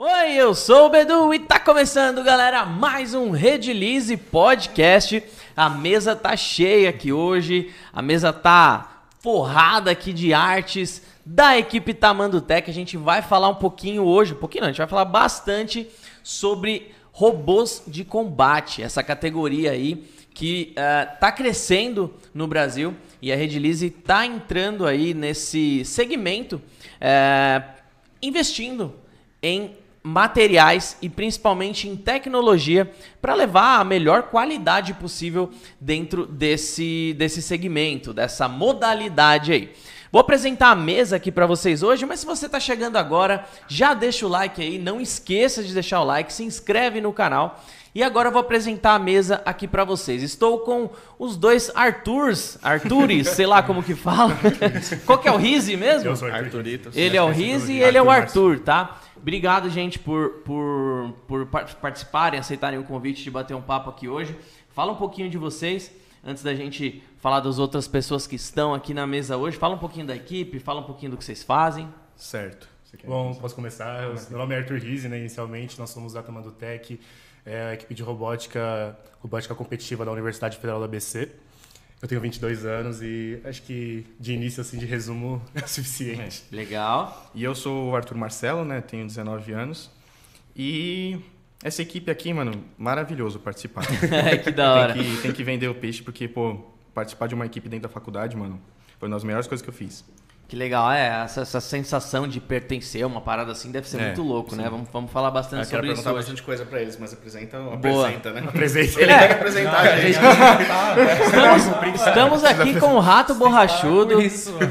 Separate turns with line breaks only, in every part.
aí, eu sou o Bedu e tá começando, galera, mais um Redilize Podcast. A mesa tá cheia aqui hoje, a mesa tá forrada aqui de artes da equipe Tamandutec. A gente vai falar um pouquinho hoje, um pouquinho não, a gente vai falar bastante sobre robôs de combate, essa categoria aí que ah, tá crescendo no Brasil e a Redilize tá entrando aí nesse segmento eh, investindo em materiais e principalmente em tecnologia para levar a melhor qualidade possível dentro desse, desse segmento, dessa modalidade aí. Vou apresentar a mesa aqui para vocês hoje, mas se você está chegando agora, já deixa o like aí, não esqueça de deixar o like, se inscreve no canal. E agora eu vou apresentar a mesa aqui para vocês. Estou com os dois Arturs, Artures, sei lá como que fala. Qual que é o Rizzi mesmo?
Eu sou Arthur.
Arturitos.
Ele é o Riz e ele é o Arthur, tá? Obrigado, gente, por, por, por par- participarem, aceitarem o convite de bater um papo aqui hoje. Fala um pouquinho de vocês, antes da gente falar das outras pessoas que estão aqui na mesa hoje. Fala um pouquinho da equipe, fala um pouquinho do que vocês fazem.
Certo. Você quer-
Bom, posso começar? Eu- Meu nome é Arthur Rizzi, né? Inicialmente, nós somos da Tamandutec, é a equipe de robótica, robótica competitiva da Universidade Federal do ABC. Eu tenho 22 anos e acho que de início, assim, de resumo, é o suficiente.
Legal.
E eu sou o Arthur Marcelo, né? Tenho 19 anos. E essa equipe aqui, mano, maravilhoso participar.
É, que da hora.
Tem que, tem que vender o peixe, porque, pô, participar de uma equipe dentro da faculdade, mano, foi uma das melhores coisas que eu fiz.
Que legal, é. Essa, essa sensação de pertencer a uma parada assim deve ser
É,
muito louco, né? Vamos, vamos falar bastante
Eu quero
sobre isso
perguntar
hoje.
bastante coisa pra eles, mas apresenta,
Boa.
apresenta, né?
Apresente.
Ele tem que apresentar, a gente.
Estamos, estamos aqui
um
com o Rato Borrachudo.
Isso, mano.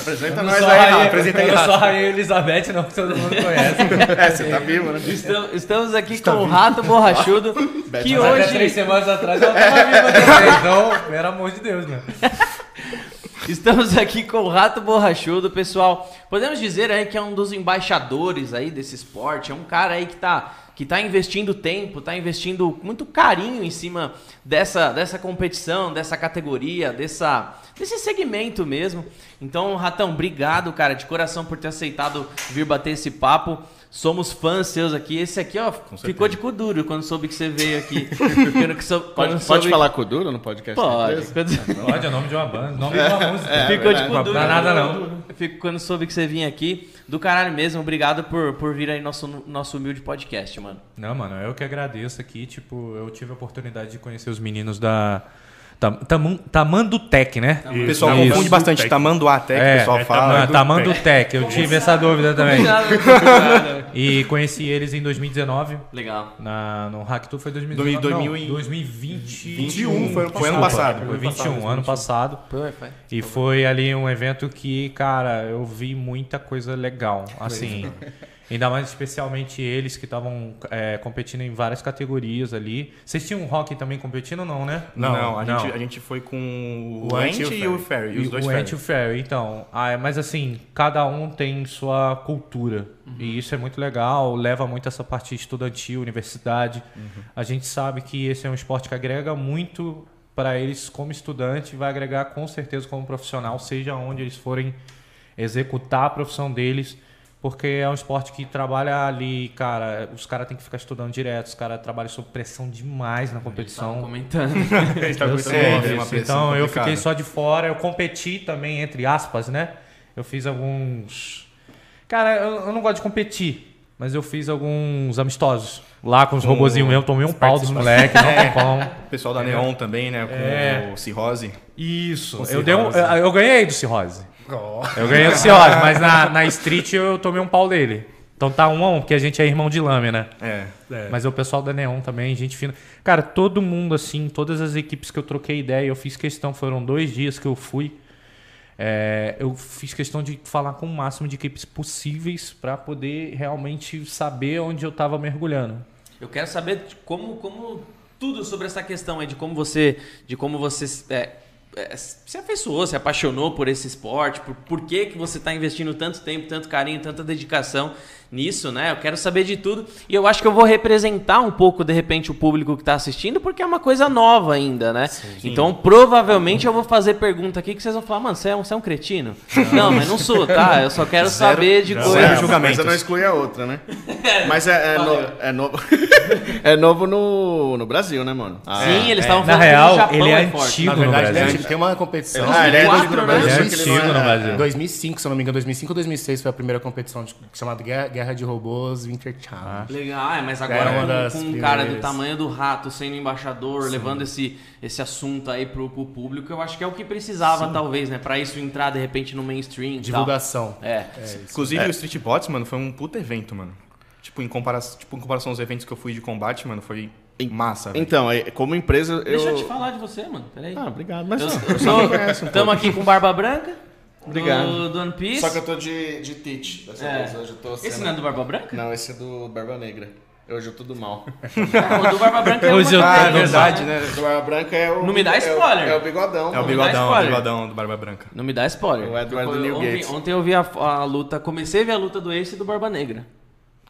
apresenta
Eu
nós
sou
aí,
a
Rafa,
Rainha-
apresenta aí,
Eu sou a
Rafa.
Rainha Elizabeth, não, que todo mundo conhece.
É, você tá vivo, né?
Estam- Estamos aqui
tá
com o Rato Borrachudo, que
Mas até três
hoje
semanas atrás ela tava viva também, então, pelo amor de Deus, né?
estamos aqui com o Rato Borrachudo, pessoal. Podemos dizer aí que é um dos embaixadores aí desse esporte, é um cara aí que tá que tá investindo tempo, tá investindo muito carinho em cima dessa, dessa competição, dessa categoria, dessa desse segmento mesmo. Então, Ratão, obrigado, cara, de coração por ter aceitado vir bater esse papo. Somos fãs seus aqui. Esse aqui, ó, ficou de cu duro quando soube que você veio aqui. Quando que sou- quando
Pode, pode
soube-
falar com o Duro no podcast?
Pode.
Beleza?
Quando-
Pode, é o nome de uma banda, nome de uma música.
É,
Ficou
verdade.
tipo, de cu duro.
Não é nada, não.
né? Fico quando soube que você vinha aqui. Do caralho mesmo, obrigado por, por vir aí nosso, nosso humilde podcast, mano.
Não, mano, eu que agradeço aqui, tipo, eu tive a oportunidade de conhecer os meninos da... Tam, Tamun- Tamandutec, né?
O É. pessoal
Isso. tá
confunde bastante. tá
Tec.
Tamanduá até, que o pessoal
é
fala.
Taman- Tamandutec, eu tive essa dúvida também. E conheci eles em 2019,
Legal.
Na, no Hacktu foi 2019,
Dois-
não,
dois mil e-
2021.
foi ano
Desculpa,
passado,
Foi
foi
21, ano passado. E foi ali um evento que, cara, eu vi muita coisa legal. Assim, ainda mais especialmente eles que estavam é, competindo em várias categorias ali. Vocês tinham rock também competindo ou não, né?
Não,
não.
a, Gente, a gente foi com o Ant e o Ferry.
E
Os dois
o
Ferry.
Ant e o Ferry, então. Ah, é, mas assim, cada um tem sua cultura.
Uhum.
E isso é muito legal, leva muito essa parte estudantil, universidade.
Uhum.
A gente sabe que esse é um esporte que agrega muito para eles como estudante, vai agregar com certeza como profissional, seja onde eles forem executar a profissão deles. Porque é um esporte que trabalha ali, cara. Os caras têm que ficar estudando direto, os caras trabalham sob pressão demais
Uhum.
na competição.
Comentando.
Tá
Eu
com
sei
esse-
disso.
uma pressão
Então eu
complicada.
fiquei só de fora, eu competi também, entre aspas, né? Eu fiz alguns. Cara, eu, eu não gosto de competir, mas eu fiz alguns amistosos. Lá com os É. robozinhos meus, tomei um pau dos moleques, não tem como.
O pessoal da Neon também, né? Com
É.
o Cirrose.
Isso,
Com
eu, dei um,
cirrose.
eu eu ganhei do Cirrose. Eu ganhei do Cirrose, mas na, na Street eu tomei um pau dele. Então tá um a um, porque a gente é irmão de lâmina.
É.
É.
Mas é o pessoal da Neon também, gente fina. Cara, todo mundo, assim, todas as equipes que eu troquei ideia, eu fiz questão, foram dois dias que eu fui. É, eu fiz questão de falar com o máximo de equipes possíveis pra poder realmente saber onde eu tava mergulhando.
Eu quero saber de como, como tudo sobre essa questão aí, de como você, de como você é, é, se afeiçoou, se tá apaixonou por esse esporte, por, por que, que você está investindo tanto tempo, tanto carinho, tanta dedicação nisso, né? Eu quero saber de tudo. E eu acho que eu vou representar um pouco, de repente, o público que está assistindo, porque é uma coisa nova ainda, né? Então, provavelmente, eu vou fazer pergunta aqui que vocês vão falar, mano, você é um, você é um cretino? Não, mas não sou, tá? Eu só quero saber de
Não,
coisa.
é,
Não,
uma
julgamentos.
coisa não exclui a outra, né? Mas é, é, no-
Valeu.
é novo, é novo no, no Brasil, né, mano? Ah,
Sim, eles
é.
estavam
Na
falando que
real,
no Japão
ele é
forte.
antigo.
Na
no
verdade,
Brasil.
né, tipo, tem uma competição.
Ah, ele é
Quatro,
antigo no
né?
Brasil,
Ele é
só que ele não
antigo no Brasil.
Em 2005, se eu não me engano, 2005 ou 2006 foi a primeira competição de- chamada Guerra, Guerra de Robôs Winter Challenge.
Legal, ah, é, mas agora
uma
com-
das
com, um cara do
primeiras.
tamanho do rato sendo embaixador, levando esse, esse assunto aí pro, pro público, eu acho que é o que precisava, talvez, né? Pra isso entrar de repente no mainstream. e tal.
Divulgação.
É.
Inclusive, o Street Bots, mano, foi um puta evento, mano. Tipo, em, compara tipo, em comparação aos eventos que eu fui de combate, mano, foi massa, velho.
Então, aí, como empresa, eu...
Deixa eu te falar de você, mano. Peraí.
Ah, obrigado, mas
Eu-
não.
eu sou- Tamo aqui com Barba Branca. Do,
Obrigado.
do One Piece.
Só que eu tô né? de, de Teach dessa
É.
vez. Hoje eu tô
Esse
sendo-
não é do Barba Branca?
Não, esse é do Barba Negra. Hoje eu tô do mal.
Não, o do Barba Branca é
Hoje
uma
eu-
coisa,
Ah, é verdade,
né?
né? Do Barba Branca é o...
Não me dá
é o-
spoiler.
É o bigodão.
É o
Não me dá
bigodão, é o
spoiler.
bigodão do Barba Branca.
Não me dá spoiler.
O Edward
Porque eu-
Newgate.
Ontem, ontem eu vi a, a luta, comecei a ver a luta do Ace e do Barba Negra.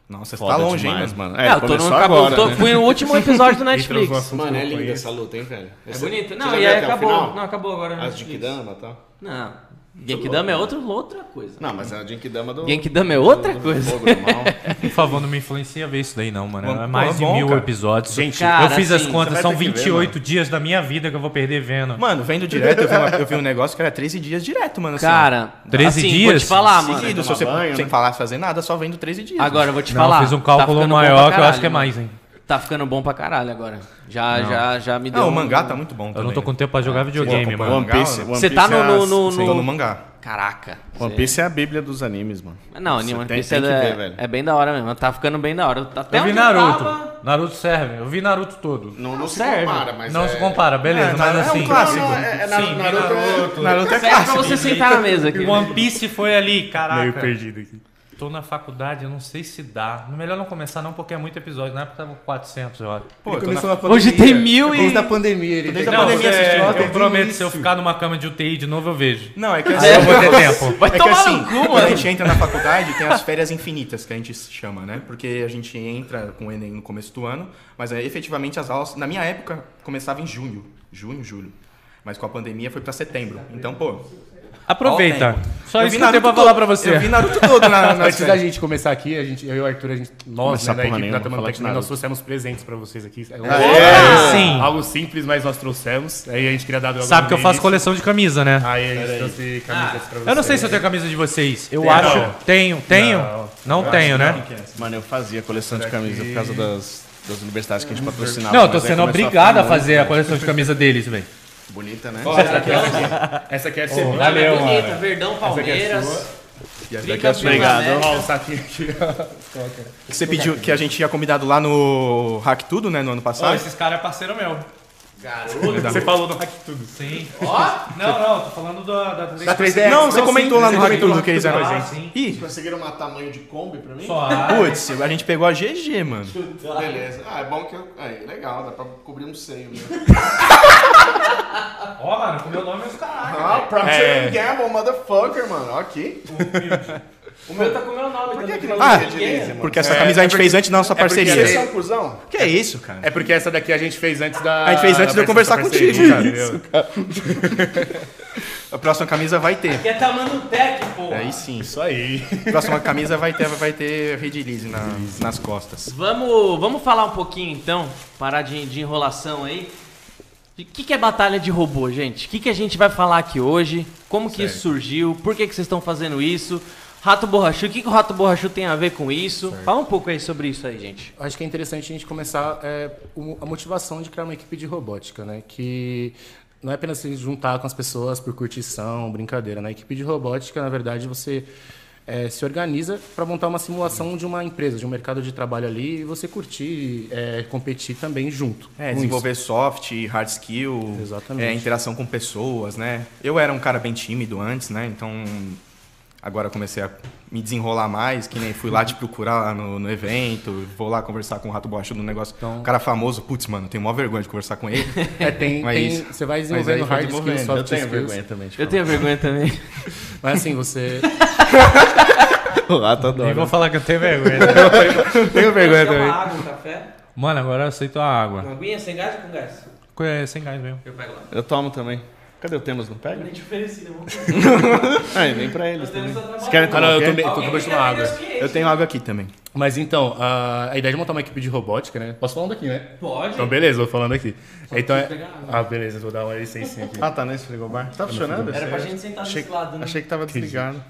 Nossa, você
Foda
tá longe, hein,
demais,
mano?
mano. É,
eu
começou
acabou-
agora,
tô-
né?
Fui no último episódio do Netflix.
Entrou no assunto
Mano, é linda
aí.
essa luta, hein, velho?
É
Esse-
bonito.
Você
Não,
já
e
viu
aí
até o
acabou.
final?
Não, acabou agora.
As
Netflix.
Jinkidama e tal?
Não. Genkidama é outro, outra coisa.
Não, mas é o Jinkidama do...
Genkidama é outra
do
coisa.
Fogo, do mal.
Por favor, não me influencia a ver isso daí, não, mano.
Mano,
É mais
pô, é
de
bom,
mil
cara.
episódios.
Gente,
eu
Cara,
fiz as
assim,
contas,
você vai
são
ter que ver,
28 dias da minha vida que eu vou perder vendo.
Mano, vendo direto, eu vi, uma- eu vi um negócio que era 13 dias direto, mano. assim,
Cara,
13
assim, vou
dias?
te falar,
ó.
mano.
seguido, se
Tomar
você
banho,
sem
né?
falar, fazer nada, só vendo 13 dias.
Agora, eu vou te
Não,
falar.
fiz um
tá
cálculo
ficando bom pra
maior que eu acho que é
caralho, mano.
mais, hein.
Tá ficando bom pra caralho agora. Já, já, já me deu.
Não, o
um-
mangá tá muito bom
Eu
também.
não tô com tempo pra jogar videogame,
acompanha
mano.
One
mangá,
Piece...
mano.
One
Você tá
Piece é
no-
as-
no-
Tô no mangá.
Caraca.
One Piece é a bíblia dos animes, mano.
Não,
Você
Ninho, One
tem-
Piece
tem que
é,
ver, velho.
é bem da hora mesmo. Tá ficando bem da hora. Tá Até
Eu vi
onde
Naruto.
tava-
Naruto serve. Eu vi Naruto todo.
Não, não se
Serve.
compara, mas
não
é...
se compara, beleza,
É,
mas
é um
assim.
clássico.
Não, não, é, é
Sim,
Naruto, Naruto,
Naruto é
Serve pra
clássico.
você sentar na mesa aqui.
One
né?
Piece foi ali, caraca.
Meio perdido aqui.
Tô na faculdade, eu não sei se dá. Melhor não começar não, porque é muito episódio. Na época tava 400, eu acho.
Pô, eu tô na...
Hoje tem mil e-
Desde a pandemia. Ele
Desde
tem-
a
Não,
pandemia.
você-
assistiu ontem,
eu
desde
prometo,
o
se eu
início.
ficar numa cama de UTI de novo, eu vejo.
Não, é que assim,
Aí eu vou ter tempo.
Vai
é que
tomar
assim,
no cu, mano.
quando a gente entra na faculdade, tem as férias infinitas que a gente chama, né? Porque a gente entra com o Enem no começo do ano, mas aí, efetivamente as aulas, na minha época, começava em junho. Junho, julho. Mas com a pandemia foi pra setembro. Então, pô. ó o
Aproveita.
tempo. Eu
Só isso
vi
que eu tenho pra
Naruto
falar
todo-
pra você.
Eu vi Naruto todo na, nas
Antes da
férias.
gente começar aqui, a gente, eu e o Arthur, a gente, nós,
Começar
né, da
porra
equipe
nenhuma,
da Tamanho
falar de
Técnica, nós
Naruto.
trouxemos presentes pra vocês aqui. É,
Ah,
Sim.
Algo simples, mas nós trouxemos. Aí a gente queria dar logo
Sabe
no
que eu faço
início. Ah,
coleção de camisa, né?
Aí a gente trouxe camisas pra vocês.
Eu não sei se eu tenho a camisa de vocês. Eu
Tem,
acho.
não.
Tenho, tenho?
Não.
Não, tenho, né?
Mano, eu fazia coleção de camisa por causa das, das universidades que a gente patrocinava.
Não, eu tô
Ah, mas aí
sendo
começou ficar
obrigado a
muito
fazer a coleção de camisa deles, velho.
Bonita, né?
Essa aqui é a segunda.
Valeu, bonita, Tá Verdão,
aqui é
Palmeiras.
E essa daqui é a sua.
Obrigado.
Ó, o saquinho aqui, ó.
Que você pediu que a gente tinha convidado lá no Hack Tudo, né? No ano passado.
caras é parceiro meu.
Você falou do Hack Tudo.
Sim. Ó? Não, não, tô falando da, da,
Da 3DS.
Não, você comentou lá no Hack
comentou
Tudo que eles eram.
Ah, sim.
Ih,
Conseguiram uma tamanho de Kombi pra mim?
Só ah, a-
putz, a gente pegou a GG, mano.
Beleza. Ah, é bom que eu... Aí, legal, dá pra cobrir um seio, né?
Ó, mano, com meu nome é os caralho.
Ah, pra
É.
é. gamble, motherfucker, mano. Ó Aqui.
O meu tá com o meu nome. Por que, que
não
Ah,
tem release, mano?
É Porque é essa camisa a gente fez antes da nossa parceria.
Vocês são um cuzão?
Que é isso, cara?
É porque essa daqui a gente fez antes da...
A gente fez antes de eu
da
conversar
parceria,
contigo, cara.
entendeu?
A próxima camisa vai ter.
é tamanho tech, pô.
É
Aí sim.
Isso aí.
A próxima camisa vai ter, vai ter redilize na, nas costas.
Vamos, vamos falar um pouquinho então, parar de, de enrolação aí. O que, que é batalha de robô, gente? O que, que a gente vai falar aqui hoje? Como que isso surgiu? Por que, que vocês estão fazendo isso? Rato Borrachu, o que, que o Rato Borrachu tem a ver com isso? Fala um pouco aí sobre isso aí, gente.
acho que é interessante a gente começar é, o- a motivação de criar uma equipe de robótica, né? Que não é apenas se juntar com as pessoas por curtição, brincadeira. Na equipe de robótica, na verdade, você é, se organiza para montar uma simulação de uma empresa, de um mercado de trabalho ali, e você curtir, é, competir também junto. com
É,
isso.
desenvolver soft, hard skill,
Exatamente.
é, interação com pessoas, né? Eu era um cara bem tímido antes, né? Então agora eu comecei a me desenrolar mais, que nem fui lá te procurar lá no, no evento, vou lá conversar com o Rato Boacho do negócio. Um cara famoso, putz, mano, tenho maior vergonha de conversar com ele.
É, tem,
Mas-
tem- você vai
aí
desenvolvendo
foi
hard
desenvolvendo,
skills,
Eu
soft
tenho tipo.
skills. assim,
vergonha também. de
Eu tenho vergonha também.
Mas assim, você.
O rato
Nem
adora.
vou falar que eu tenho vergonha. né?
Tenho vergonha também.
Uma água, um café?
Mano, agora eu aceito a água.
Uma aguinha sem gás ou com gás?
É sem gás mesmo.
Eu pego lá.
Eu tomo também. Cadê o Temos? Não pega?
Nem te ofereci, né? Vamos ver.
Ah, e nem pra eles.
Nós temos
Também.
só trabalho.
Vocês querem
Ah,
tomar?
não, eu
quer?
também, tô
Alguém
acabando de
quer
tomar
menos
água.
que
Eu
esse?
tenho água aqui também.
Mas então, a, a ideia de montar uma equipe de robótica, né? Posso falar um daqui, né?
Pode.
Então, beleza, vou falando aqui. Então é...
pegar água.
Ah, beleza, vou dar uma licencinha aqui.
Ah, tá nesse frigobar. Tá funcionando?
Era pra gente sentar
Achei,
desse lado, né?
achei que tava desligado.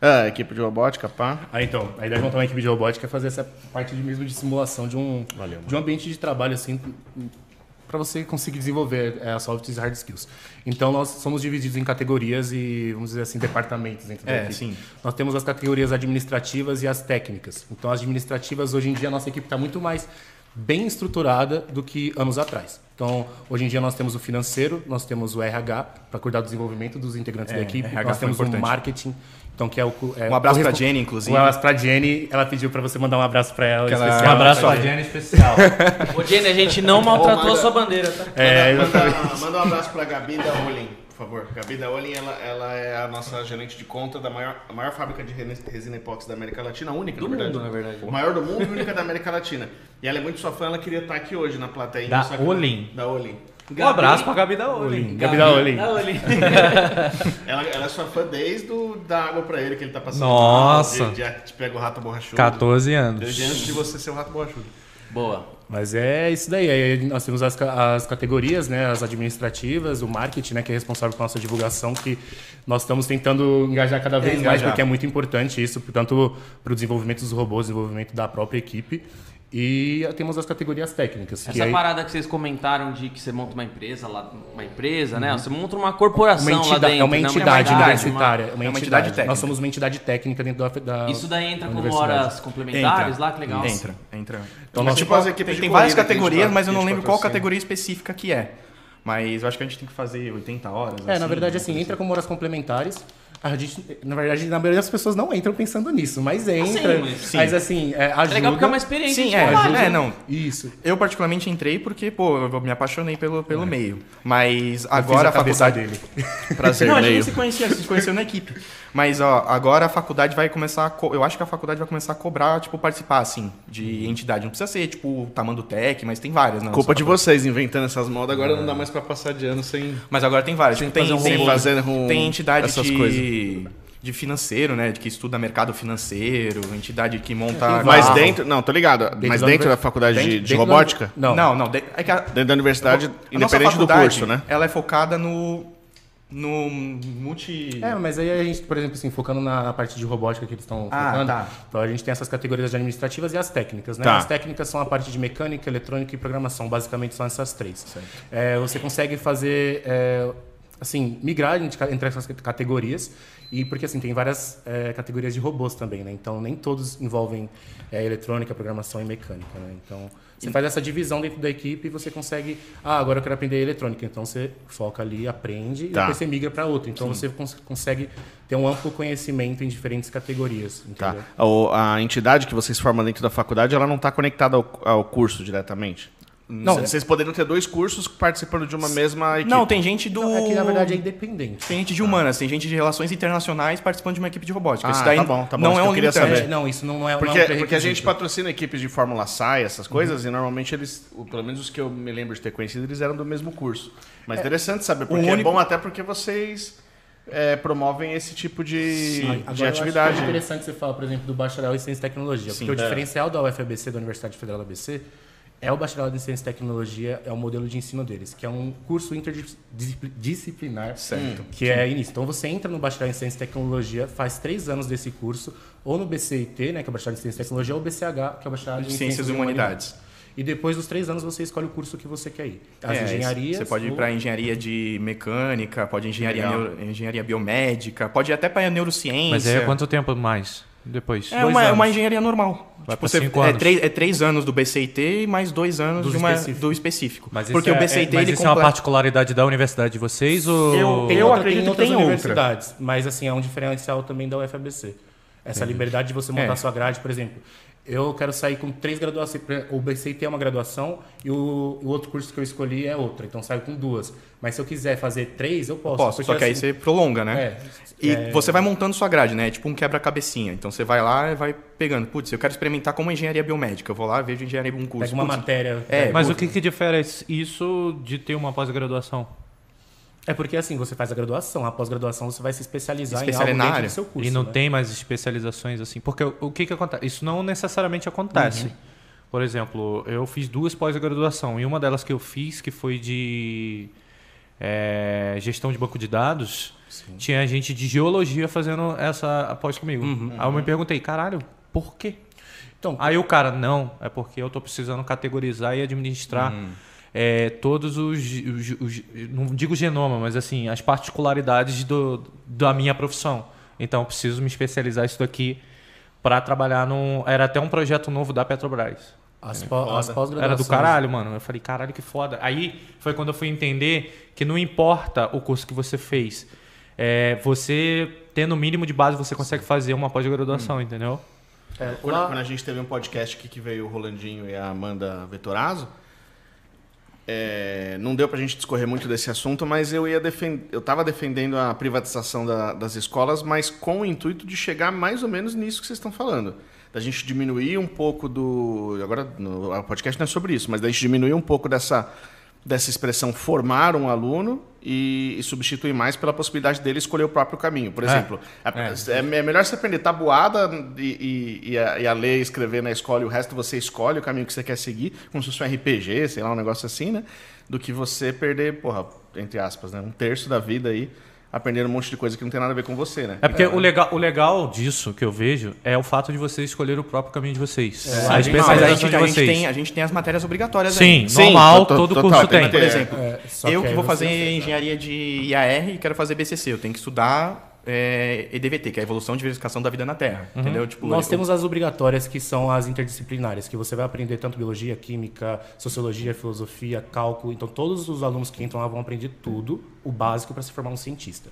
Ah, equipe de robótica, pá.
Ah, então, a ideia de montar uma equipe de robótica é fazer essa parte de mesmo de simulação de um,
Valeu, mano.
de um ambiente de trabalho, assim, para você conseguir desenvolver é, as soft e hard skills. Então, nós somos divididos em categorias e, vamos dizer assim, departamentos dentro da
É,
equipe.
sim.
Nós temos as categorias administrativas e as técnicas. Então, as administrativas, hoje em dia, a nossa equipe está muito mais bem estruturada do que anos atrás. Então, hoje em dia, nós temos o financeiro, nós temos o RH, para cuidar do desenvolvimento dos integrantes da equipe,
RH
nós
É, foi
temos o
importante.
marketing, então, que é o... cu- É,
Um abraço
o
pra
respon-
Jenny, inclusive.
um abraço pra Jenny, ela pediu pra você mandar um abraço pra ela.
ela-
especial.
Um
Abraço
pra
pra Jenny especial.
Ô, Jenny, a gente não maltratou a sua bandeira, tá?
É, exatamente.
Manda, manda um abraço pra Gabi da Olin, por favor. Gabi da Olin, ela, ela é a nossa gerente de conta da maior, a maior fábrica de rene- resina epóxi da América Latina, a única,
Do
na verdade.
mundo, na verdade.
O maior do mundo e única da América Latina. E ela é muito sua fã, ela queria estar aqui hoje na plateia.
Da
só que-
Olin.
Da Olin.
Um abraço pra Gabi da Olin.
Olin. Gabi da Olin.
Da Olin.
Ela, ela é sua fã desde o, da água pra ele que ele tá passando.
Nossa.
mal, De, de, te pega o rato borrachudo.
14
Desde
anos.
antes de você ser o rato borrachudo.
Boa.
Mas é isso daí. Aí nós temos as, ca- as categorias, né? As administrativas, o marketing, né? Que é responsável pela nossa divulgação, que nós estamos tentando engajar cada vez mais,
engajar.
porque é muito importante isso, tanto para o desenvolvimento dos robôs, desenvolvimento da própria equipe. E temos as categorias técnicas. que
Essa
aí-
parada que vocês comentaram de que você monta uma empresa lá, uma empresa, né? Você monta uma corporação
uma
lá
entidade,
dentro.
é uma
né?
entidade
uma-
universitária.
uma-
Uma,
é uma
entidade.
entidade técnica.
Nós somos uma entidade técnica dentro da, da
Isso daí entra como
universidade.
horas complementares lá, que legal.
Entra, entra.
Então,
Mas
nós-
tipo as equipes
Tem,
de
tem várias
corrida tipo, que a gente
categorias,
pa-
mas eu
que a
não
gente
lembro qual
patrocina.
categoria específica que é. Mas eu acho que a gente tem que fazer 80 horas. né?
É, na verdade,
né?
assim, entra como horas complementares. A gente, na verdade, na maioria das pessoas não entram pensando nisso, mas entra.
mas-
mas,
sim.
assim, é, ajuda.
É legal porque é uma experiência.
Sim,
de
é,
trabalho,
é,
né?
não.
Isso.
Eu particularmente entrei porque, pô, eu me apaixonei pelo, pelo
É.
meio. Mas
Eu fiz
agora a,
cabeça
faculdade.
dele.
Prazer,
Não, a gente
meio.
não se conhecia, a gente se conheceu na equipe. Mas, ó, agora a faculdade vai começar. a co- Eu acho que a faculdade vai começar a cobrar, tipo, participar, assim, de entidade. Não precisa ser, tipo, o tamanho do TEC, mas tem várias, né?
Culpa é de vocês inventando essas modas, agora não dá mais pra passar de ano sem.
Mas agora tem várias. Tipo, tem,
fazer um
tem,
robô, fazer um-
tem entidade
essas
de,
coisas.
de financeiro, né? De que estuda mercado financeiro, entidade que monta.
Mas
carro.
dentro. Não, tô ligado. mas
da
dentro
univers-
da faculdade
Dentro-
de, de
dentro da-
robótica?
Não.
Não, não. de- é que a,
Dentro da universidade,
a nossa
independente do
faculdade,
curso, né?
Ela é focada no. No multi.
É, mas aí a gente, por exemplo, assim, focando na parte de robótica que eles estão
Ah,
focando.
tá.
Então a gente tem essas categorias administrativas e as técnicas, né?
Tá.
As técnicas são a parte de mecânica, eletrônica e programação. Basicamente são essas três. É, você consegue fazer. é, assim, migrar entre ca- entre essas categorias. E porque assim, tem várias é, categorias de robôs também, né? Então nem todos envolvem é, eletrônica, programação e mecânica, né? Então. Você faz essa divisão dentro da equipe e você consegue. Ah, agora eu quero aprender eletrônica. Então você foca ali, aprende e
Tá.
depois você migra para outra. Então você cons- consegue ter um amplo conhecimento em diferentes categorias.
Tá.
Entendeu?
O- a entidade que vocês formam dentro da faculdade, ela não está conectada ao, ao curso diretamente.
Não.
C- Vocês poderiam ter dois cursos participando de uma mesma equipe.
Não, tem gente do.
Não, é que na verdade é independente.
Tem gente de humanas, tem gente de relações internacionais participando de uma equipe de robótica.
Ah,
Isso daí
tá bom, tá bom,
não
isso
é
que eu
um
queria
limitante.
saber.
É, não, isso não é, não
Porque,
é um
porque a gente
pré-requisito. Uhum.
patrocina equipes de Fórmula SAI, essas coisas, e normalmente eles, o- pelo menos os que eu me lembro de ter conhecido, eles eram do mesmo curso. Mas interessante saber, porque é
único-
bom até porque vocês é, promovem esse tipo
Ah,
de,
agora
de
eu
atividade.
Acho que é interessante você falar, por exemplo, do bacharel em ciência e tecnologia.
Sim.
porque
É.
o diferencial da UFABC, da Universidade Federal da ABC, é o bacharel em ciência e tecnologia, é o modelo de ensino deles, que é um curso interdisciplinar.
Certo.
Que é início. Então você entra no bacharel em ciência e tecnologia, faz três anos desse curso, ou no BCIT, né, que é o bacharel em ciência e tecnologia, ou BCH, que é o bacharel em
Hum.
Ciências e Humanidades.
E depois dos três anos você escolhe o curso que você quer ir. As
É,
engenharias.
Você pode ir
ou-
para engenharia de mecânica, pode engenharia,
Legal.
neuro- engenharia biomédica, pode ir até para neurociência.
Mas aí é quanto tempo mais? Depois.
É
Dois
uma, é
anos.
uma engenharia normal.
Vai pra
você-
cinco
é,
anos.
três, é três anos do BCIT e mais dois anos
Do
de uma-
específico.
do específico.
Mas
Porque
isso
o
é-
BCIT
é, mas
ele
isso é uma
completa-
particularidade da universidade de vocês ou
Eu-
Tem
eu-
outra-
acredito
tem
que
outras
tem outra.
universidades, mas assim, é um diferencial também da UFABC. Essa liberdade de você montar
É.
sua grade, por exemplo. Eu quero sair com três graduações. O BCT é uma graduação e o, o outro curso que eu escolhi é outra. Então saio com duas. Mas se eu quiser fazer três, eu posso.
Posso,
Porque,
só que aí
assim,
você prolonga, né?
É,
e você vai montando sua grade, né? É tipo um quebra-cabecinha. Então você vai lá e vai pegando. Putz, eu quero experimentar como é engenharia biomédica. Eu vou lá, vejo engenharia um curso.
Pega uma
Putz,
matéria.
É,
Mas o
puta.
que, que difere isso de ter uma pós-graduação?
É porque assim, você faz a graduação. A pós-graduação você vai se especializar
Especializar
em algo
na
dentro
área.
do seu curso.
e não
né?
tem mais especializações assim. Porque o o que, que acontece? Isso não necessariamente
Uhum.
acontece. Por exemplo, eu fiz duas pós-graduação e uma delas que eu fiz, que foi de eh, gestão de banco de dados, tinha gente de geologia fazendo essa pós comigo. Aí eu me perguntei, caralho, por quê?
Uhum. Então,
Aí o cara, não, é porque eu tô precisando categorizar e administrar
Uhum.
eh, todos os, os- os- Não digo genoma, mas assim, as particularidades do, da minha profissão. Então eu preciso me especializar isso daqui para trabalhar num. Era até um projeto novo da Petrobras.
as, pó- as pós-graduações.
Era do caralho, mano. Eu falei, caralho, que foda. Aí foi quando eu fui entender que não importa o curso que você fez. É, você, tendo o mínimo de base, você consegue fazer uma
Hum.
pós-graduação, entendeu?
É,
Quando,
lá-
quando a gente teve um podcast aqui que veio o Rolandinho e a Amanda Vetorazzo, é, não deu pra gente discorrer muito desse assunto, mas eu ia defender. Eu tava defendendo a privatização da- das escolas, mas com o intuito de chegar mais ou menos nisso que vocês estão falando. Da gente diminuir um pouco do. Agora, no, o podcast não é sobre isso, mas da gente diminuir um pouco dessa, dessa expressão formar um aluno e, e substituir mais pela possibilidade dele escolher o próprio caminho. Por exemplo, a- é, é melhor você aprender tabuada e, e, e a, e a ler, escrever na escola e o resto você escolhe o caminho que você quer seguir, como se fosse um RPG, sei lá, um negócio assim, né? Do que você perder, porra, entre aspas, né? Um terço da vida aí aprendendo um monte de coisa que não tem nada a ver com você, né?
É porque O, legal, o legal disso que eu vejo é o fato de vocês escolher o próprio caminho de vocês. A
É. Mas
especialização
a gente,
de
a gente
vocês.
tem, a gente tem as matérias obrigatórias
Tá
Sim, é.
aí.
Sim,
normal,
to- to-
todo
total,
curso
tem
tem.
Por
É.
exemplo,
É, só
eu que,
aí
vou
você-
fazer engenharia de IAR e quero fazer BCC. Eu tenho que estudar é, EDVT, que é a Evolução de Verificação da Vida na Terra. Entendeu? Tipo,
Uhum. Nós
eu-
temos as obrigatórias que são as interdisciplinares, que você vai aprender tanto biologia, química, sociologia, filosofia, cálculo. Então todos os alunos que entram lá vão aprender tudo, o básico para se formar um cientista.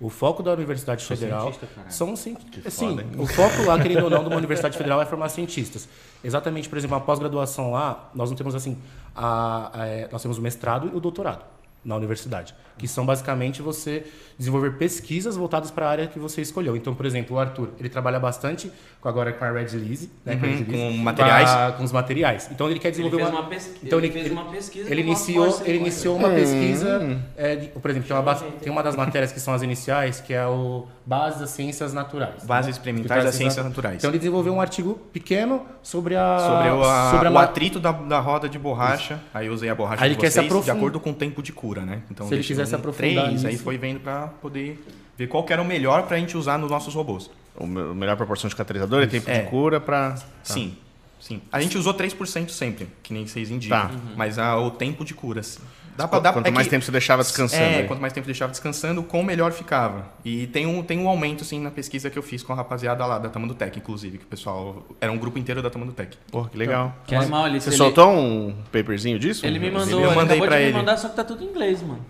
O foco da Universidade Federal são cientistas. Sim, o foco lá, querendo ou não, de uma Universidade Federal é formar cientistas. Exatamente, por exemplo, a pós-graduação lá, nós não temos assim, a- a- é, nós temos o mestrado e o doutorado na universidade, que são basicamente você desenvolver pesquisas voltadas para a área que você escolheu. Então, por exemplo, o Arthur, ele trabalha bastante com agora com a Red Lease, né, com, a Red
Uhum, com
Lease,
materiais.
pra- com os materiais. Então ele quer desenvolver então,
fez uma pesqui- ele fez uma pesquisa
Ele
com uma
iniciou,
força
ele
em
iniciou uma pesquisa,
Uhum.
é, de- por exemplo, tem uma, bas- tem uma das matérias que são as iniciais, que é o Bases das Ciências Naturais.
Bases experimentais das ciências naturais.
Então ele desenvolveu um artigo pequeno sobre a
Sobre, o, a-
sobre a
o
ma-
atrito da, da roda de borracha. Aí eu usei a borracha
Aí ele
de
quer se
vocês, de
aprofund-
acordo com o tempo de cura, né? Então,
Se ele
deixei
quiser se
um
aprofundar
três, aí
nisso.
foi vendo pra poder ver qual que era o melhor pra gente usar nos nossos robôs.
Tá.
O me- a melhor proporção de catalisador é tempo
É.
de cura pra.
Sim, sim. A gente usou 3% sempre, que nem vocês indicam.
Tá.
Mas ah, o tempo de cura, assim. Dá pra
Qu-
dar
Quanto
é
mais
que-
tempo você deixava descansando.
É,
aí.
quanto mais tempo deixava descansando, quão melhor ficava. E tem um, tem um aumento, assim, na pesquisa que eu fiz com a rapaziada lá da Tamandutec, inclusive, que o pessoal. Era um grupo inteiro da Tamandutec.
Porra, que legal.
Que animal, ele,
Você
ele-
soltou um paperzinho disso? Um
Ele me mandou,
eu
ele
mandei
acabou
pra
de me
ele.
mandar, só que tá tudo em inglês, mano.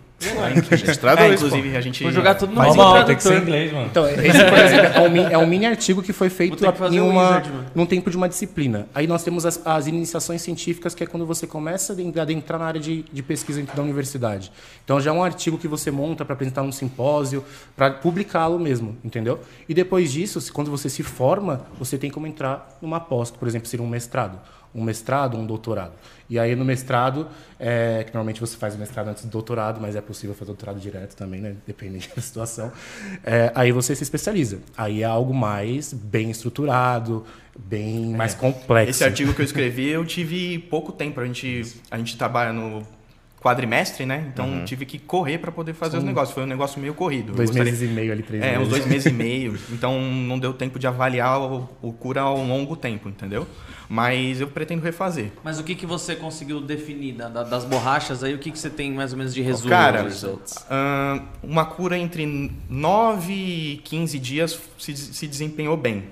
Registrado
É,
ou isso,
inclusive, a gente.
Vou jogar tudo no
Mas
Google
tem que ser em
Tradutor.
inglês, mano.
Então, esse, por exemplo, é um, mi- é um mini artigo que foi feito
Vou ter que fazer
em
um
uma,
wizard, mano.
num tempo de uma disciplina. Aí nós temos as, as iniciações científicas, que é quando você começa a adentrar- adentrar na área de, de pesquisa dentro da universidade. Então já é um artigo que você monta para apresentar um simpósio, para publicá-lo mesmo, entendeu? E depois disso, se- quando você se forma, você tem como entrar numa pós, que, por exemplo, seria um mestrado. Um mestrado, um doutorado. E aí no mestrado, é, que normalmente você faz o mestrado antes do doutorado, mas é possível fazer doutorado direto também, né? Depende da situação. É, aí você se especializa. Aí é algo mais bem estruturado, bem mais complexo.
É. Esse artigo que eu escrevi, eu tive pouco tempo. A gente, a gente trabalha no quadrimestre, né? Então tive que correr pra poder fazer os negócios. Foi um negócio meio corrido. Eu
Uhum. Dois
gostaria-
meses e meio ali, três
É,
meses.
uns dois meses e meio. Então não deu tempo de avaliar o, o cura a um longo tempo, entendeu? Mas eu pretendo refazer.
Mas o que, que você conseguiu definir da- da- das borrachas aí? O que, que você tem mais ou menos de resumo?
Cara,
dos results?
ah, uma cura entre 9 e 15 dias se, des- se desempenhou bem.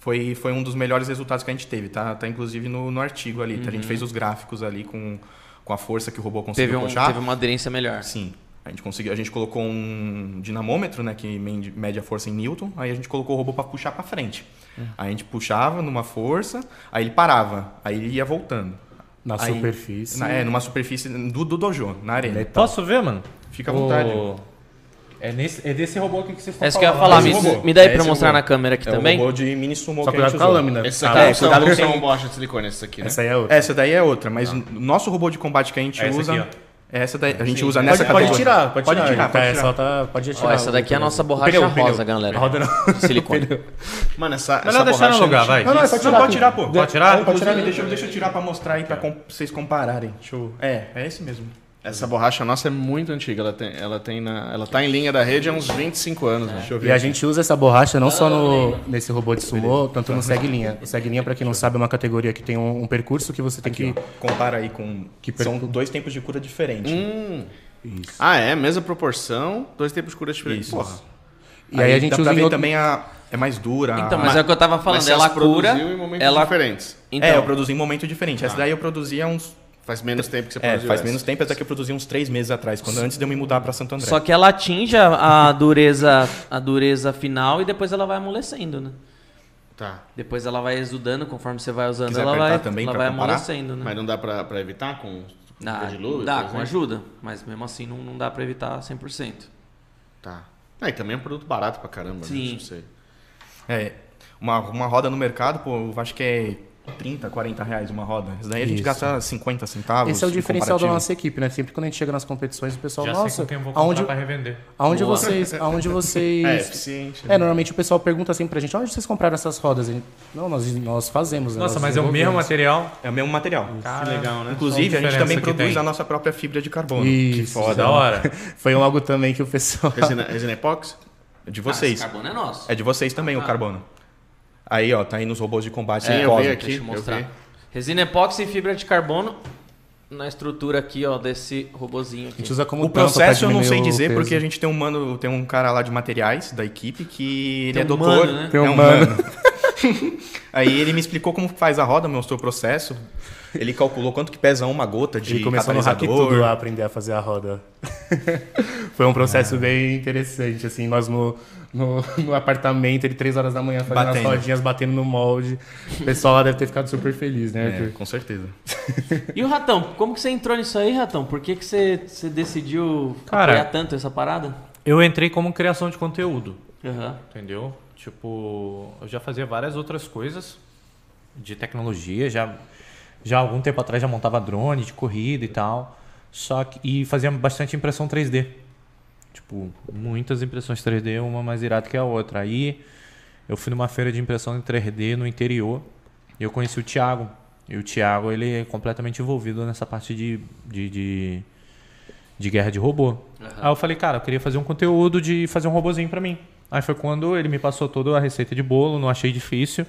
Foi, foi um dos melhores resultados que a gente teve, tá? Tá inclusive no, no artigo ali. tá? A gente fez os gráficos ali com, com a força que o robô
Uhum. teve,
conseguiu
um,
puxar.
teve uma aderência melhor.
Sim. A gente, conseguiu, a gente colocou um dinamômetro, né, que men- mede a força em Newton, aí a gente colocou o robô para puxar para frente.
Uhum.
Aí a gente puxava numa força, aí ele parava, aí ele ia voltando.
Na
Aí-
superfície.
Na- é, numa superfície do, do dojo, na arena.
é
Posso ver, mano?
Fica à vontade.
O- É, nesse, é desse robô aqui que vocês
É
estão
isso que eu ia
falando.
falar,
Esse
me,
robô.
me dá aí pra
Esse
mostrar
robô.
na câmera aqui
É
também.
o robô de mini sumo
Só
que
cuidado
a gente
com a
usou.
lâmina.
Essa
Ah,
aqui
é,
não são-
cuidado
não
que
são
tem-
bocha de silicone, essa aqui, né?
Essa aí é outra.
Essa daí é outra, mas o nosso robô de combate que a gente
É essa
usa.
aqui,
Essa daí, a gente
Sim.
usa
Pode-
É, nessa
pode,
categoria.
tirar, pode, tirar.
tirar, pode
Tá,
tirar.
essa tá- pode já
Ó,
tirar
essa
o-
daqui é a nossa borracha
pneu, o pneu.
rosa, galera.
Roda não.
De silicone.
Mano, essa, essa
Melhor deixar no
borracha
lugar,
não
vai.
Não, não, é só tirar.
Não, pode
aqui.
tirar, pô.
Pode tirar?
Pode tirar, deixa, eu- deixa eu tirar pra mostrar aí, pra com- vocês compararem. Deixa eu... É, é esse mesmo.
Essa borracha nossa é muito antiga. Ela tem, ela tem na, ela tá em linha da rede há uns 25 anos.
É.
Deixa eu ver.
E a gente usa essa borracha não só
Ah,
no, nesse robô de sumô, tanto no segue linha. O segue linha, pra quem não sabe, é uma categoria que tem um, um percurso que você tem que...
Compara aí com...
Que
São dois tempos de cura diferentes.
Hum,
Ah, é, mesma proporção, dois tempos de cura diferentes.
Isso.
Porra.
E aí, a gente
dá pra
usa em
ver
outro-
também a... É mais dura.
Então,
a-
mas é o que eu tava falando,
Mas se
ela
elas
cura.
produziam em momentos
Ela...
diferentes.
Então,
É, eu produzi em um momento diferente. Essa daí eu produzia uns...
Faz menos tempo que você
É,
produziu
faz
essa.
menos tempo, essa daqui eu produzi uns três meses atrás, quando antes de eu me mudar pra Santo André.
só que ela atinge a, a dureza a dureza final e depois ela vai amolecendo, né?
Tá.
Depois ela vai exudando, conforme você vai usando,
Quiser
ela
apertar
vai,
também
ela
pra
vai
comparar?
amolecendo, né?
Mas não dá pra, pra evitar com
Dá,
de luva?
dá
por
com
exemplo?
ajuda, mas mesmo assim não, não dá pra evitar 100%.
Tá. Ah, e também é um produto barato pra caramba.
Sim.
Né? Não sei.
É, uma, uma roda no mercado, pô, eu acho que é 30, 40 reais uma roda. Isso daí a gente
Isso.
gasta 50 centavos.
Esse é o
em
diferencial da
comparativo.
nossa equipe, né? Sempre quando a gente chega nas competições, o pessoal,
Já sei
nossa,
com quem eu vou comprar
aonde,
pra revender.
aonde
Boa.
vocês... Aonde
É
vocês...
eficiente.
né?
É, normalmente o pessoal pergunta sempre pra gente, onde vocês compraram essas rodas? E, Não, nós, nós fazemos. né?
Nossa,
Nós
mas é o mesmo
desenvolvemos."
material.
É o mesmo material.
Que legal, né?
Inclusive, a gente
diferença
também
que
produz
tem. é
a nossa própria fibra de carbono.
Isso.
Da hora.
Foi um algo também que o pessoal...
Resina, resina epox?
É De
Ah,
vocês.
esse carbono é nosso.
É de vocês também
Ah.
o carbono. Aí, ó, tá aí nos robôs de combate.
É,
Sim,
sem
eu
pós.
vi aqui.
Deixa eu mostrar.
vi.
Resina epóxi e fibra de carbono na estrutura aqui, ó, desse robozinho
A
aqui.
gente usa como
O
tampa pra
processo eu não sei
diminuir o
dizer,
peso.
porque a gente tem um mano, tem um cara lá de materiais da equipe que ele
Tem
é
um
doutor.
mano, né?
Tem
É
um
um
mano.
mano. Aí ele me explicou como faz a roda, mostrou o processo. Ele calculou quanto que pesa uma gota de
Ele começou no hack
catalisador.
tudo a aprender a fazer a roda. Foi um processo bem interessante, assim, nós no, no, no apartamento, ele três horas da manhã fazendo
Batendo.
as rodinhas, batendo no molde. O pessoal lá deve ter ficado super feliz, né,
É,
Arthur?
com certeza.
E o Ratão, como que você entrou nisso aí, Ratão? Por que, que você, você decidiu
Cara-
apoiar tanto essa parada?
Eu entrei como criação de conteúdo.
Aham.
Entendeu? Tipo, eu já fazia várias outras coisas de tecnologia, já já há algum tempo atrás já montava drone de corrida e tal. Só que e fazia bastante impressão 3D. Tipo, muitas impressões 3D, uma mais irada que a outra. Aí eu fui numa feira de impressão em 3D no interior e eu conheci o Thiago. E o Thiago, ele é completamente envolvido nessa parte de, de, de, de guerra de robô. Aí eu falei, cara, eu queria fazer um conteúdo de fazer um robozinho pra mim. Aí foi quando ele me passou toda a receita de bolo, não achei difícil.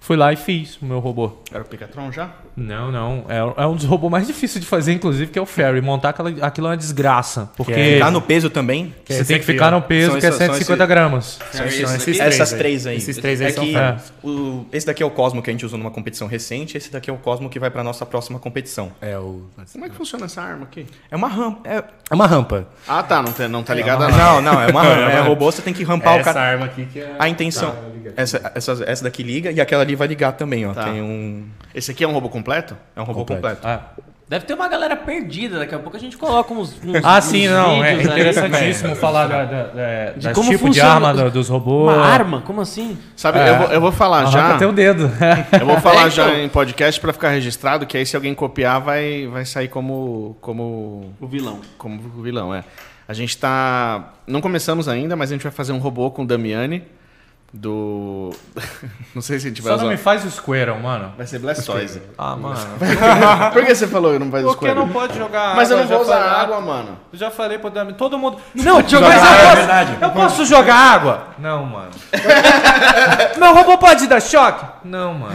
Fui lá e fiz o meu robô.
Era o Picatron já?
Não, não. É, é um dos robôs mais difíceis de fazer, inclusive, que é o Ferry. Montar aquela, aquilo é uma desgraça. Porque
é-
Tá no peso também?
Que
você
esse
tem que
aqui,
ficar
ó.
no peso,
São
que é
esses- são
150
esses-
gramas.
São esses
Esse
três
Essas
aí.
três aí.
Esses três aí
é
são
que
fera.
o- esse daqui é o Cosmo que a gente usou numa competição recente, esse daqui é o Cosmo que vai pra nossa próxima competição.
É, o...
Como é que funciona essa arma aqui?
É uma rampa. é-
é uma rampa.
Ah, tá. Não, tem- não tá ligada a nada.
Não, não, é uma rampa. É
uma-
robô, você tem que
É
rampar o
essa
cara.
arma aqui que é...
A intenção. Essa, essa, essa daqui liga e aquela ali vai ligar também, ó.
Tá.
Tem um.
Esse aqui é um robô completo?
É um robô
Completo.
completo.
Ah,
Deve ter uma galera perdida, daqui a pouco a gente coloca uns, uns-
Ah,
uns
sim, não. É
vídeos aí.
interessantíssimo falar da, da, da,
né? De
das
como
tipo de
funciona
arma
os-
do- dos robôs.
Uma arma? Como assim?
Sabe, eu, vou, eu vou falar
Arranca
já.
até o dedo.
Eu vou falar
É, então.
já em podcast pra ficar registrado, que aí se alguém copiar vai, vai sair como, como,
O vilão.
como vilão, é. A gente tá... Não começamos ainda, mas a gente vai fazer um robô com o Damiani, do... não sei se a gente vai
Só não
usar.
me faz o Squirrel, mano.
Vai ser Blastoise.
Ah, mano.
Por que você falou que não faz
Porque
escolha?
não pode jogar
Mas eu
água,
não vou
já
usar
falei-
água, mano.
Eu Já falei pro Dami, todo mundo. Não, Diogo, mas eu posso, eu posso jogar água? Não, mano. Meu robô pode dar choque? Não, mano.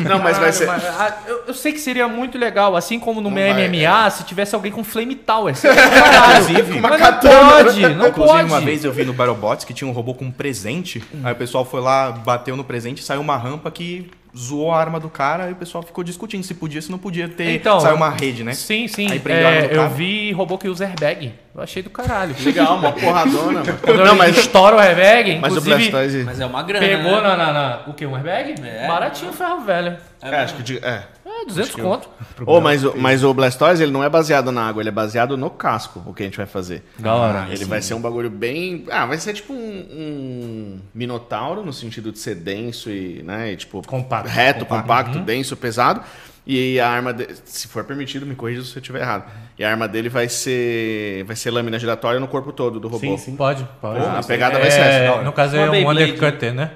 Não, mas
Caralho,
vai ser...
mas, ah, eu, eu sei que seria muito legal, assim como no
Não
meu
vai, é.
MMA, se tivesse alguém com Flame Tower. Seria do caralho.
Inclusive-
mas não
katana.
pode, não
né? Inclusive,
pode.
uma vez eu vi no
Hum.
BattleBots que tinha um robô com um presente. Aí o pessoal foi lá, bateu no presente, saiu uma rampa que zoou a arma do cara e o pessoal ficou discutindo se podia, se não podia ter.
Então,
saiu uma rede, né?
Sim, sim.
Aí prenderam
É,
ela no
eu
carro.
vi robô que usa airbag. Eu achei do caralho.
Legal, uma porradona, mano.
Quando
Não,
ele
mas,
estoura o airbag,
mas o
inclusive,
Blastoise.
Mas é uma grana.
pegou
né?
na, na, na- O que? Um airbag?
É.
Baratinho, ferro velho.
É, acho que. de- É.
É, 200 conto.
Ô, mas, o- mas o Blastoise ele não é baseado na água, ele é baseado no casco, o que a gente vai fazer.
Da hora.
ele vai ser um bagulho bem. Ah, vai ser tipo um, um minotauro, no sentido de ser denso e, né? e, tipo,
Compacto,
reto, compacto, denso, pesado. E a arma, de- se for permitido, me corrija se eu estiver errado. E a arma dele vai ser. Vai ser lâmina giratória no corpo todo do robô.
Sim, sim.
Pode.
Pô,
Pode.
Ah,
a pegada Ah, vai ser essa. da
É,
hora.
no caso
Uma
é um
Beyblade,
undercutter, né?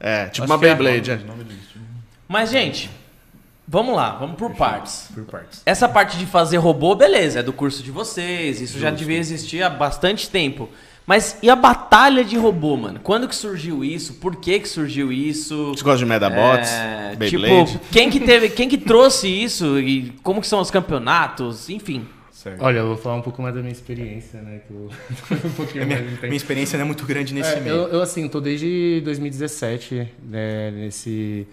É, tipo
Acho
uma
que é.
Beyblade. é.
Mas, gente, vamos lá, vamos por partes.
Por partes.
Essa parte de fazer robô, beleza, é do curso de vocês, isso já devia existir há bastante tempo. Mas e a batalha de robô, mano? Quando que surgiu isso? Por que que surgiu isso?
Você gosta de Medabots?
É,
Beyblade?
Tipo, quem que teve, quem que trouxe isso e como que são os campeonatos, enfim.
Certo.
Olha, eu vou falar um pouco mais da minha experiência, né? Que eu... um pouquinho
Minha,
mais de tempo.
minha experiência não é muito grande nesse
É,
meio.
eu, eu, assim, tô desde 2017 né, nesse,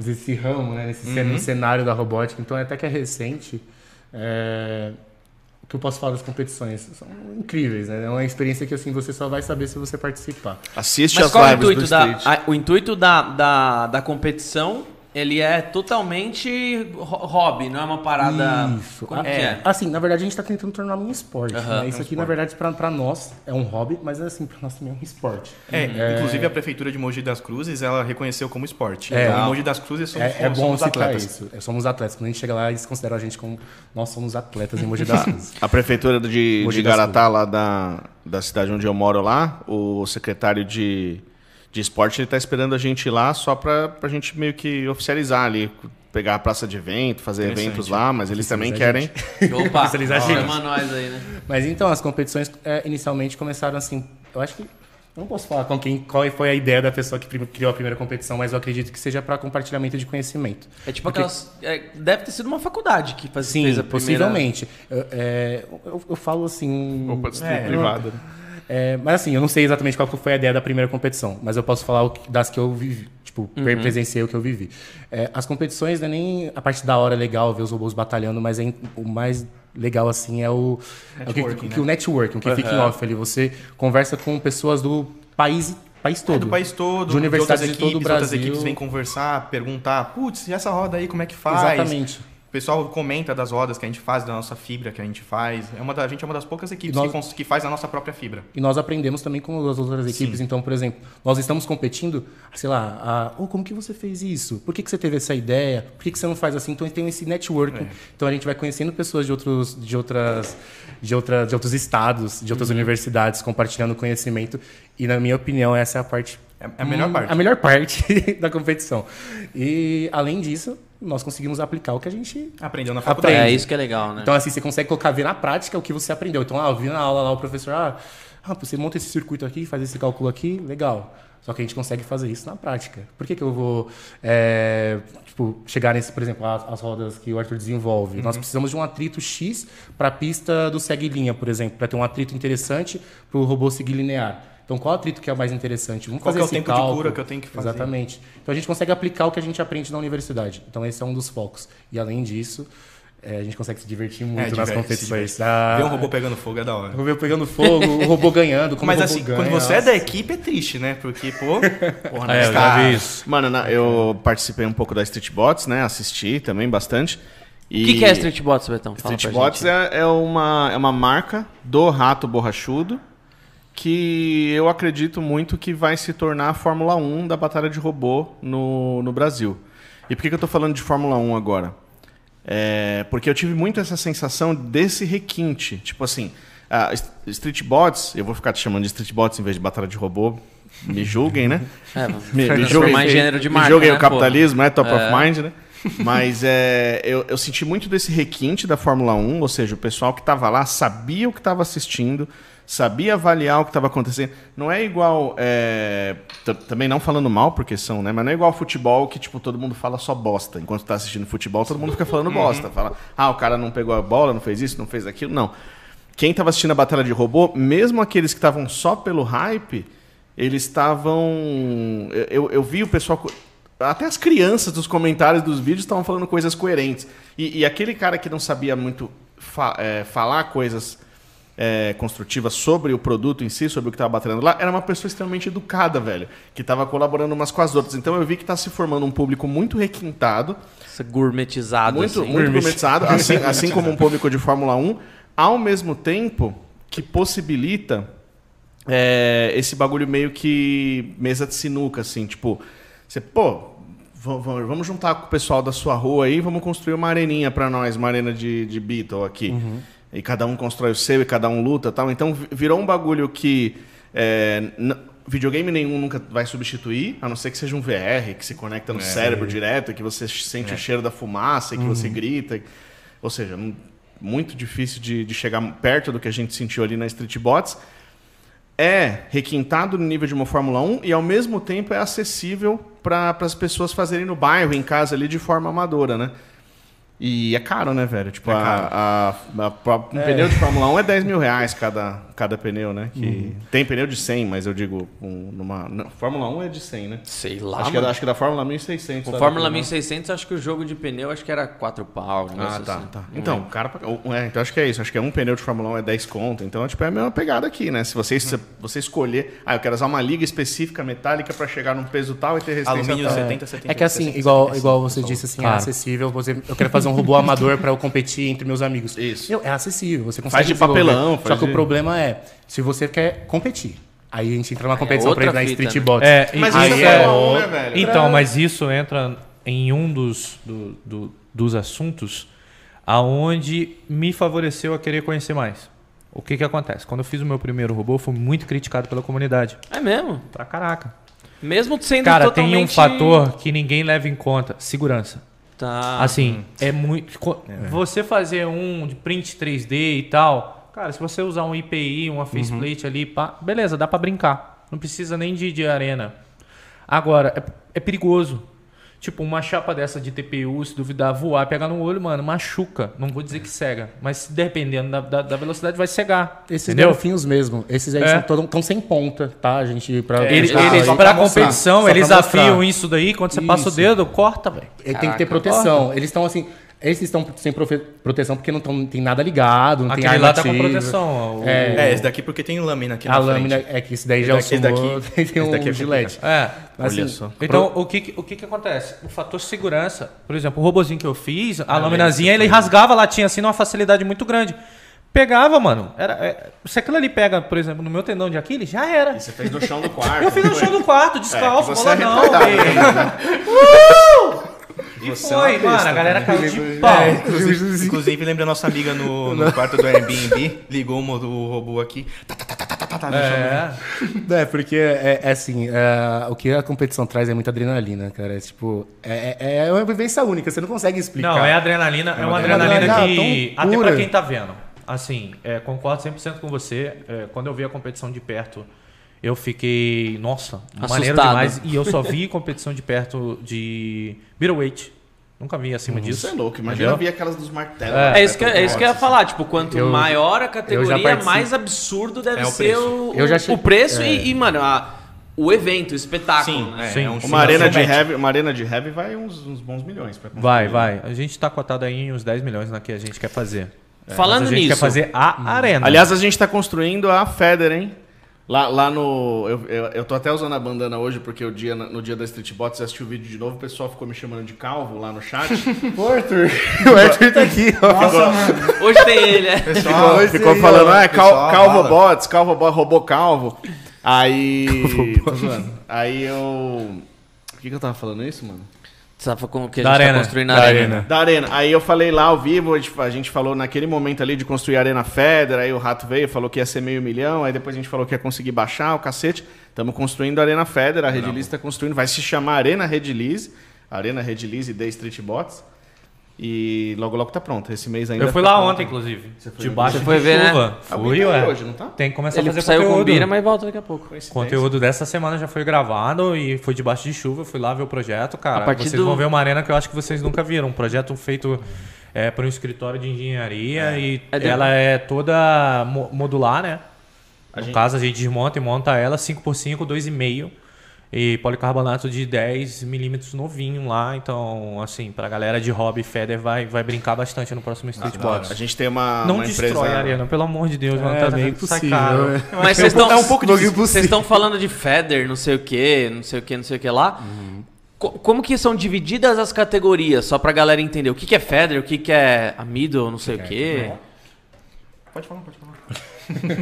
nesse ramo, né, nesse cen- cenário da robótica, então é até que é recente. É, o que eu posso falar das competições? São incríveis, né? É uma experiência que assim, você só vai saber se você participar.
Assiste
Mas
as
qual é o
lives do
intuito, da,
Street.
a- o intuito da, da, da competição? Ele é totalmente ho- hobby, não é uma parada.
Isso.
Como
Ah,
que é?
Assim, na verdade, a gente tá tentando tornar um esporte.
Aham,
né? Isso aqui, na verdade, pra, pra nós é um hobby, mas assim, pra nós também é um esporte.
É, inclusive a prefeitura de Mogi das Cruzes, ela reconheceu como esporte.
É.
então, Mogi das Cruzes somos,
É, é
somos
bom citar
atletas.
isso. É, Somos atletas. Quando a gente chega lá, eles consideram a gente como nós somos atletas em Mogi das Cruzes.
A prefeitura de,
Mogi
de
das
Garatá, lá da, da cidade onde eu moro lá, o secretário de, de esporte, ele tá esperando a gente ir lá só pra, pra gente meio que oficializar ali, pegar a praça de evento, fazer eventos lá, mas eles também
Oficializar a
querem.
Opa,
Eles agem.
chama nós aí, né?
Mas então, as competições é, inicialmente começaram assim. Eu acho que. eu Não posso falar com quem, qual foi a ideia da pessoa que prim- criou a primeira competição, mas eu acredito que seja para compartilhamento de conhecimento.
É tipo aquelas. é, deve ter sido uma faculdade que faz,
Sim,
fez a primeira.
possivelmente. Eu, é, eu- eu falo assim.
Opa, isso
é,
é privado, né?
é, mas assim, eu não sei exatamente qual que foi a ideia da primeira competição, mas eu posso falar o que- das que eu vivi, tipo, pre- presenciei o que eu vivi. É, as competições não é nem a parte da hora legal ver os robôs batalhando, mas é in- o mais legal assim é o é o que-
Networking,
que,
né?
o networking, o que fica em off ali. Você conversa com pessoas do país, país todo.
É do país todo,
De universidades de
outras
todo o
equipes, outras
Brasil.
equipes vêm conversar, perguntar, putz, e essa roda aí, como é que faz?
Exatamente.
O pessoal comenta das rodas que a gente faz, da nossa fibra que a gente faz. É uma da, a gente é uma das poucas equipes
E nós-
que, cons- que faz a nossa própria fibra.
E nós aprendemos também com as outras equipes. Então, por exemplo, nós estamos competindo, sei lá, a, "Oh, como que você fez isso? Por que, que você teve essa ideia? Por que, que você não faz assim? Então, tem esse networking.
É.
Então, a gente vai conhecendo pessoas de outros, de outras, de outra, de outros estados, de
Uhum.
outras universidades, compartilhando conhecimento. E, na minha opinião, essa é a parte Hum,
É é a melhor parte.
a melhor parte da competição. E, além disso, nós conseguimos aplicar o que a gente
Aprendeu na
É,
faculdade.
Aprende.
isso que é legal, né?
então, assim, você consegue colocar, ver na prática o que você aprendeu. Então, ah, eu vi na aula lá o professor, ah, ah, você monta esse circuito aqui, faz esse cálculo aqui, legal. Só que a gente consegue fazer isso na prática. Por que, que eu vou, é, tipo, chegar nesse, por exemplo, as, as rodas que o Arthur desenvolve?
Uhum.
Nós precisamos de um atrito X para a pista do segue linha, por exemplo, para ter um atrito interessante para o robô seguir linear. Então, qual atrito que é o mais interessante? Vamos
Qual
fazer
que é o
esse
tempo de
cálculo.
cura que eu tenho que fazer?
Exatamente. Exatamente. Então a gente consegue aplicar o que a gente aprende na universidade. Então esse é um dos focos. E além disso, é, a gente consegue se divertir muito nas
diverte,
competições.
se diverte.
Ah,
Ver um robô pegando fogo é da hora.
o robô pegando fogo, o robô ganhando. Como
Mas
o robô
assim,
ganha,
quando você é
nossa.
da equipe é triste, né? Porque, pô, porra,
É, eu já vi isso.
Mano, na- eu participei um pouco da Street Bots, né? Assisti também bastante.
O que, que é Street Bots, Betão? Fala
Street
pra
Bots
gente.
é, é uma, é uma marca do rato borrachudo que eu acredito muito que vai se tornar a Fórmula 1 da batalha de robô no, no Brasil. E por que, que eu tô falando de Fórmula 1 agora? É, porque eu tive muito essa sensação desse requinte. Tipo assim, a S- Street Bots, eu vou ficar te chamando de Street Bots em vez de batalha de robô, me julguem, né?
É, vamos
Me, me
transformar
julguem-
em gênero de
me
marca,
julguem
né,
o
pô?
capitalismo, é top
É.
of mind, né? Mas é, eu, eu senti muito desse requinte da Fórmula 1, ou seja, o pessoal que estava lá sabia o que estava assistindo, sabia avaliar o que estava acontecendo. Não é igual. é, t- também não falando mal, porque são, né? Mas não é igual ao futebol que, tipo, todo mundo fala só bosta. Enquanto está assistindo futebol, todo mundo fica falando
Uhum.
bosta. Fala, ah, o cara não pegou a bola, não fez isso, não fez aquilo. Não. Quem estava assistindo a Batalha de Robô, mesmo aqueles que estavam só pelo hype, eles estavam. eu- Eu, eu vi o pessoal co- Até as crianças dos comentários dos vídeos estavam falando coisas coerentes. E, e aquele cara que não sabia muito fa- é, falar coisas é, construtivas sobre o produto em si, sobre o que estava batendo lá, era uma pessoa extremamente educada, velho. Que estava colaborando umas com as outras. Então eu vi que está se formando um público muito requintado,
Essa gourmetizada.
muito,
assim.
muito gourmetizado, assim, assim como um público de Fórmula 1, ao mesmo tempo que possibilita é, esse bagulho meio que mesa de sinuca, assim, tipo, você, pô, v- v- vamos juntar com o pessoal da sua rua aí, vamos construir uma areninha pra nós, uma arena de, de Beatle aqui. E cada um constrói o seu e cada um luta tal. Então vi- virou um bagulho que é, n- videogame nenhum nunca vai substituir, a não ser que seja um VR que se conecta no cérebro direto, que você sente o cheiro da fumaça e que você grita. Ou seja, não- muito difícil de, de chegar perto do que a gente sentiu ali na Street Bots é requintado no nível de uma Fórmula 1 e ao mesmo tempo é acessível para as pessoas fazerem no bairro, em casa ali de forma amadora, né? E é caro, né, velho? Tipo, a, a- a pró- um pneu de Fórmula 1 é 10 mil reais cada, cada pneu, né? Que Tem pneu de 100, mas eu digo, um, numa. não, Fórmula 1 é de 100, né?
Sei lá.
acho, que é, da- acho que é da Fórmula 1600.
O
sabe?
Fórmula 1600, acho que o jogo de pneu, acho que era 4 pau. um
Ah,
negócio
tá,
assim.
tá. Então, o cara. paga- o- É, então acho que é isso. Acho que é um pneu de Fórmula 1 é 10 conto. Então, tipo, é a mesma pegada aqui, né? Se você, se você escolher. Ah, eu quero usar uma liga específica metálica pra chegar num peso tal e ter resistência.
Alumínio
tal.
70, 70.
É que assim, igual, igual você disse, assim,
Claro.
é acessível. Você, eu quero fazer um robô amador para eu competir entre meus amigos.
Isso.
Meu, é acessível. Você consegue
Faz de
desenvolver.
papelão,
Só
faz
que
de-
o problema é, se você quer competir, aí a gente entra numa competição
outra
pra entrar em
fita,
Street
né?
Bots.
É,
Mas
e-
isso
aí
é
é
bom,
o-
né, velho?
Então, mas isso entra em um dos, do- do- dos assuntos aonde me favoreceu a querer conhecer mais. O que que acontece? Quando eu fiz o meu primeiro robô, eu fui muito criticado pela comunidade.
É mesmo?
Pra caraca.
Mesmo sendo
Cara,
totalmente...
tem um fator que ninguém leva em conta. Segurança.
Tá.
Assim, é muito... co- Você fazer um de print 3D e tal... Cara, se você usar um IPI,
Uhum.
uma faceplate ali, pá, beleza, dá pra brincar. Não precisa nem de, de arena. Agora, é, é perigoso. Tipo, uma chapa dessa de TPU, se duvidar, voar, pegar no olho, mano, machuca. Não vou dizer que cega, mas dependendo da, da, da velocidade, vai cegar.
Esses
entendeu?
golfinhos mesmo, esses aí
É.
estão sem ponta, tá? A gente, pra,
Eles,
pra-
eles,
só
pra
pra mostrar,
competição,
só pra
eles afiam
mostrar.
isso daí. Quando você passa o
Isso.
dedo, corta, velho.
Ele tem que ter proteção. Eles estão assim. Esses estão sem profe- proteção porque não, tão- não tem nada ligado, não
Aquele
tem
lá tá com
armativa.
proteção. ó, o-
É.
É, esse daqui porque tem lâmina aqui
A
na frente.
lâmina é que esse daí já é o
daqui- esse
sumô,
daqui-
tem
esse daqui
um
é
gilete.
É.
Assim,
Então, o, que, que- o que que acontece? O fator segurança, por exemplo, o robozinho que eu fiz,
É,
a laminazinha, ele rasgava a latinha assim numa facilidade muito grande. Pegava, mano. Era, é, se aquilo ali pega, por exemplo, no meu tendão de Aquiles, já era.
Você fez no chão do quarto.
Eu fiz no chão do quarto, descalço,
É, que você
bola
é
não,
retardado,
velho. Uh! E
Você é uma
foi, mano,
besta,
a galera caiu de
Inclusive,
pau.
É,
Inclusive, inclusive, lembra a nossa amiga no, no quarto do Airbnb? Ligou o, mo- o robô aqui. Tá, tá, tá, tá, tá, tá, tá, no chão.
É.
É, porque é, é assim, é, o que a competição traz é muita adrenalina, cara. É tipo, é, é- é uma vivência única, você não consegue explicar.
Não, é adrenalina, é uma adrenalina,
adrenalina
um
que.
tão
Até
pura.
pra quem tá vendo. Assim, é, concordo 100% com você. É, quando eu vi a competição de perto, eu fiquei. Nossa, maneiro
Assustado.
demais. E eu só vi competição de perto de Middleweight. Nunca vi acima
Isso é
disso.
louco. Imagina eu ver aquelas dos martelos.
É.
É isso que, é isso que eu ia falar, tipo, quanto
Eu-
maior a
eu já
categoria,
participo.
mais absurdo deve
É o
ser
preço.
o,
Eu já É. che-
o preço e, e, mano, a- o evento, o espetáculo.
Sim,
né?
é,
Sim.
é um
Uma arena, de
simulacro.
heavy, uma arena de heavy vai uns, uns bons milhões. Pra construir.
Vai, vai. A gente tá cotado aí em uns 10 milhões na que a gente quer fazer. É,
Falando
Mas a gente
nisso,
quer fazer
Hum.
a arena.
Aliás, a gente tá construindo a Feder, hein? Lá, lá no. Eu, eu, eu tô até usando a bandana hoje, porque o dia, no dia da Street Bots eu assisti o vídeo de novo, o pessoal ficou me chamando de calvo lá no chat.
Pô, Arthur, o Arthur tá aqui, ó.
Hoje tem ele, né?
Pessoal,
Ficou falando, ah, cal,
pessoal,
calvo
fala.
bots, calvo bot, robô calvo. Aí. Tô zoando. Aí eu. Por que, que eu tava falando isso, mano?
Sabe como que a
Da
gente tá
arena.
construindo a arena.
Da Arena. Aí eu falei lá ao vivo, a gente- a gente falou naquele momento ali de construir a Arena Feder, aí o Rato veio, falou que ia ser meio milhão, aí depois a gente falou que ia conseguir baixar o cacete. Estamos construindo a Arena Feder, a Redilize está construindo, vai se chamar Arena Redilize, Arena Redilize The Street Bots. E logo logo tá pronto, esse mês ainda.
eu fui
tá
lá
pronto.
ontem, inclusive. Debaixo
Você foi
de
ver, né?
chuva.
Alguém
Fui,
tá aí
ué.
hoje, não tá?
Tem que começar a
Ele
fazer
saiu com
conteúdo.
bira, mas volta daqui a pouco.
Coincidência.
O conteúdo dessa semana já foi gravado e foi debaixo de chuva. Eu fui lá ver o projeto, cara.
A partir
vocês
do-
vão ver uma arena que eu acho que vocês nunca viram. Um projeto feito é, para um escritório de engenharia e
É de-
ela é toda mo- modular, né? no
gente-
caso, a gente desmonta e monta ela 5x5, 2,5. E policarbonato de 10 milímetros novinho lá. Então, assim, pra galera de hobby, Feder vai, vai brincar bastante no próximo Street Box.
Ah, A gente tem uma,
Não
é uma
destrói
empresa.
a arena, pelo amor de Deus. mano,
É,
tá
meio impossível.
sacado.
né?
Mas vocês estão
é um pouco difícil.
Vocês estão falando de feather, não sei o que, não sei o que, não sei o que lá. Co- Como que são divididas as categorias? Só pra galera entender. O que, que é feather, o que, que é amido, não sei o que.
Pode falar, pode falar.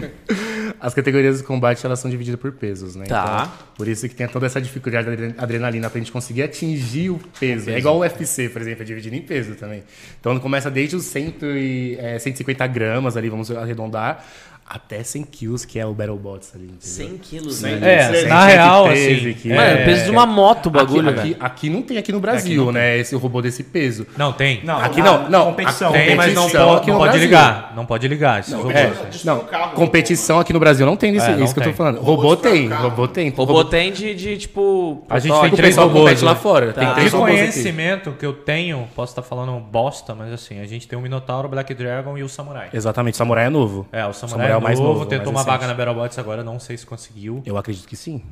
As categorias de combate elas são divididas por pesos, né?
Tá.
Então, por isso que tem toda essa dificuldade da adre- adrenalina pra gente conseguir atingir o peso. É igual o UFC, por exemplo, é dividido em peso também. Então começa desde os 100 e, eh, 150 gramas ali, vamos arredondar, até 100 quilos, que é o Battle Bots ali. entendeu?
100 quilos, né?
É, na real, assim.
113 que
Mano, é o
é-
peso de uma moto o bagulho,
aqui,
velho.
aqui, aqui não tem aqui no Brasil, né? Esse robô desse peso.
Não, tem.
aqui
na
não, não.
Competição.
aqui-
Tem, mas não
competição
pode,
aqui
não
no
pode
Brasil.
ligar. Não pode ligar. esses robôs.
É, não,
carro,
competição aqui no Brasil não tem isso,
É, não
isso que eu
tem.
tô falando. Robô tem, robô tem.
Robô tem de, de, tipo.
A gente
protótipo.
tem
O
três
pessoal
robôs,
compete
né?
lá fora.
Tá.
Tem
De
três robôs aqui.
conhecimento que eu tenho, posso estar falando bosta, mas assim, a gente tem o Minotauro, o Black Dragon e o Samurai.
Exatamente, Samurai é novo.
É, o Samurai,
é o
é
mais
novo,
novo,
tentou
mais
uma vaga
recente.
na Battlebots agora, não sei se conseguiu.
Eu acredito que sim.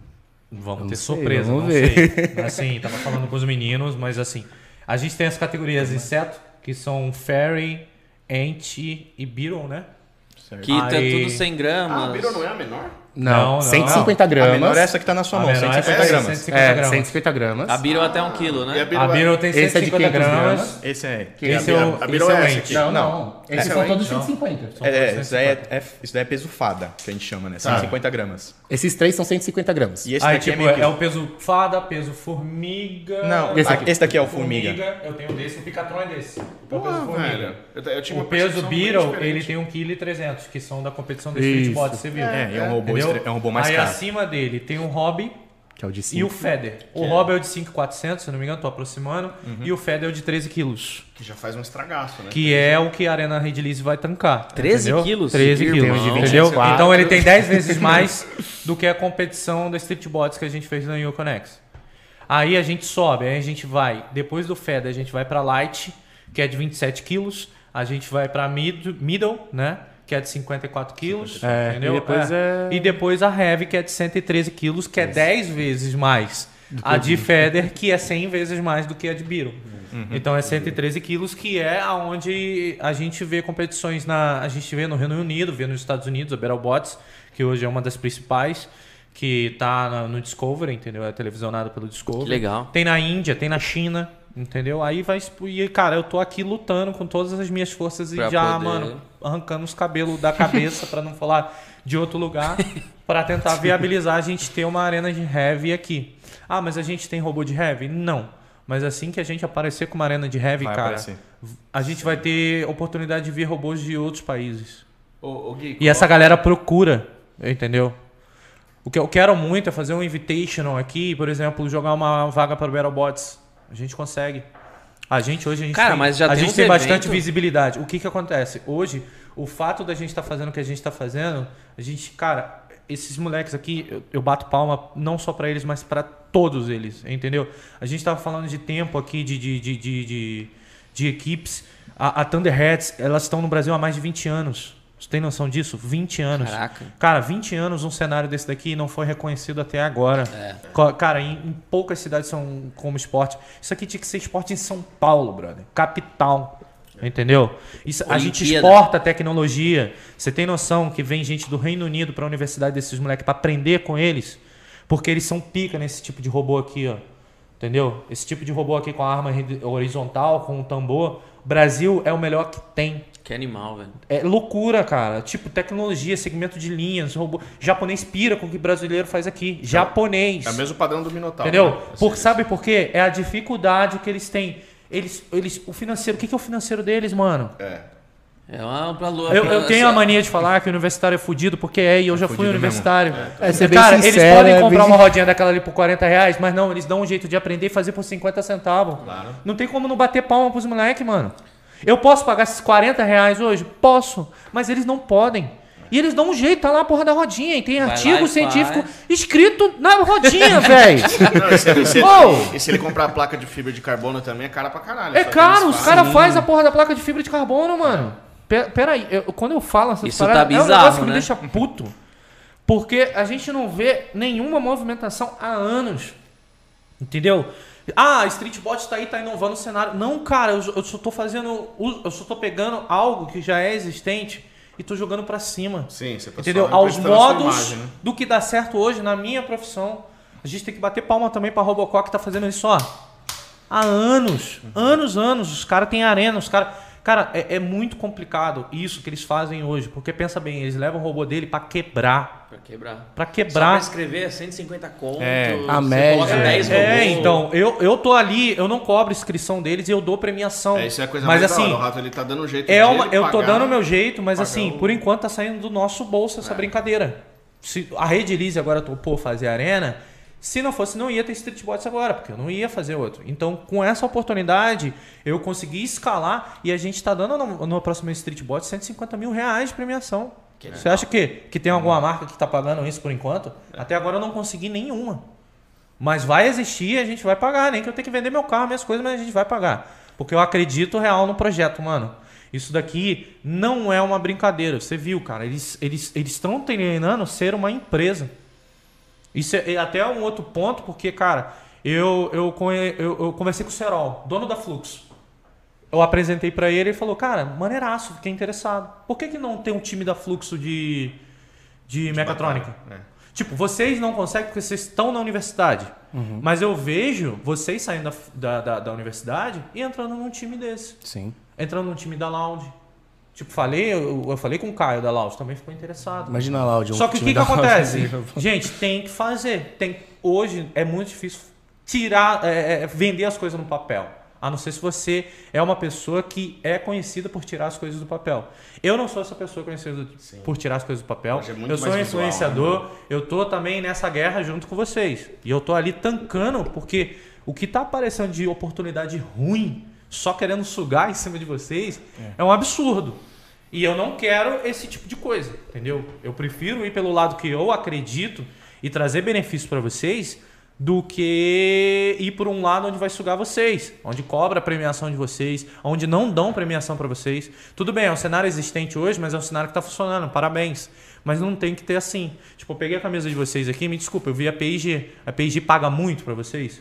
Vamos
não
ter
sei,
surpresa,
vamos
não
ver.
sei. Assim, tava falando com os meninos, mas assim, a gente tem as categorias inseto, que são Fairy, Ant e Beetle, né?
Que tá
Aí-
tudo 100 gramas.
Ah, o Beetle não é a menor?
Não,
Não,
não,
150
A
gramas.
menor é essa que tá na sua
A
mão,
menor é
150 gramas.
150
É,
gramas.
150 gramas.
A Beetle até 1 quilo,
E a
né?
A
Beetle
Beetle tem
Esse é de
150
500
gramas.
gramas.
Esse é.
Esse é o
A Beetle é essa
esse é o Ant.
aqui.
Não, não. Esses
Essa
são
é
todos 150.
São
É, é, isso, daí é,
450.
é- isso daí é peso fada, que a gente chama, né? 150 gramas.
Esses três são 150 gramas.
E esse
Aí,
daqui é
tipo,
meio
é,
que-
o peso fada, peso formiga.
Não,
Esse
esse,
aqui.
daqui é o formiga.
Eu tenho desse, o Picatron é desse. É o peso
Pô,
formiga.
Ah, velho. Eu, eu tinha
O
uma
peso
percepção muito
Beetle,
diferente.
ele tem 1,3kg, que são da competição do
Isso.
Street Bot, você viu?
É, e é um robô,
Entendeu?
estre- é um robô mais
Aí
caro.
acima dele tem o Hobby
Que é o de
e o
5.
Feder. O Hobby é o de 5,400, se não me engano, tô aproximando.
Uhum.
E o Feder é o de 13 quilos,
Que já faz um estragaço, né?
que é o que a Arena Red Lease vai tancar.
13
entendeu?
quilos?
13
Irmão.
quilos,
Tem um de
entendeu?
24.
Então ele tem 10 vezes mais do que a competição da Street Bots que a gente fez na Yoconex. Aí a gente sobe, aí a gente vai, depois do Fed, a gente vai pra Light, que é de 27 quilos, a gente vai pra mid, Middle, né? Que é de 54 quilos,
É,
entendeu?
e depois é-
E depois a Heavy, que é de 113 quilos, que é 10 vezes mais. A de Feder, que é 100 vezes mais do que a de Biro. Então é 113 quilos, que é aonde a gente vê competições na. A gente vê no Reino Unido, vê nos Estados Unidos, a BattleBots, que hoje é uma das principais, que tá na- no Discovery, entendeu? É televisionado pelo Discovery.
Que legal.
Tem na Índia, tem na China, entendeu? Aí vai. expo- E, cara, eu tô aqui lutando com todas as minhas forças e
Pra
já,
poder-
mano, arrancando os cabelos da cabeça, pra não falar de outro lugar, pra tentar viabilizar a gente ter uma arena de heavy aqui. Ah, mas a gente tem robô de heavy? Não. Mas assim que a gente aparecer com uma arena de heavy,
Vai
cara,
aparecer.
a gente vai ter oportunidade de ver robôs de outros países.
Ô, ô, Gui,
E essa galera procura, entendeu? O que eu quero muito é fazer um invitational aqui, por exemplo, jogar uma vaga para o BattleBots. A gente consegue. A gente hoje a gente
Cara,
tem,
mas já
a
tem
gente
uns
tem bastante
eventos.
visibilidade. O que que acontece? Hoje, o fato da gente estar fazendo o que a gente está fazendo, a gente, cara, esses moleques aqui, eu, eu bato palma não só para eles, mas para todos eles, entendeu? A gente estava falando de tempo aqui, de, de, de, de, de, de equipes. A, a Thunderheads, elas estão no Brasil há mais de 20 anos. Você tem noção disso? 20 anos.
Caraca.
Cara, 20 anos um cenário desse daqui não foi reconhecido até agora.
É.
Co- Cara, em, em poucas cidades são como esporte. Isso aqui tinha que ser esporte em São Paulo, brother. Capital. Entendeu? Isso- a gente
Olimpíada.
exporta tecnologia. Você tem noção que vem gente do Reino Unido pra universidade desses moleques pra aprender com eles? Porque eles são pica nesse tipo de robô aqui, ó. Entendeu? Esse tipo de robô aqui com a arma re- horizontal, com o tambor. Brasil é o melhor que tem.
Que animal, velho.
É loucura, cara. Tipo, tecnologia, segmento de linhas, robô. Japonês pira com o que brasileiro faz aqui. Japonês.
É o mesmo padrão do Minotauro.
Entendeu?
né?
Por, sabe por quê? É a dificuldade que eles têm. Eles, eles, o financeiro, o que, que é o financeiro deles, mano?
É uma pra lua.
Eu,
pra-
eu tenho a mania de falar que o universitário é fudido, porque é, e eu já fui
fudido
universitário.
É, ser bem
Cara, eles
sincero,
podem
é
comprar
bem
uma rodinha daquela ali por 40 reais, mas não, eles dão um jeito de aprender e fazer por 50 centavos. Não tem como não bater palma pros moleques, mano. Eu posso pagar esses 40 reais hoje? Posso, mas eles não podem. E eles dão um jeito, tá lá a porra da rodinha, e tem
lá
artigo
e
científico
faz.
escrito na rodinha, velho.
Não, e, se ele, se ele-
Oh!
e se ele comprar a placa de fibra de carbono também é cara pra caralho.
É
só que
caro,
eles
os
fazem.
caras fazem a porra da placa de fibra de carbono, mano. Pe- Peraí, eu- quando eu falo essas
Isso
paradas,
tá
é um negócio
bizarro,
que me
né?
deixa puto. Porque a gente não vê nenhuma movimentação há anos. Entendeu? Ah, Streetbot tá aí, tá inovando o cenário. Não, cara, eu, eu só tô fazendo. uso- Eu só tô pegando algo que já é existente e tô jogando pra cima.
Sim, você tá
Entendeu?
só
Aos
emprestando a sua
modos
imagem, né?
do que dá certo hoje na minha profissão. A gente tem que bater palma também pra Robocop que tá fazendo isso, ó. Há anos. Anos, anos. Os caras têm arena, os caras. Cara, é, é muito complicado isso que eles fazem hoje. Porque pensa bem, eles levam o robô dele pra quebrar.
Pra quebrar.
Pra
Só pra
quebrar.
escrever é 150 contos.
É, a
você
média.
coloca 10
É,
robôs.
então, eu, eu tô ali, eu não cobro inscrição deles e eu dou premiação.
É, isso é a coisa
Mas
mais
assim,
da hora. O rato ele tá dando um jeito
é
de
uma,
ele
eu tô
pagar.
dando o meu jeito, mas
pagar
assim,
o- É.
por enquanto tá saindo do nosso bolso essa brincadeira. Se a Rede Lise agora topou fazer arena, se não fosse, não ia ter Street Bots agora, porque eu não ia fazer outro. Então, com essa oportunidade, eu consegui escalar e a gente tá dando no, no próximo Street Bot 150 mil reais de premiação. Você acha que, que tem alguma
Hum.
marca que tá pagando isso por enquanto?
É.
Até agora eu não consegui nenhuma. Mas vai existir, a gente vai pagar, nem que eu tenha que vender meu carro, minhas coisas, mas a gente vai pagar. Porque eu acredito real no projeto, mano. Isso daqui não é uma brincadeira. Você viu, cara, eles eles eles estão treinando ser uma empresa. Isso é, é até um outro ponto, porque, cara, eu, eu, conhe- eu, eu conversei com o Serol, dono da Fluxo. Eu apresentei pra ele e ele falou, cara, maneiraço, fiquei interessado. Por que, que não tem um time da Fluxo de, de, mecatrônica? Tipo, vocês não conseguem porque vocês estão na universidade.
Uhum.
Mas eu vejo vocês saindo da, da, da- da universidade e entrando num time desse.
Sim.
Entrando num time da Lounge. Tipo, falei, eu, eu falei com o Caio da Lounge, também ficou interessado.
Imagina lá, o John
Só que
um
o
time
que, que
da- assim,
acontece?
tipo,
Gente, tem que fazer. Tem, hoje é muito difícil tirar, é, é, vender as coisas no papel. A não ser se você é uma pessoa que é conhecida por tirar as coisas do papel. Eu não sou essa pessoa conhecida por tirar as coisas do papel.
Hoje é muito
eu sou um
mais visual,
influenciador. Eu tô também nessa guerra junto com vocês. E eu tô ali tancando, porque o que tá aparecendo de oportunidade ruim, só querendo sugar em cima de vocês, é, um absurdo. E eu não quero esse tipo de coisa, entendeu? Eu prefiro ir pelo lado que eu acredito e trazer benefício para vocês do que ir por um lado onde vai sugar vocês, onde cobra a premiação de vocês, onde não dão premiação para vocês. Tudo bem, é um cenário existente hoje, mas é um cenário que tá funcionando, parabéns. Mas não tem que ter assim. Tipo, eu peguei a camisa de vocês aqui, me desculpa, eu vi a PIG. A PIG paga muito para vocês?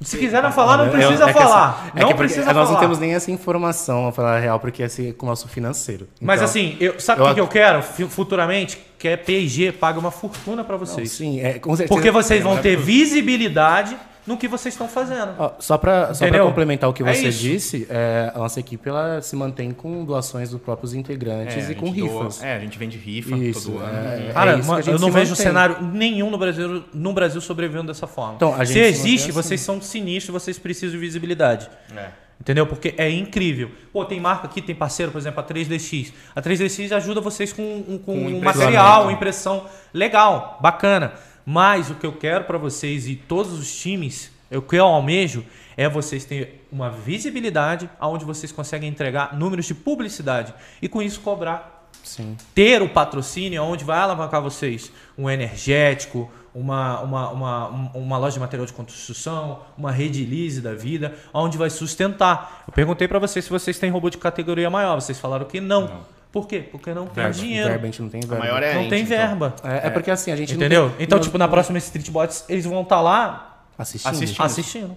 Se quiser não falar, não
É,
precisa
é que
falar.
essa- é
Não
que porque
precisa falar.
Nós não temos nem essa informação, a falar a real, porque é assim, com o nosso financeiro.
Mas
Então-
assim, eu, sabe o
eu
que, que eu
ac-
quero fu- futuramente? Que é PIG paga uma fortuna para vocês.
Sim, é, com certeza.
Porque vocês vão ter visibilidade no que vocês estão fazendo.
Ó, Só para
Entendeu?
complementar o que
É
você
isso.
disse, é, a nossa equipe ela se mantém com doações dos próprios integrantes
É,
e com
a gente doa-
rifas.
é, a gente vende rifa
Isso,
todo ano.
é, é
Cara,
isso que a
mano,
gente
eu não
se
vejo
mantém.
cenário nenhum no Brasil, no Brasil sobrevivendo dessa forma.
Então, a gente
se
se
existe,
mantém assim.
vocês são sinistros, vocês precisam de visibilidade.
É.
Entendeu? Porque é incrível. Pô, tem marca aqui, tem parceiro, por exemplo, a 3DX. A 3DX ajuda vocês com, um- com um material, uma impressão legal, bacana. Mas o que eu quero para vocês e todos os times, o que eu almejo é vocês terem uma visibilidade aonde vocês conseguem entregar números de publicidade e com isso cobrar
Sim.
ter o patrocínio onde vai alavancar vocês um energético, uma, uma, uma, um- uma loja de material de construção, uma rede lise da vida, onde vai sustentar. Eu perguntei pra vocês se vocês têm robô de categoria maior, vocês falaram que não. Por quê? Porque não tem dinheiro,
Verba, a gente não tem verba.
A maior é a
não
Ent,
tem
então.
verba.
É, é porque assim, a gente não
Entendeu?
tem-
Então,
não-
tipo, na próxima Street Bots, eles vão estar lá
Assistindo.
assistindo.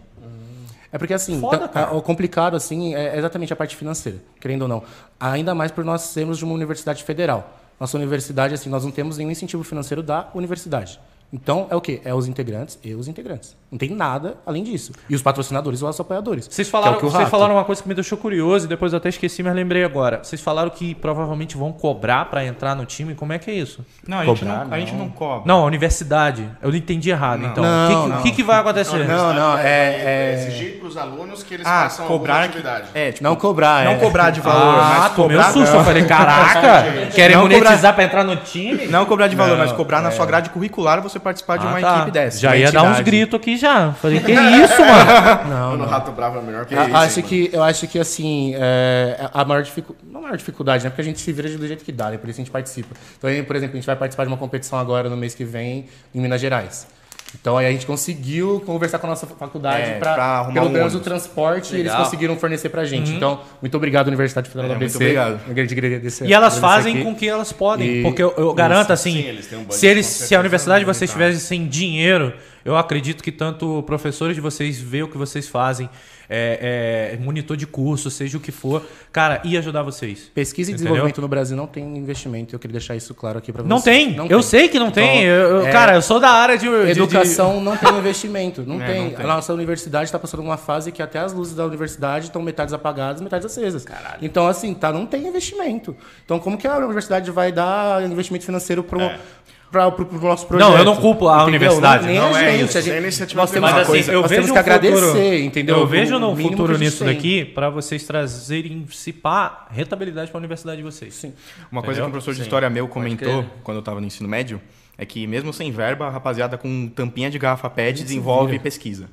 É porque assim, tá-
Foda, cara.
o complicado assim é exatamente a parte financeira, querendo ou não. Ainda mais por nós sermos de uma universidade federal. Nossa universidade, assim, nós não temos nenhum incentivo financeiro da universidade. Então, é o quê? É os integrantes e os integrantes. Não tem nada além disso. E os patrocinadores ou os apoiadores.
Vocês
que é o
falaram,
que o
vocês
Rato-
falaram uma coisa que me deixou curioso e depois eu até esqueci, mas lembrei agora. Vocês falaram que provavelmente vão cobrar pra entrar no time. Como é que é isso?
Não, a gente,
Cobrar,
não, a gente não cobra.
Não, a universidade. Eu entendi errado, então.
Não,
O que que- o
não.
que, que vai acontecer?
Não, não, é- é-
exigir pros alunos que eles
Ah,
façam alguma
cobrar.
atividade.
É, tipo,
Não cobrar,
não
é.
cobrar de valor,
Ah,
mas
tomei um
cobrar.
susto. Eu falei, caraca, querem
Não
monetizar pra entrar no time?
Não é. cobrar de valor, mas cobrar na sua grade curricular você participar de
Ah,
uma
tá.
equipe dessa.
Já
uma
ia dar uns
entidade.
gritos aqui já. Eu Falei, que isso, mano?
Mano, o Rato Bravo é melhor que
Ah,
Eu
isso,
acho
hein,
que, eu acho que assim, é, a maior dificuldade. Não a maior dificuldade, né? Porque a gente se vira do jeito que dá, né? Por isso a gente participa. Então, aí, por exemplo, a gente vai participar de uma competição agora no mês que vem em Minas Gerais.
Então aí a gente conseguiu conversar com a nossa faculdade
É, pra
para
arrumar
pelo
um
menos o
ônibus.
transporte eles
Legal.
conseguiram fornecer pra gente.
Uhum.
Então, muito obrigado Universidade Federal
É,
da
muito
ABC.
obrigado.
Eu queria agradecer-
E elas
agradecer
fazem
aqui.
com que elas podem.
E-
porque eu, eu garanto, assim,
Sim, eles têm um budget,
se, eles,
com
se a
certeza,
universidade de
não
vocês
limitar.
estivesse sem dinheiro, eu acredito que tanto professores de vocês vê o que vocês fazem, é, é, monitor de curso, seja o que for, cara, ia ajudar vocês.
Pesquisa e
Entendeu?
desenvolvimento no Brasil não tem investimento, eu queria deixar isso claro aqui para vocês.
Não tem. Então, é eu sei que não tem. Eu- eu- Cara, eu sou da área de. de- de-
Educação não tem investimento, não,
É,
tem.
não tem.
A nossa universidade está passando uma fase que até as luzes da universidade estão metades apagadas, metades acesas. Então, assim, tá, não tem investimento. Então, como que a universidade vai dar investimento financeiro para
É.
o nosso projeto?
eu não culpo a universidade,
Nem
não
a
é
gente.
isso.
a gente
É iniciativa
nós temos,
Mas
uma
assim,
coisa,
eu
nós
vejo
temos que
um futuro-
agradecer, entendeu?
Eu vejo no
O mínimo que
futuro
a gente
nisso
tem.
daqui para vocês trazerem, se pá, rentabilidade para a universidade de vocês.
Sim.
Uma coisa que um professor de história meu comentou quando eu tava no ensino médio é que mesmo sem verba, a rapaziada com tampinha de garrafa pet desenvolve pesquisa.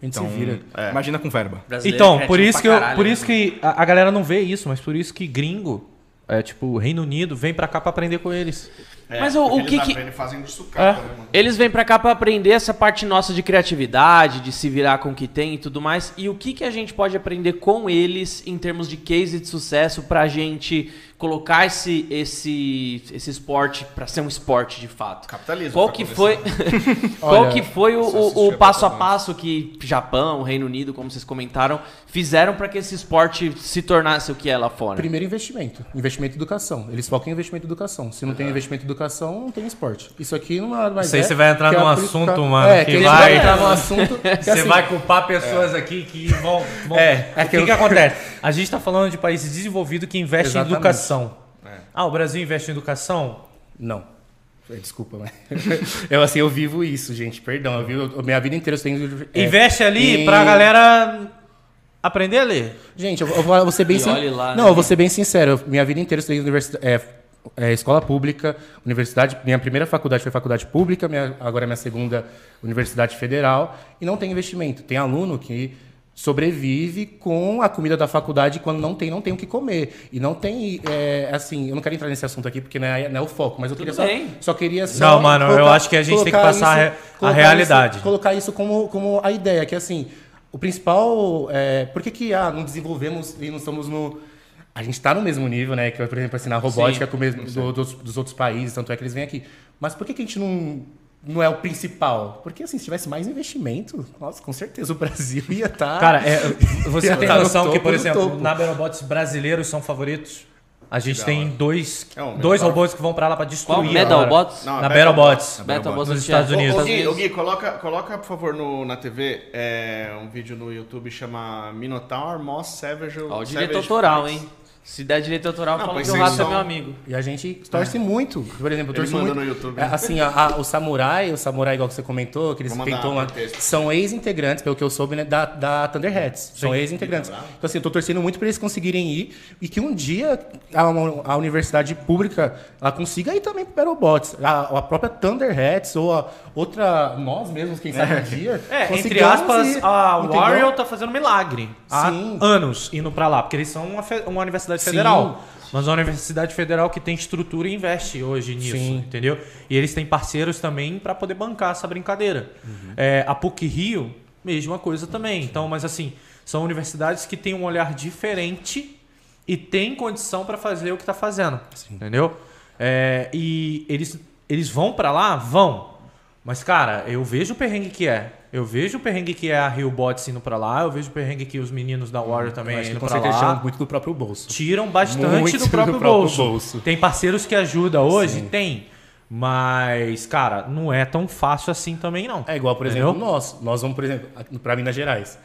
A gente
Então,
se vira.
imagina com verba.
Brasileiro
Então,
é
por
criativo
isso
pra
que, eu-
caralho,
por
né?
isso que a, a galera não vê isso, mas por isso que gringo, é, tipo, Reino Unido, vem pra cá pra aprender com eles.
Mas o- o
É, porque
que
eles
que-
aprendem fazendo de sucata,
É.
né, mano?
Eles vêm pra cá pra aprender essa parte nossa de criatividade, de se virar com o que tem e tudo mais. E o que, que a gente pode aprender com eles em termos de case de sucesso pra gente colocar esse esse esse esporte pra ser um esporte de fato?
Capitalismo, tá
Qual
pra
que foi
começar.
Qual
Olha,
que foi o,
só
o-
assistir
o
a
passo a
propaganda.
passo que Japão, Reino Unido, como vocês comentaram, fizeram pra que esse esporte se tornasse o que é lá fora?
Primeiro investimento, investimento em educação. Eles focam em investimento em educação. Se não tem investimento em educação, não tem esporte. Isso aqui não é mais.
Isso aí
é
você vai entrar
que é
num
a política-
assunto, mano,
é,
que
a gente
vai-
entrar num assunto. que,
Você
assim,
vai culpar pessoas aqui que vão. vão-
É,
é
o
que
que,
eu-
que acontece? A gente tá falando de países desenvolvidos que investem
Exatamente.
em educação. Ah, o Brasil investe em educação?
Não. É, Desculpa, mas. eu, assim, eu vivo isso, gente. Perdão. Eu vivo, eu- minha vida inteira eu tenho. é,
Investe ali
em-
pra galera aprender a ler.
Gente, eu, eu vou eu vou ser bem
E
sin-
olhe lá,
Não,
né?
eu vou ser bem sincero. Eu- minha vida inteira eu estudei em universidade. É, é, escola pública, universidade. Minha primeira faculdade foi faculdade pública, minha, agora é minha segunda universidade federal. E não tem investimento. Tem aluno que sobrevive com a comida da faculdade e quando não tem, não tem o que comer. E não tem. é, assim, eu não quero entrar nesse assunto aqui porque não é, não é o foco, mas eu queria só,
bem.
só queria só
Não, mano, eu acho que a gente tem que
colocar
passar a re- a
colocar
realidade.
isso- colocar isso como, como a ideia, que assim, o principal. É, por que, que ah, não desenvolvemos e não estamos no. A gente está no mesmo nível, né? Que, por exemplo, assim, na robótica com o mesmo, do- dos, dos outros países, tanto é que eles vêm aqui. Mas por que, que a gente não, não é o principal? Porque assim, se tivesse mais investimento, nossa, com certeza o Brasil ia tá estar.
Cara, é, você
Ia
tem
tá no
noção
topo
que, por
do
exemplo,
topo.
na Battlebots brasileiros são favoritos? A gente tem dois,
É,
um
o
dois
Metal-
robôs que vão pra lá pra destruir.
Qual?
agora.
Metalbots?
Não,
Na
é
Battle
Battlebots.
Battle Bots
nos
nos
Estados Unidos.
Ô, ô, Gui, ô, Gui, coloca, coloca, por favor, no- na TV é, um vídeo no YouTube chama Minotaur Moss Savage.
Ó, o direito
Savage
autoral,
Fights.
hein? Se der direito autoral,
é Não,
fala
pois
que o
vocês
rato é
são-
meu amigo.
E a gente torce muito. Por exemplo, eu
É. Ele
torço
manda
muito.
no YouTube,
É,
né?
Assim, a- a- o samurai, o samurai, igual que você comentou, que eles
Vou mandar
pintam lá,
pro texto.
são ex-integrantes, pelo que eu soube, né, da, da Thunderheads. São ex-integrantes. Então, assim, eu tô torcendo muito pra eles conseguirem ir e que um dia a, a universidade pública ela consiga ir também pro Battlebots. A, a própria Thunderheads ou a outra. Nós mesmos, quem sabe um dia.
É, entre
consigamos
aspas,
ir,
a
entendeu?
Warrior tá fazendo milagre. Há
Sim.
anos indo pra lá, porque eles são uma, fe- uma universidade
Sim.
federal. Mas uma universidade federal que tem estrutura e investe hoje nisso,
Sim.
entendeu? E eles têm parceiros também pra poder bancar essa brincadeira.
Uhum.
É, a PUC Rio, mesma coisa também. Então, mas assim, são universidades que têm um olhar diferente e têm condição pra fazer o que tá fazendo, entendeu? É, e eles, eles vão pra lá? Vão. Mas, cara, eu vejo o perrengue que é. Eu vejo o perrengue que é a Rio Bots indo pra lá, eu vejo o perrengue que os meninos da Warrior
Eu
também
Acho que
indo
Hum, com
pra
certeza tiram
lá.
muito do próprio bolso.
Tiram bastante
Muito
do, próprio,
do próprio
bolso.
bolso.
Tem parceiros que ajudam hoje? Tem. Mas, cara, não é tão fácil assim também, não.
É igual, por
Entendeu?
exemplo, nós. Nós vamos, por exemplo, para Minas Gerais.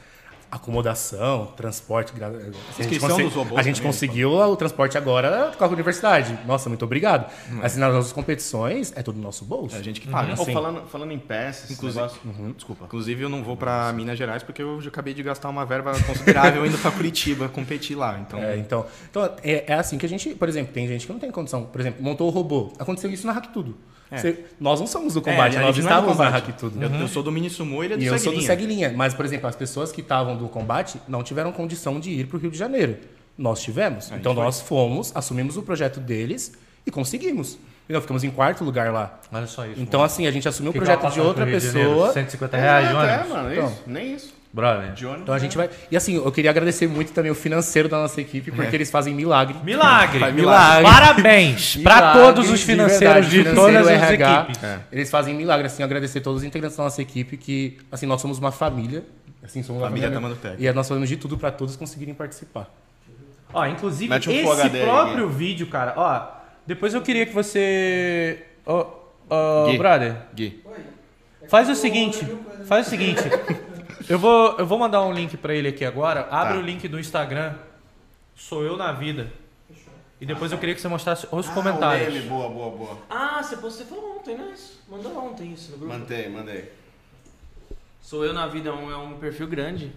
Acomodação, transporte. gra- eh, A gente,
Inscrição dos robôs
a gente
também,
conseguiu o transporte agora com a universidade. Nossa, muito obrigado. Assim, nas nossas competições, é todo nosso bolso.
É a gente que paga.
Ô, falando, falando em peças,
Inclusive-
Desculpa.
Inclusive, eu não vou pra Minas Gerais porque eu já acabei de gastar uma verba considerável indo pra Curitiba competir lá. Então,
É, então, então é, é assim que a gente, por exemplo, tem gente que não tem condição. Por exemplo, montou o robô. Aconteceu isso na Hack Tudo. Você- nós não somos do combate,
a
nós
gente não é do
estávamos na
combate.
Hack Tudo.
eu, eu sou do Mini Sumo e ele é do
E eu sou do
Seguilinha.
Seguilinha. Mas, por exemplo, as pessoas que estavam do combate não tiveram condição de ir para o Rio de Janeiro. Nós tivemos. então nós fomos, assumimos o projeto deles e conseguimos. E nós ficamos em quarto lugar lá.
Olha só isso.
Então,
mano.
assim, a gente assumiu o
Ficar
projeto de
passando
outra
pro Rio de Janeiro,
pessoa.
150 reais,
Exato, é,
Jonas.
mano,
Então.
isso, nem isso.
Brother.
De ônibus.
Então a gente vai. E assim, eu queria agradecer muito também o financeiro da nossa equipe, porque eles fazem milagre.
É. Milagre.
Faz milagre.
Parabéns para
Milagre,
todos os
de
financeiros de,
verdade,
todas as
financeiro, RH.
equipes.
Eles fazem milagre, assim, agradecer todos os integrantes da nossa equipe, que, assim, nós somos uma família. Assim, somos
Família
uma família.
Tamanho Tech.
E nós fazemos de tudo pra todos conseguirem participar.
Ó, inclusive,
Mete um
esse
Full HD aí,
próprio vídeo, cara, ó. Depois eu queria que você. Ô, ô,
Gui.
brother,
Gui.
faz o seguinte. Faz o seguinte. eu, vou, eu vou mandar um link pra ele aqui agora. Abre
Tá.
o link do Instagram. Sou eu na vida. E depois eu queria que você mostrasse os
Ah, o
comentários.
meme, boa, boa, boa.
Ah, você postou falou ontem, né? Isso. Mandou ontem isso no grupo.
Mandei, mandei.
Sou eu na vida, é um, é um perfil grande.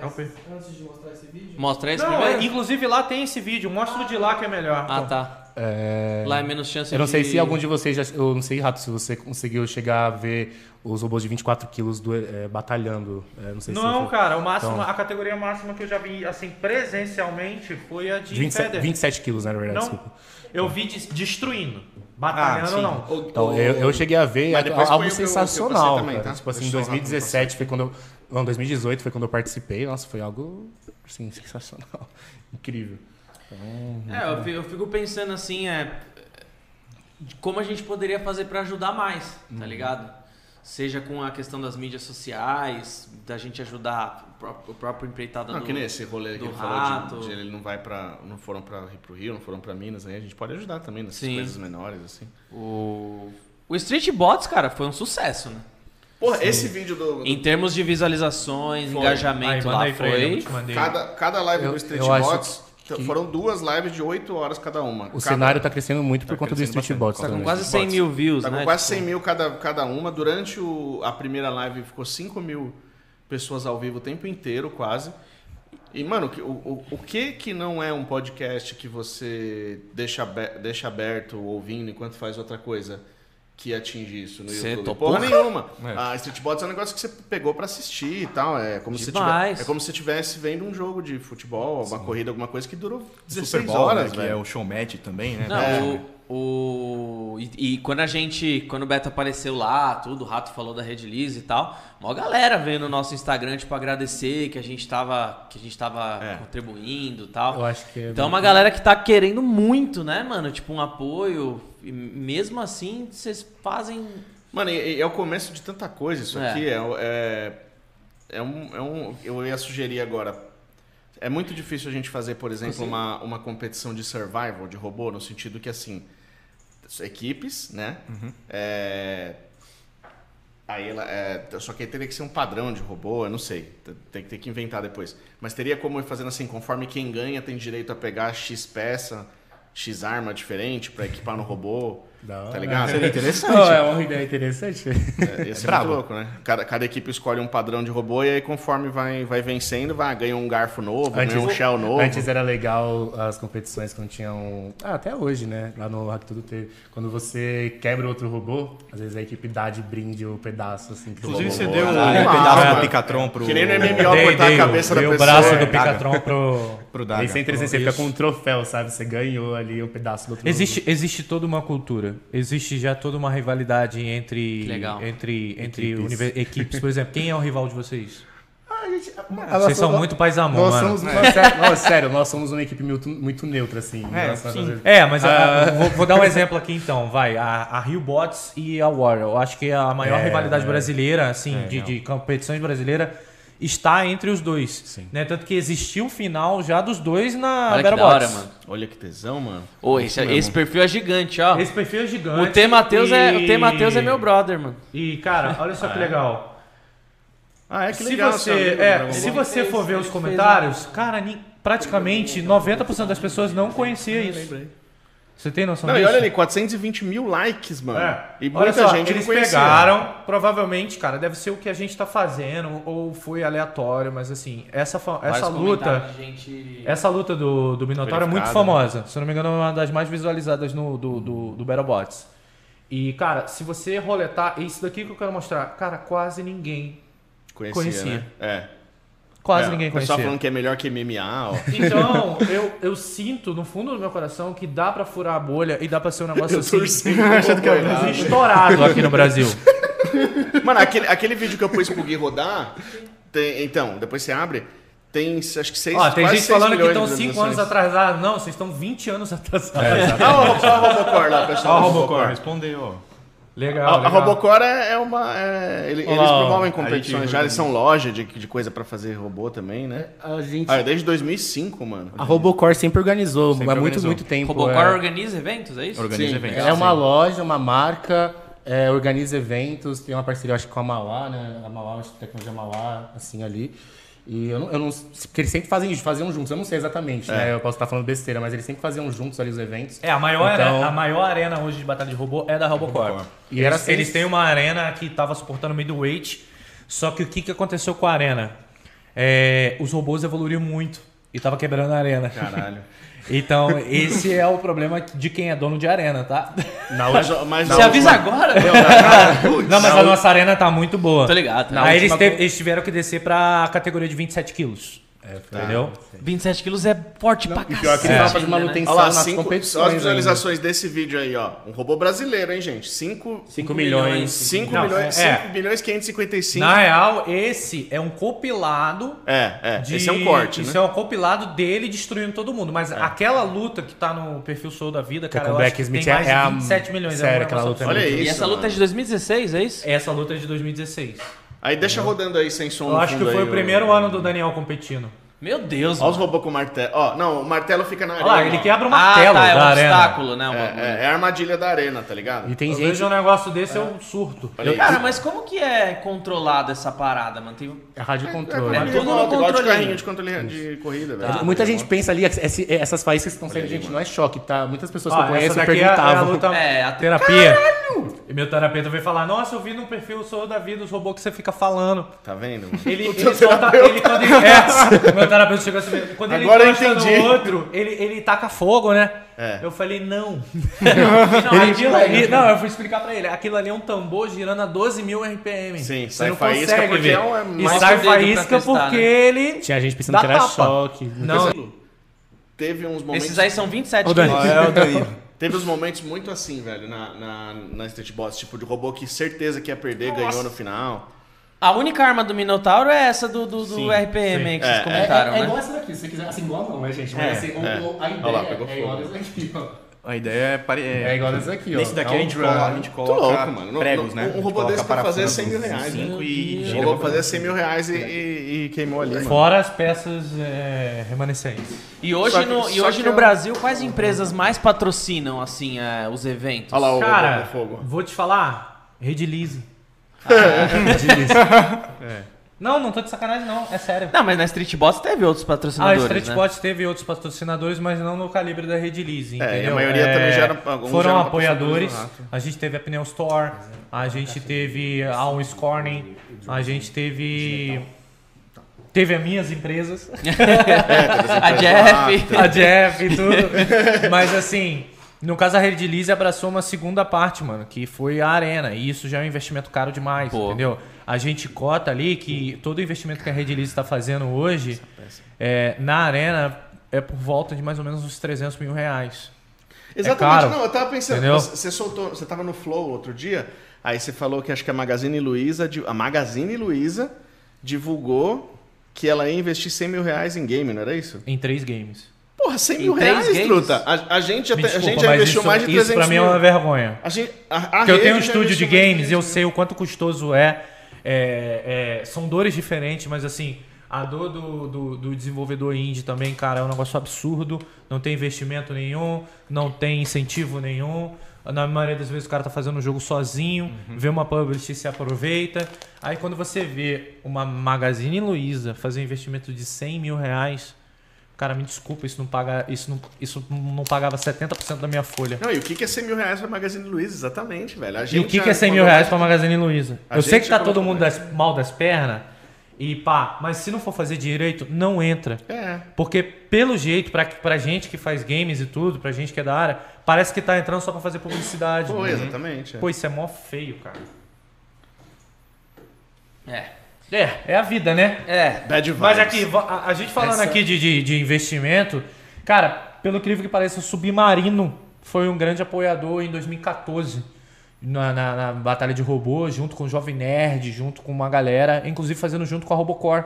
É o pe-
antes de mostrar esse vídeo,
Mostra esse
Não, é,
primeiro?
inclusive lá tem esse vídeo. Mostra o de lá que é melhor.
Ah, tá.
É...
Lá é menos chance de...
Eu não sei se algum de vocês já. Eu não sei, Rato, se você conseguiu chegar a ver os robôs de 24 quilos do- é, batalhando. É, não sei se
Não,
você-
cara, o máximo,
Então.
a categoria máxima que eu já vi assim presencialmente foi a de
De 27,
Federer.
27 quilos, né, na verdade,
Não,
desculpa.
eu vi des- destruindo, batalhando
Ah,
sim.
não.
Então, eu, eu cheguei a ver
Mas
a-
depois põe
algo
o que eu-
sensacional.
que eu passei também,
cara.
tá?
Tipo assim, em
Deixa eu só rápido
2017 foi quando eu. Não, 2018 foi quando eu participei. Nossa, foi algo assim, sensacional. Incrível.
É, eu fi- eu fico pensando assim, é... de Como a gente poderia fazer pra ajudar mais,
Uhum.
tá ligado? Seja com a questão das mídias sociais, da gente ajudar o pró- o próprio empreitado
Não,
do...
Ah, que nem esse rolê que
do
ele falou
rato.
de, de ele não vai para não foram para pro Rio, não foram para Minas, aí a gente pode ajudar também nessas
Sim.
coisas menores assim.
O... o Street Bots, cara, foi um sucesso, né?
Porra, esse vídeo do, do-
Em termos de visualizações,
Foi.
Aí,
engajamento
manda
lá
aí pra ele, eu
foi...
te mandei.
cada cada live
Eu-
do Street
eu acho
Bots t- foram duas lives de 8 horas cada uma.
O cenário tá crescendo muito por conta do
crescendo
Street
bastante.
Bots.
Tá com
também.
quase 100 mil views,
Tá
né?
com quase
Tipo,
100 mil cada, cada uma. Durante o- a primeira live ficou 5 mil pessoas ao vivo o tempo inteiro, quase. E, mano, o, o, o que que não é um podcast que você deixa, abe- deixa aberto ouvindo enquanto faz outra coisa que atinge isso no
Cê
YouTube?
topou?
Porra nenhuma. A Streetbots é um negócio que você pegou pra assistir e tal. É como, se tiver,
Demais.
é como se estivesse vendo um jogo de futebol, uma corrida, alguma coisa que durou 16
Super Bowl,
horas,
né, que
velho.
é o showmatch também, né?
Não,
É.
o. o e, e quando a gente. Quando o Beto apareceu lá, tudo, o Rato falou da Rede Liz e tal. Mó galera veio no nosso Instagram, tipo, agradecer que a gente tava, que a gente tava
É.
contribuindo e tal.
Eu acho que é
Então é uma galera que tá querendo muito, né, mano? Tipo, um apoio. E mesmo assim, vocês fazem.
Mano, e- e é o começo de tanta coisa isso
É.
aqui. É, o- é, é um, é um- Eu ia sugerir agora. É muito difícil a gente fazer, por exemplo, uma, uma competição de survival de robô, no sentido que, assim, equipes, né? É, aí ela. é, só que aí teria que ser um padrão de robô, eu não sei. T- Tem que ter que inventar depois. Mas teria como ir fazendo assim, conforme quem ganha tem direito a pegar X peça, X arma diferente pra equipar no robô.
Da
Tá
hora.
ligado?
Seria interessante.
Não, é uma ideia interessante.
É, ia ser muito louco, né? Cada, cada equipe escolhe um padrão de robô e aí conforme vai, vai vencendo, vai ganha um garfo novo,
Antes-
ganha um shell novo.
Antes era legal as competições quando tinham. Ah, até hoje, né? Lá no Hack Tudo teve. Quando você quebra outro robô, às vezes a equipe dá de brinde o pedaço, assim. que o
Inclusive,
robô
você
morre.
deu um
Caralho,
pedaço
cara.
do Picatron pro.
Que nem no MMO
Dei-
um cortar
dei
a cabeça da
dei
pessoa.
o braço do
é.
Picatron pro...
Pro
Daí
Daga.
você entra assim, você fica com um troféu, sabe? Você ganhou ali um pedaço do outro
Existe, existe toda uma cultura, existe já toda uma rivalidade entre
Que legal.
entre entre univer- equipes. por exemplo. Quem é o rival de vocês?
Ah,
mundo.
vocês são muito paz e amor,
nós
mano.
somos, nós- sério, nós- sério, nós somos uma equipe muito, muito neutra, assim.
É,
Nós- nós-
sim.
nós-
É, mas
Ah.
a- vou, vou dar um exemplo aqui então, vai. A, a Rio Bots e a War. Eu acho que a maior
É,
rivalidade
é.
brasileira, assim,
É,
de,
não.
de competições brasileira, está entre os dois. Né? Tanto que existiu o final já dos dois na
Olha que
Battle
da hora,
Ah, Bots.
mano.
Olha que tesão, mano.
Ô, esse, esse perfil é gigante, ó.
Esse perfil é gigante.
O T Matheus é, o T
e-
Matheus é meu brother, mano.
E, cara, olha só que legal.
Ah, é que
se
legal.
você,
seu amigo,
é,
Dragon
se
Ball.
você for ver os comentários, cara, ni- praticamente 90% das pessoas não conhecia isso. Você tem noção
Não, e
disso?
olha ali, 420 mil likes, mano.
É.
E
Olha
muita
só,
gente
eles
não conhecia. né?
pegaram, provavelmente, cara, deve ser o que a gente tá fazendo ou foi aleatório, mas assim, essa, fa- essa
Vários
luta,
comentários de gente-
essa luta do, do Minotauro é muito
Verificada,
famosa. Se eu não me engano, é uma das mais visualizadas no, do, do, do BattleBots. E, cara, se você roletar, é isso daqui que eu quero mostrar. Cara, quase ninguém
Conhecia,
Conhecia.
né? É.
Quase
É,
ninguém
o pessoal
conhecia.
falando que é melhor que MMA, ó.
Então, eu, eu sinto no fundo do meu coração que dá pra furar a bolha e dá pra ser um negócio assim
Achando que era-
estourado aqui no Brasil.
Mano, aquele, aquele vídeo que eu pus pro Gui rodar, tem- então, depois você abre, tem acho que seis
Ó, tem
quase
gente
seis
falando que
milhões
estão
de
5 anos
visualizações.
atrasados. Não, vocês estão 20 anos atrasados.
Ah, o Robo- o Robocor lá, pessoal.
Ó,
o
Robocor, respondeu, ó.
Legal,
Ah, A, a
legal.
Robocor é, é uma. é- ele- eles
lá, ó.
promovem
Aí
competições
que-
já, eles são loja de, de coisa pra fazer robô também, né?
A gente.
Ah, desde 2005, mano.
Ah,
A Robocore sempre organizou,
Sempre
há muito,
organizou.
muito tempo.
Robocor
é.
organiza eventos, é isso?
Organiza
Sim,
eventos.
Ela é uma loja, uma marca, é, organiza eventos, tem uma parceria, eu acho que com a Mauá, né? A Mauá, acho que tecnologia Mauá, assim ali. E eu não, eu não. Porque eles sempre fazem, faziam juntos, eu não sei exatamente,
É.
né? Eu posso estar falando besteira, mas eles sempre faziam juntos ali os eventos.
É, a maior,
Então-
arena, a maior arena hoje de batalha de robô é da Robocop.
Robocop.
E
eles,
era assim-
eles têm uma arena que tava suportando middleweight, só que o que, que aconteceu com a arena? É, os robôs evoluíram muito e tava quebrando a arena.
Caralho.
Então, esse é o problema de quem é dono de arena, tá?
Na mas, mas
Você avisa agora?
Não, mas a nossa arena tá muito boa.
Tô ligado. Tá?
Aí eles,
última-
te- eles tiveram que descer pra categoria de 27 quilos. entendeu?
27 quilos é forte pra
E
cacete.
pior que eles
né?
estavam fazendo manutenção
Olha lá,
nas
cinco, olha
competições.
as
ainda.
visualizações desse vídeo aí, ó. Um robô brasileiro, hein, gente? 5
Cinco milhões.
5
Não,
milhões,
é.
5 milhões 555.
Na real, esse é um compilado
É, é.
de-
Esse é um corte,
Isso
né?
é um compilado dele destruindo todo mundo. Mas aquela luta que tá no perfil Soul da vida,
Que é
cara,
com
eu
Black
acho que
Smith,
tem mais
é a-
de 27 milhões.
sério,
é uma
aquela
relação
luta é
absurda.
Olha
E
isso.
essa luta é
mano.
de 2016, é isso?
Essa luta é de 2016.
Aí deixa rodando aí sem som.
Eu
no
acho que
fundo
foi
aí,
o primeiro ano do Daniel competindo.
Meu Deus,
Olha os
mano.
robôs com martelo. Ó, não, o martelo fica na
Olha
arena.
lá, ele quebra o
Ah,
martelo
tá, é um
da arena.
obstáculo, né? um
É,
bagulho.
é, é a armadilha da arena, tá ligado?
E tem
Eu
gente. É.
vejo um negócio desse, eu surto.
Olha aí.
Cara, mas como que é controlada essa parada, mano? Tem...
É rádio
Tá
É,
controle.
controle
tudo no
remoto, igual de
controle.
carrinho de controle de corrida, velho.
Muita gente pensa ali, esse- essas faíscas que estão saindo, gente, não é choque, tá? Muitas pessoas que eu
Ó, essa
conheço
daqui é a- é a
perguntavam.
luta
É, a
terapia. E meu terapeuta veio falar, nossa, eu vi no perfil Sou da Vida os robôs que você fica falando.
Tá vendo, mano?
Ele, ele solta. Ele, quando ele, é, meu terapeuta chegou assim mesmo. Quando ele
Agora eu
encosta
entendi.
no outro, ele, ele taca fogo, né?
É.
Eu falei, não. não, aquilo ali, não, eu fui explicar pra ele. Aquilo ali é um tambor girando a 12 mil RPM.
Sim,
Você
sai
não
faísca
consegue
porque
ver.
é um- é
E
mais-
Mostra
sai
o dedo pra
faísca
testar,
porque
né?
ele.
Tinha gente pensando
Dá
que era
tapa.
choque.
Não,
Teve uns momentos.
Esses aí são 27
Ô, Dani.
quilos.
É o Danilo.
Teve uns momentos muito assim, velho, na, na, na Street Boss, tipo, de robô que certeza que ia perder, ganhou no final.
A única arma do Minotauro é essa do, do, do RPM aí que vocês
É,
comentaram, né?
essa daqui, se você quiser. Assim, igual não, né, gente?
É,
o- a ideia é
Olha lá, pegou fogo.
dessa aqui, ó.
A ideia é... pare-
É igual dessa aqui, ó.
Nesse daqui
É
a
um
gente
colar.
coloca, a gente
Tô
coloca
louco, mano. Não-
pregos,
não-
né?
Um robô
A gente
desse
coloca
pra fazer
parafusos,
100 mil reais, né?
cinco e
Um
gira
robô
pra
pra fazer 100 mil reais e, e- e queimou ali, mano.
Fora as peças é, remanescentes.
E hoje,
Só que-
no, e
só
hoje
que é um-
no
eu-
Brasil, quais empresas mais patrocinam, assim, é, os eventos?
Olha lá Tá, o robô
Cara,
no fogo.
vou te falar, Rede Lise. Ah,
É.
Não, não tô de sacanagem, não. É sério.
Não, mas na Street Boss teve outros
Ah, a
patrocinadores, né?
Streetbot teve outros patrocinadores, mas não no calibre da Rede Lease,
É, e a
entendeu?
maioria também já eram- alguns
Foram
já eram
apoiadores,
patrocinadores do
a gente teve a Pneu Store, a gente teve a On Scorning, a gente teve... Teve as minhas empresas,
A
Ah, tá.
Jeff.
a Jeff e tudo. Mas assim, no caso a Rede Lease abraçou uma segunda parte, mano, que foi a Arena. E isso já é um investimento caro demais,
Pô.
entendeu? A gente cota ali que todo investimento que a Rede Lease está fazendo hoje é, na Arena é por volta de mais ou menos uns 300 mil reais.
Exatamente,
É caro,
não, eu tava pensando,
entendeu?
você, você soltou, você tava no Flow outro dia, aí você falou que acho que a Magazine Luiza, di- a Magazine Luiza divulgou que ela ia investir 100 mil reais em game, não era isso?
Em três games.
Porra, 100
Em
mil
três
reais,
games?
truta. A, a gente já,
Me
te- a
desculpa,
gente já
mas
investiu
isso,
mais de
isso
300
pra mim
mil.
é uma vergonha.
A gente, a, a
Porque eu
rede é
tenho um
já
estúdio de
investiu mais
games, eu
300
sei o quanto custoso é, é, é, São dores diferentes, mas assim, a dor do, do, do desenvolvedor indie também, cara, é um negócio absurdo. Não tem investimento nenhum, não tem incentivo nenhum. Na maioria das vezes o cara tá fazendo um jogo sozinho,
Uhum.
vê uma publish e se aproveita. Aí quando você vê uma Magazine Luiza fazer um investimento de 100 mil reais, cara, me desculpa, isso não, paga, isso não, isso não pagava 70% da minha folha.
Não, e o que que é 100 mil reais pra Magazine Luiza? Exatamente, velho. A
E
gente
o que,
já
que é 100 mil
mandou-
reais pra Magazine Luiza?
A
Eu sei
gente
que tá
colocou
todo mundo das- mal das pernas e pá, mas se não for fazer direito, não entra.
É.
Porque, pelo jeito, pra, pra gente que faz games e tudo, pra gente que é da área, parece que tá entrando só pra fazer publicidade. é
Pô,
Pois
exatamente. é.
Pô, isso é mó feio, cara.
É. É.
É a vida, né?
É.
Bad vibes.
Mas aqui, va- a, a gente falando aqui de, de, de investimento, cara, pelo incrível que pareça, o Submarino foi um grande apoiador em 2014 na, na- na Batalha de Robô, junto com o Jovem Nerd, junto com uma galera, inclusive fazendo junto com a Robocore.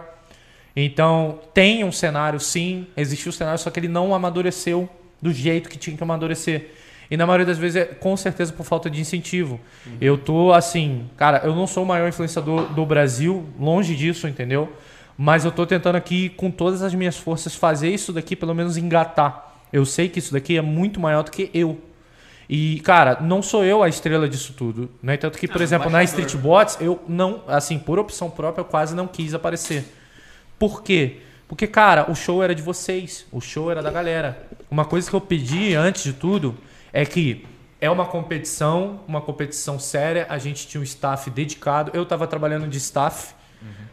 Então, tem um cenário, sim, existiu um cenário, só que ele não amadureceu do jeito que tinha que amadurecer. E na maioria das vezes é com certeza por falta de incentivo. Eu tô assim, cara, eu não sou o maior influenciador do Brasil, longe disso, entendeu? Mas eu tô tentando aqui, com todas as minhas forças, fazer isso daqui pelo menos engatar. Eu sei que isso daqui é muito maior do que eu. E, cara, não sou eu a estrela disso tudo. No entanto que, por exemplo, na Street Bots, eu não, assim, por opção própria, eu quase não quis aparecer. Por quê? Porque, cara, o show era de vocês, o show era da galera. Uma coisa que eu pedi antes de tudo é que é uma competição, uma competição séria, a gente tinha um staff dedicado. Eu tava trabalhando de staff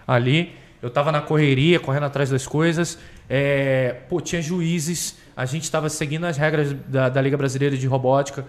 ali, eu tava na correria, correndo atrás das coisas. É, pô, tinha juízes, a gente tava seguindo as regras da, da Liga Brasileira de Robótica.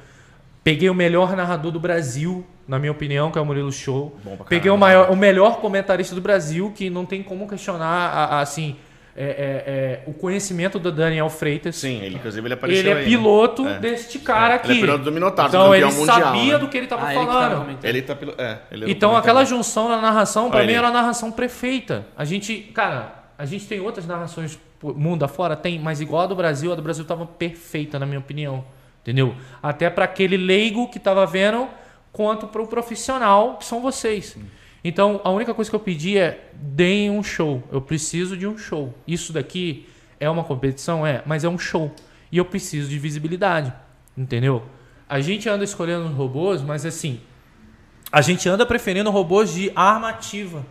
Peguei o melhor narrador do Brasil, na minha opinião, que é o Murilo Show. Peguei o, maior, o melhor comentarista do Brasil, que não tem como questionar a- a- assim, é, é, é, o conhecimento do Daniel Freitas.
Sim, ele, inclusive ele apareceu
Ele é
aí, né?
piloto
É.
deste cara
É,
aqui.
ele é piloto do Minotauro,
Então
campeão
ele
mundial,
sabia
né?
do que ele tava
Ah, ele que tava
falando.
comentando.
Ele tá piloto. É, ele era
Então
do
aquela
Corinthians.
junção na narração, pra
Olha
mim,
ele.
era a narração perfeita. A gente, cara, a gente tem outras narrações pô, mundo afora? Tem, mas igual a do Brasil, a do Brasil tava perfeita, na minha opinião. Entendeu? Até pra aquele leigo que tava vendo, quanto pro profissional, que são vocês. Então, a única coisa que eu pedi é deem um show. Eu preciso de um show. Isso daqui é uma competição? É, mas é um show. E eu preciso de visibilidade. Entendeu? A gente anda escolhendo os robôs, mas assim, a gente anda preferindo robôs de arma ativa.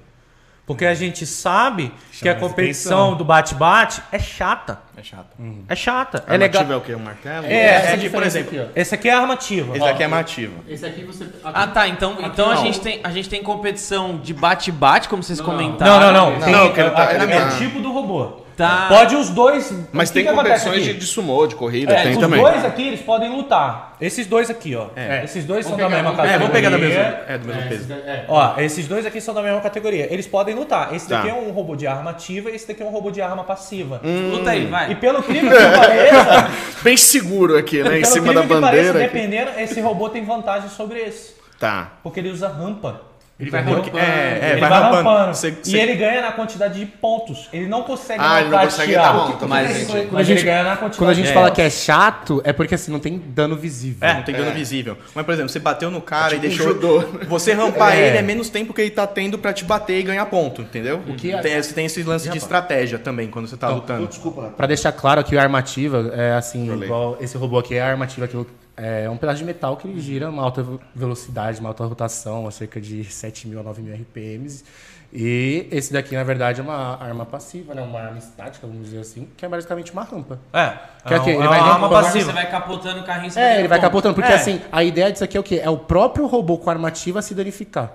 Porque a gente sabe que a
mais
competição
atenção.
do bate-bate é chata.
É chato.
É chata.
A
É legal.
nativa é o quê? Um martelo?
É,
Essa
é
de, por
diferença
exemplo,
aqui, ó. Esse aqui é arma ativa.
Esse daqui é mativo.
Esse aqui você. aqui-
Ah, tá. Então, então a,
não.
gente tem, a gente tem competição de bate-bate, como vocês
Não,
comentaram.
Não, não, não. Tem-
Não, que ele tá-
é,
ele
é
tá-
tipo do robô.
Tá.
Pode os dois.
Mas
o que
tem
que acontece
competições
aqui?
de, de sumô, de corrida,
É,
tem
os
também. É.
dois aqui, eles podem lutar. Esses dois aqui, ó. Esses dois são da mesma categoria.
É, vamos pegar da mesma, é, do mesmo peso.
É,
Ó, esses dois aqui são da mesma categoria. Eles podem lutar. Esse
Tá.
daqui é um robô de arma ativa e esse daqui é um robô de arma passiva.
Hum.
Hum, Luta aí, vai.
E pelo crime que pareça,
Bem seguro aqui, né? Em
pelo
cima
crime
da
que pareça,
bandeira. aqui.
dependendo, esse robô tem vantagem sobre esse.
Tá.
Porque ele usa rampa.
Ele vai
Entendeu?
rampando.
É, é,
ele vai rampando.
Cê-
E
cê-
ele ganha na quantidade de pontos. Ele não consegue
Ah, ele não consegue
nocautear,
dar ponto,
mas,
mas-
mas
Quando a
ele
gente-
ganha na quantidade
Quando a gente
de
fala que é chato, é porque assim, não tem dano visível.
É, Não tem dano visível. Mas, por exemplo, você bateu no cara
É
e
tipo
deixou.
um
Você rampar ele é menos tempo que ele tá tendo pra te bater e ganhar ponto, entendeu? O que tem, você tem esse lance de estratégia também quando você tá lutando.
Pra deixar claro que a armativa é assim,
Falei.
igual esse robô aqui é a armativa que eu- é um pedaço de metal que ele gira uma alta ve- velocidade, uma alta rotação, a cerca de 7.000 a 9.000 RPMs. E esse daqui, na verdade, é uma arma passiva, né? Uma arma estática, vamos dizer assim, que é basicamente uma rampa.
É.
Que é o quê? Ele
uma
vai
arma
rampando.
Você
passiva.
vai capotando o carrinho. você
É, ele vai
tomba.
capotando, porque
É.
assim, a ideia disso aqui é o quê? É o próprio robô com a armativa se danificar.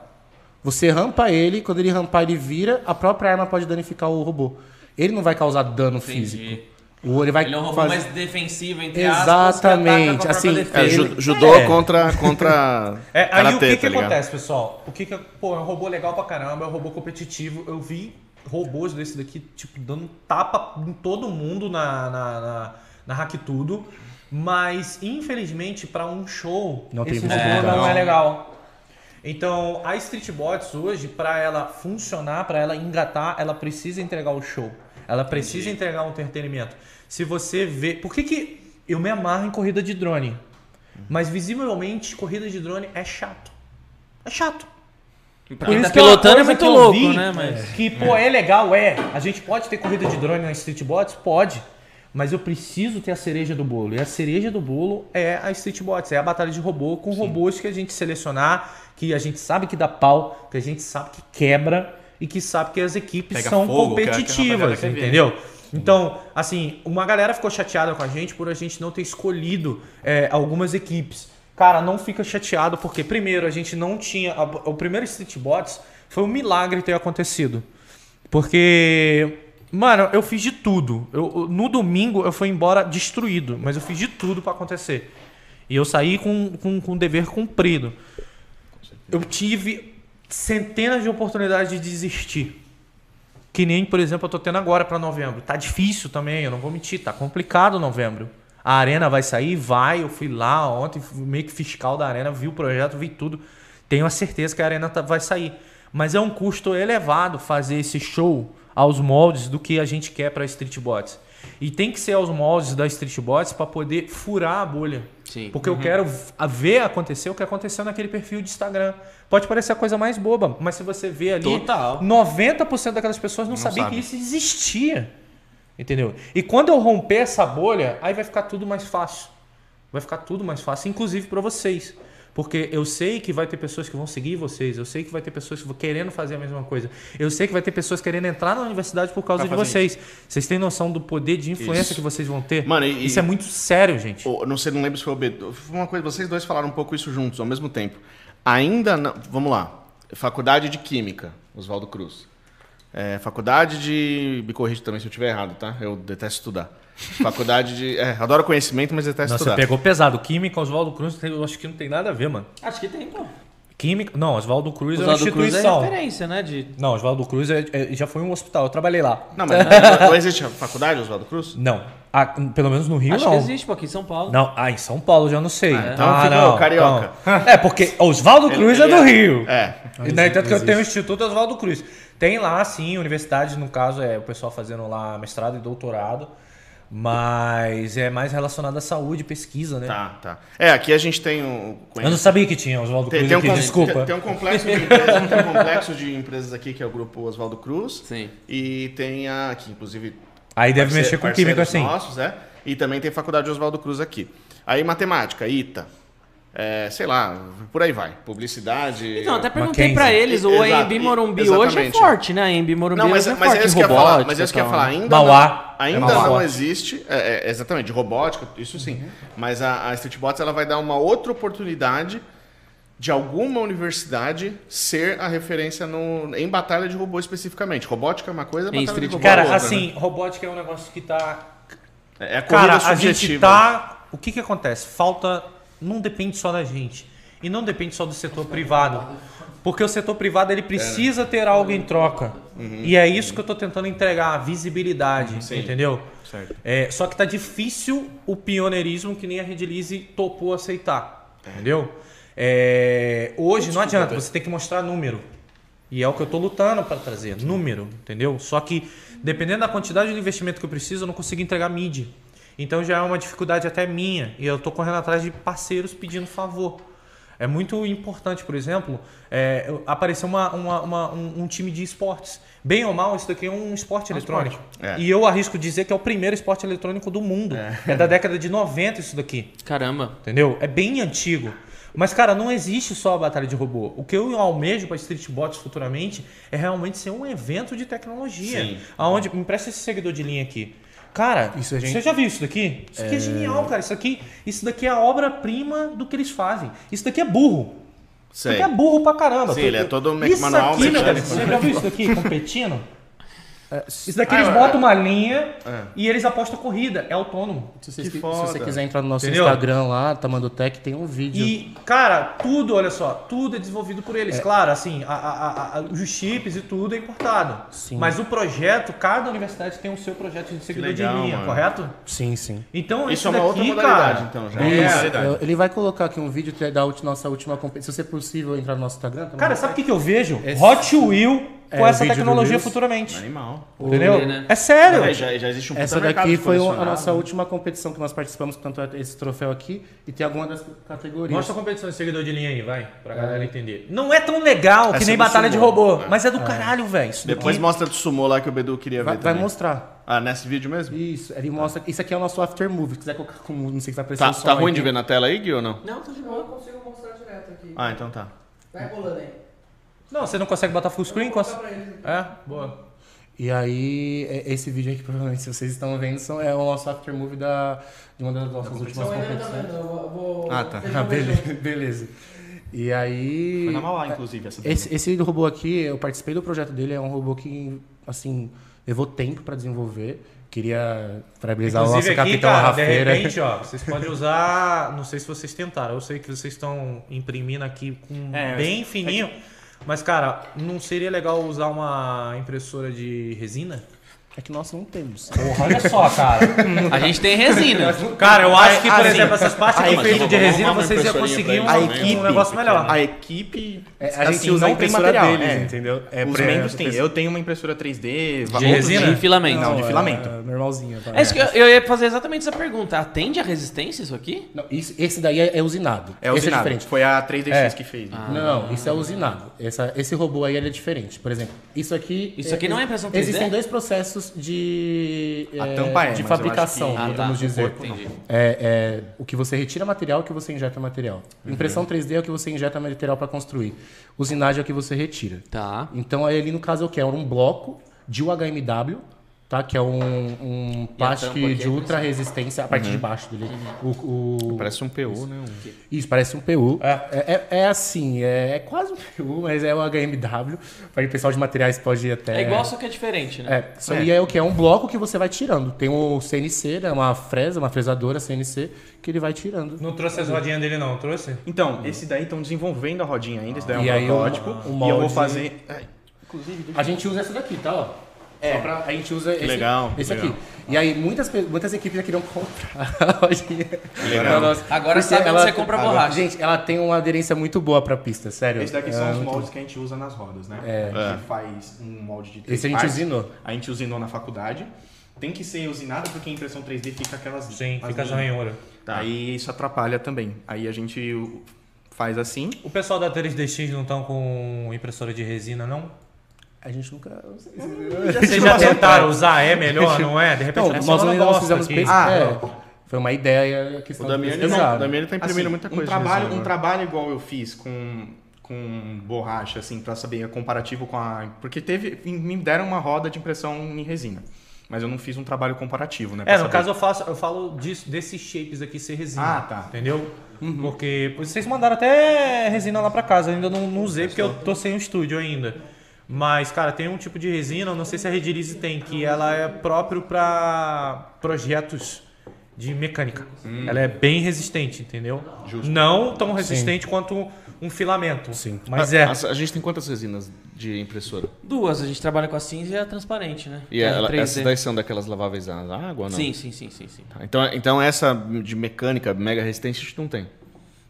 Você rampa ele, quando ele rampar ele vira, a própria arma pode danificar o robô. Ele não vai causar dano físico. O, ele vai
Ele é um robô
fazer-
mais defensivo, entre aspas. que ataca com a
Exatamente,
própria
assim,
defesa.
É,
ele-
ju- judô contra, contra
É, aí
karatê,
o que, que
tá ligado?
acontece, pessoal? O que que pô, é um robô legal pra caramba, é um robô competitivo. Eu vi robôs desse daqui, tipo, dando tapa em todo mundo na, na, na, na Hack Tudo. Mas, infelizmente, pra um show,
Não tem
esse robô
visibilidade.
não é
Não.
legal. Então, a Street Bots hoje, pra ela funcionar, pra ela engatar, ela precisa entregar o show. Ela precisa entregar um entretenimento. Se você vê... Por que que eu me amarro em corrida de drone? Mas, visivelmente, corrida de drone é chato. É chato.
Pra
Por
quem tá
isso que uma
pilotando é
coisa
muito
que eu
louco,
vi
né? Mas.
Que, pô, é. legal, é. A gente pode ter corrida de drone na Street Bots? Pode. Mas eu preciso ter a cereja do bolo. E a cereja do bolo é a Street Bots, é a batalha de robô com robôs que a gente selecionar, que a gente sabe que dá pau, que a gente sabe que quebra e que sabe que as equipes
Pega
são
fogo, que é o que a rapaziada
competitivas,
quer ver.
entendeu? Então, assim, uma galera ficou chateada com a gente por a gente não ter escolhido é, algumas equipes. Cara, não fica chateado porque, primeiro, a gente não tinha. a- o primeiro Street Bots foi um milagre ter acontecido. Porque, mano, eu fiz de tudo. Eu- eu- no domingo eu fui embora destruído, mas eu fiz de tudo pra acontecer. um E eu saí com, com, com o dever cumprido. Eu tive centenas de oportunidades de desistir. Que nem, por exemplo, eu tô tendo agora para novembro. Tá difícil também, eu não vou mentir, tá complicado novembro. A arena vai sair, vai, eu fui lá ontem, fui meio que fiscal da arena, vi o projeto, vi tudo. Tenho a certeza que a arena tá- vai sair. Mas é um custo elevado fazer esse show aos moldes do que a gente quer para Street Bots. E tem que ser aos moldes da Street Bots para poder furar a bolha.
Sim.
Porque eu quero v- a- ver acontecer o que aconteceu naquele perfil de Instagram. Pode parecer a coisa mais boba, mas se você vê ali,
Total.
90% daquelas pessoas não, sabiam
sabe.
que isso existia. Entendeu? E quando eu romper essa bolha, aí vai ficar tudo mais fácil. Vai ficar tudo mais fácil, inclusive para vocês. Porque eu sei que vai ter pessoas que vão seguir vocês, eu sei que vai ter pessoas que vão querendo fazer a mesma coisa, eu sei que vai ter pessoas querendo entrar na universidade por causa
Pra
de
fazer
vocês. Vocês têm noção do poder de influência que vocês vão ter?
Mano, e-
isso é muito sério, gente.
Ou, não sei, não lembro se foi o Beto. Foi uma coisa, vocês dois falaram um pouco isso juntos, ao mesmo tempo. Ainda não. Vamos lá. Faculdade de Química, Oswaldo Cruz. É, faculdade de. Me corrija também se eu estiver errado, tá? Eu detesto estudar. Faculdade de. É, adoro conhecimento, mas detesto
Nossa,
estudar.
pegou pesado. Química, Oswaldo Cruz, tem- eu acho que não tem nada a ver, mano.
Acho que tem, pô.
Química. Não, Oswaldo Cruz
Os
é uma
Oswaldo Cruz é
instituição.
referência, né? De...
não, Oswaldo Cruz é- é- já foi um hospital. Eu trabalhei lá.
Não, mas não, não existe a faculdade, Oswaldo Cruz?
Não. Ah, pelo menos no Rio,
Acho
não.
que existe, pô, aqui em São Paulo.
Não, ah, em São Paulo eu já não sei. Ah,
então fica o carioca.
então. É, porque Oswaldo Cruz é do Rio.
É.
E, no entanto, que eu tenho o Instituto Oswaldo Cruz. Tem lá, sim, universidades, no caso, é o pessoal fazendo lá mestrado e doutorado. Mas é mais relacionado à saúde, pesquisa, né?
Tá, tá. É, aqui a gente tem o.
Eu não sabia que tinha Oswaldo Cruz
Tem, tem um,
aqui,
com-
desculpa.
tem- tem um complexo de empresas, tem um complexo de empresas aqui que é o grupo Oswaldo Cruz.
Sim.
E tem a. que inclusive
Aí deve
Parce-
mexer com
parceiros
química, assim.
nossos, né? E também tem Faculdade Oswaldo Cruz aqui. Aí matemática, ITA, é, sei lá, por aí vai. Publicidade.
Então, até
Mackenzie.
perguntei pra eles, o
Exato,
AMB Morumbi
exatamente.
hoje é forte, né? AMB Morumbi
não, mas,
hoje é
mas
forte
é
em
isso que eu ia falar. Mas
robótica
é
e
isso que eu ia
tal,
falar.
né?
Ainda
Mauá.
não, ainda
É Mauá.
não existe, é, é, exatamente, robótica, isso sim. Mas a, a Streetbots ela vai dar uma outra oportunidade de alguma universidade ser a referência no, em batalha de robô especificamente. Robótica é uma coisa, batalha de
Street
robô é
Cara,
outra,
assim, robótica é um negócio que tá.
né? É a corrida
Cara, a
subjetiva.
gente tá. O que que acontece? Falta. Não depende só da gente. E não depende só do setor privado. Porque o setor privado ele precisa ter algo em troca.
Uhum.
E é isso que eu tô tentando entregar, a visibilidade, entendeu?
Certo.
É, só que tá difícil o pioneirismo que nem a Redilize topou aceitar. Entendeu? É, hoje não adianta, você tem que mostrar número. E é o que eu tô lutando para trazer, número, entendeu? Só que dependendo da quantidade de investimento que eu preciso, eu não consigo entregar mídia. Então já é uma dificuldade até minha e eu tô correndo atrás de parceiros pedindo favor. É muito importante, por exemplo, é, eu- aparecer uma- uma- uma- um, um time de esportes. Bem ou mal, isso daqui é um esporte eletrônico.
É.
E eu arrisco dizer que é o primeiro esporte eletrônico do mundo. é da década de 90 isso daqui.
né? Caramba.
Entendeu? É bem antigo. Mas, cara, não existe só a batalha de robô. O que eu almejo para Street Bots futuramente é realmente ser um evento de tecnologia. Aonde, me presta esse seguidor de linha aqui. Cara,
Isso a gente-
você já viu isso daqui? Isso aqui é, genial, cara. Isso, aqui, isso daqui é a obra-prima do que eles fazem. Isso daqui é burro. Isso
Sei.
daqui é burro pra caramba.
Sim, ele é todo
isso
manual,
aqui, meu
mecânico.
cara, Você já viu isso daqui competindo?
É,
Isso
Ah,
daqui eles botam uma linha
É.
e eles apostam corrida. É autônomo.
Se, vocês
Que
qui- se
foda.
você quiser entrar no nosso
Entendeu?
Instagram lá, Tamandotec, tem um vídeo.
E, cara, tudo, olha só, tudo é desenvolvido por eles. Claro, assim, a- a- a- a- os chips e tudo é importado.
Sim.
Mas o projeto, cada universidade tem o seu projeto de seguidor de
legal,
linha,
mano.
correto?
Sim, sim.
Então,
Isso
isso
é uma
daqui,
outra modalidade,
cara.
então, já.
É,
Isso,
verdade.
eu- ele vai colocar aqui um vídeo que é da ulti- nossa última competição. Se você é possível, entrar no nosso Instagram. Tamandotec.
Cara, sabe o que, que eu vejo? Hot Wheel com
É, o
essa
vídeo do
tecnologia
Reels.
futuramente.
Animal.
Entendeu?
Ele, né?
É sério.
É, já, já existe um puta
Essa
mercado
daqui foi o- a
condicionado.
nossa última competição que nós participamos, tanto é esse troféu aqui, e tem alguma das categorias.
Mostra a competição de seguidor de linha aí, vai, pra galera entender. Não é tão legal que nem batalha de robô, mas é do caralho, velho. Isso
Depois
daqui-
mostra do sumô lá que o Bedu queria
vai,
ver
vai
também.
mostrar.
Ah, nesse vídeo mesmo?
Isso, ele mostra. Isso aqui é o nosso after movie. Se quiser colocar como. Não sei se tá
Tá,
aparecendo só
tá ruim
aí.
de ver na tela aí, Gui, ou não?
Não, tá de boa.
consigo mostrar direto aqui.
Ah, então tá.
Vai rolando aí.
Não, você não consegue botar full screen? Cons... É, boa.
E aí, é- esse vídeo aqui, provavelmente, se vocês estão vendo, são, é o nosso after movie da, de uma das nossas últimas
Então,
Não, ainda não tá
competições.
vendo, eu vou- vou.
Ah, tá.
vocês
Então, Ah,
vão ver junto.
beleza, beleza. E aí.
Foi na Mauá, inclusive, essa daí.
Esse, esse robô aqui, eu participei do projeto dele, é um robô que, assim, levou tempo pra desenvolver. Queria parabenizar o nosso
Inclusive aqui,
capitão
cara,
Rafeira.
de repente, ó, vocês podem usar, não sei se vocês tentaram, eu sei que vocês estão imprimindo aqui com
É,
bem fininho, Mas, cara, não seria legal usar uma impressora de resina?
É que nós não temos.
Porra, olha só, cara.
A gente tem resina.
Cara, eu acho que, por
Assim,
exemplo, essas partes
aí
que eu feito de
vamos
resina,
arrumar uma
vocês iam
impressorinha
conseguir um,
pra
eles também,
um negócio melhor.
A equipe.
É, a gente
assim,
usa a
não tem
impressora
material,
deles,
é.
entendeu? É
Os
pra-
membros têm. Eu tenho uma impressora 3D. va-
De
outros
resina?
De
têm.
filamento.
Não, de
é-
filamento.
é normalzinha. tá?
É isso que eu, eu ia fazer exatamente essa pergunta. Atende a resistência isso aqui?
Não, isso- esse daí é, é usinado.
É
esse
usinado.
é diferente.
Foi a 3DX
É.
que fez.
Ah.
Não, isso é usinado. Essa- esse robô aí ele é diferente. Por exemplo, isso aqui.
Isso aqui não é impressão 3D?
Existem dois processos de.
A
eh,
tampa é,
De
mas eu acho
fabricação,
que-
Ah, tá.
vamos dizer.
Entendi.
É, é, o que você retira material, o que você injeta material.
Uhum.
Impressão 3D é o que você injeta material para construir. Usinagem é o que você retira.
Tá.
Então aí ali no caso eu quero um bloco de um UHMW, tá? Que é um, um plástico
tampa aqui
de
é Uhum.
ultra resistência, a parte
Uhum.
de baixo dele. O- o-
Parece um PU, né?
Isso, parece um PU. É, é, é assim, é, é quase um PU, mas é o HMW. Para o pessoal de materiais pode ir até.
É igual, só que é diferente, né?
É, isso aí é o que? É um bloco que você vai tirando. Tem o CNC, né? Uma fresa, uma fresadora CNC, que ele vai tirando.
Não trouxe as rodinhas dele, não, trouxe?
Então, esse daí estão desenvolvendo a rodinha ainda. Esse daí é
E aí
um
o-
protótipo.
o
e eu vou
molde-
fazer.
A gente usa essa daqui, tá? Ó. É. Só pra, a gente usa esse,
legal,
esse
legal.
aqui. E aí muitas, pe- muitas equipes já queriam comprar a rodinha. Pra nós.
Agora
Porque
sabe onde você compra
agora-
borracha.
Gente, ela tem uma aderência muito boa pra pista, sério.
Esse daqui
É,
são os
muito
moldes que a gente usa nas rodas, né? É. A gente faz um molde de três
Esse a gente
partes.
usinou.
A gente usinou na faculdade. Tem que ser usinado porque a impressão 3D fica aquelas.
Sim,
as
fica as
linhas.
ranhuras.
Aí isso atrapalha também. Aí a gente o- faz assim.
O pessoal da 3DX não estão com impressora de resina, não?
A gente nunca. não sei se-
Vocês já tentaram usar, é melhor, não é? De repente
Então,
essa
nós,
é uma
nós, nós
bosta
fizemos
aqui.
pesquisa.
Ah,
é, foi uma ideia a questão
O
de
Damiani, não,
pesquisar.
o Damiani tá imprimindo
Assim,
muita
um
coisa. né? de
trabalho,
resina
um
agora.
trabalho igual eu fiz com, com borracha, assim, pra saber, comparar comparativo com a... Porque teve, me deram uma roda de impressão em resina. Mas eu não fiz um trabalho comparativo, né? pra
É, no
saber.
caso eu, faço, eu falo disso, desses shapes aqui ser resina.
Ah, tá.
Entendeu? Porque vocês mandaram até resina lá pra casa, eu ainda não, não usei porque eu tô sem o estúdio ainda. Mas, cara, tem um tipo de resina, eu não sei se a Redilize tem, que ela é próprio pra projetos de mecânica. Ela é bem resistente, entendeu? Não tão resistente quanto um filamento. Sim. Mas é.
A, a- a gente tem quantas resinas de impressora?
Duas, a gente trabalha com a cinza e a transparente, né?
E
É,
ela-
3D.
essas daí são daquelas laváveis na água, não?
Sim, sim, sim, sim, sim.
Tá, Então, então essa de mecânica, mega resistência, a gente não tem.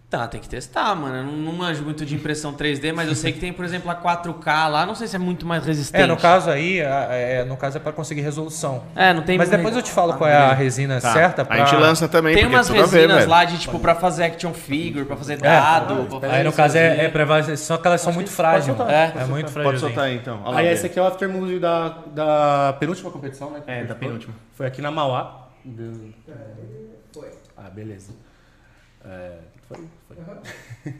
Tá, tem que testar, mano. Eu não, não manjo muito de impressão 3D, mas eu sei que tem, por exemplo, a 4K lá. Não sei se é muito mais resistente.
É, no caso aí, a- é, no caso é pra conseguir resolução.
É, não tem...
Mas depois eu te falo qual é a resina certa pra...
Tá. A gente lança também,
Tem
porque
umas
tudo a ver,
resinas
velho.
lá de, tipo, pra fazer action figure, pra fazer dado. pra fazer
Aí no
isso
caso
aqui.
é, é preva- só que elas são muito frágeis.
soltar,
É, é muito
Pode
frágil.
soltar aí, então. Olha lá,
Aí
velho.
esse aqui é o aftermovie da, da penúltima competição, né?
É, da penúltima.
Foi aqui na Mauá. Foi. Ah, beleza. É, foi, foi.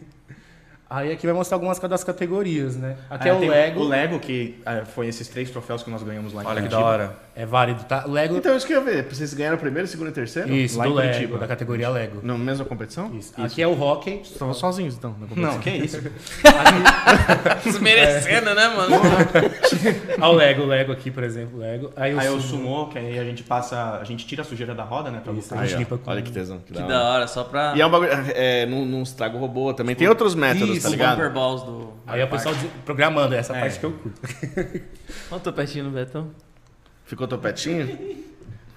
Aí aqui vai mostrar algumas ca- das categorias, né? Aqui é,
Ah,
o
tem
Lego.
O Lego, que ah, foi esses três troféus que nós ganhamos lá em Olha
hora.
É válido, tá? Lego.
Então, isso que eu ia ver. Vocês ganharam primeiro, segundo e terceiro?
isso,
lá
do
em
Lego,
Curitiba.
da categoria Lego.
Na mesma competição?
Isso. Aqui é o hockey.
Estavam sozinhos, então, na competição.
Não, que isso.
Desmerecendo, né, mano?
Olha Ah, o Lego, Lego aqui, por exemplo. Lego. Aí,
Aí é
o
eu
sumo.
sumou, que aí a gente passa... A gente tira a sujeira da roda, né? Pra
Isso,
lucrar.
a gente
Aí, ó,
limpa com.
olha que tesão. Que,
Que
da
da
hora.
hora, só pra...
E é um bagulho... É, não, não estraga o robô também. Tem outros métodos,
Isso,
tá ligado?
Bumper Balls do...
Aí é o pessoal diz- programando, essa parte que eu curto.
Olha o topetinho do Betão.
Ficou topetinho?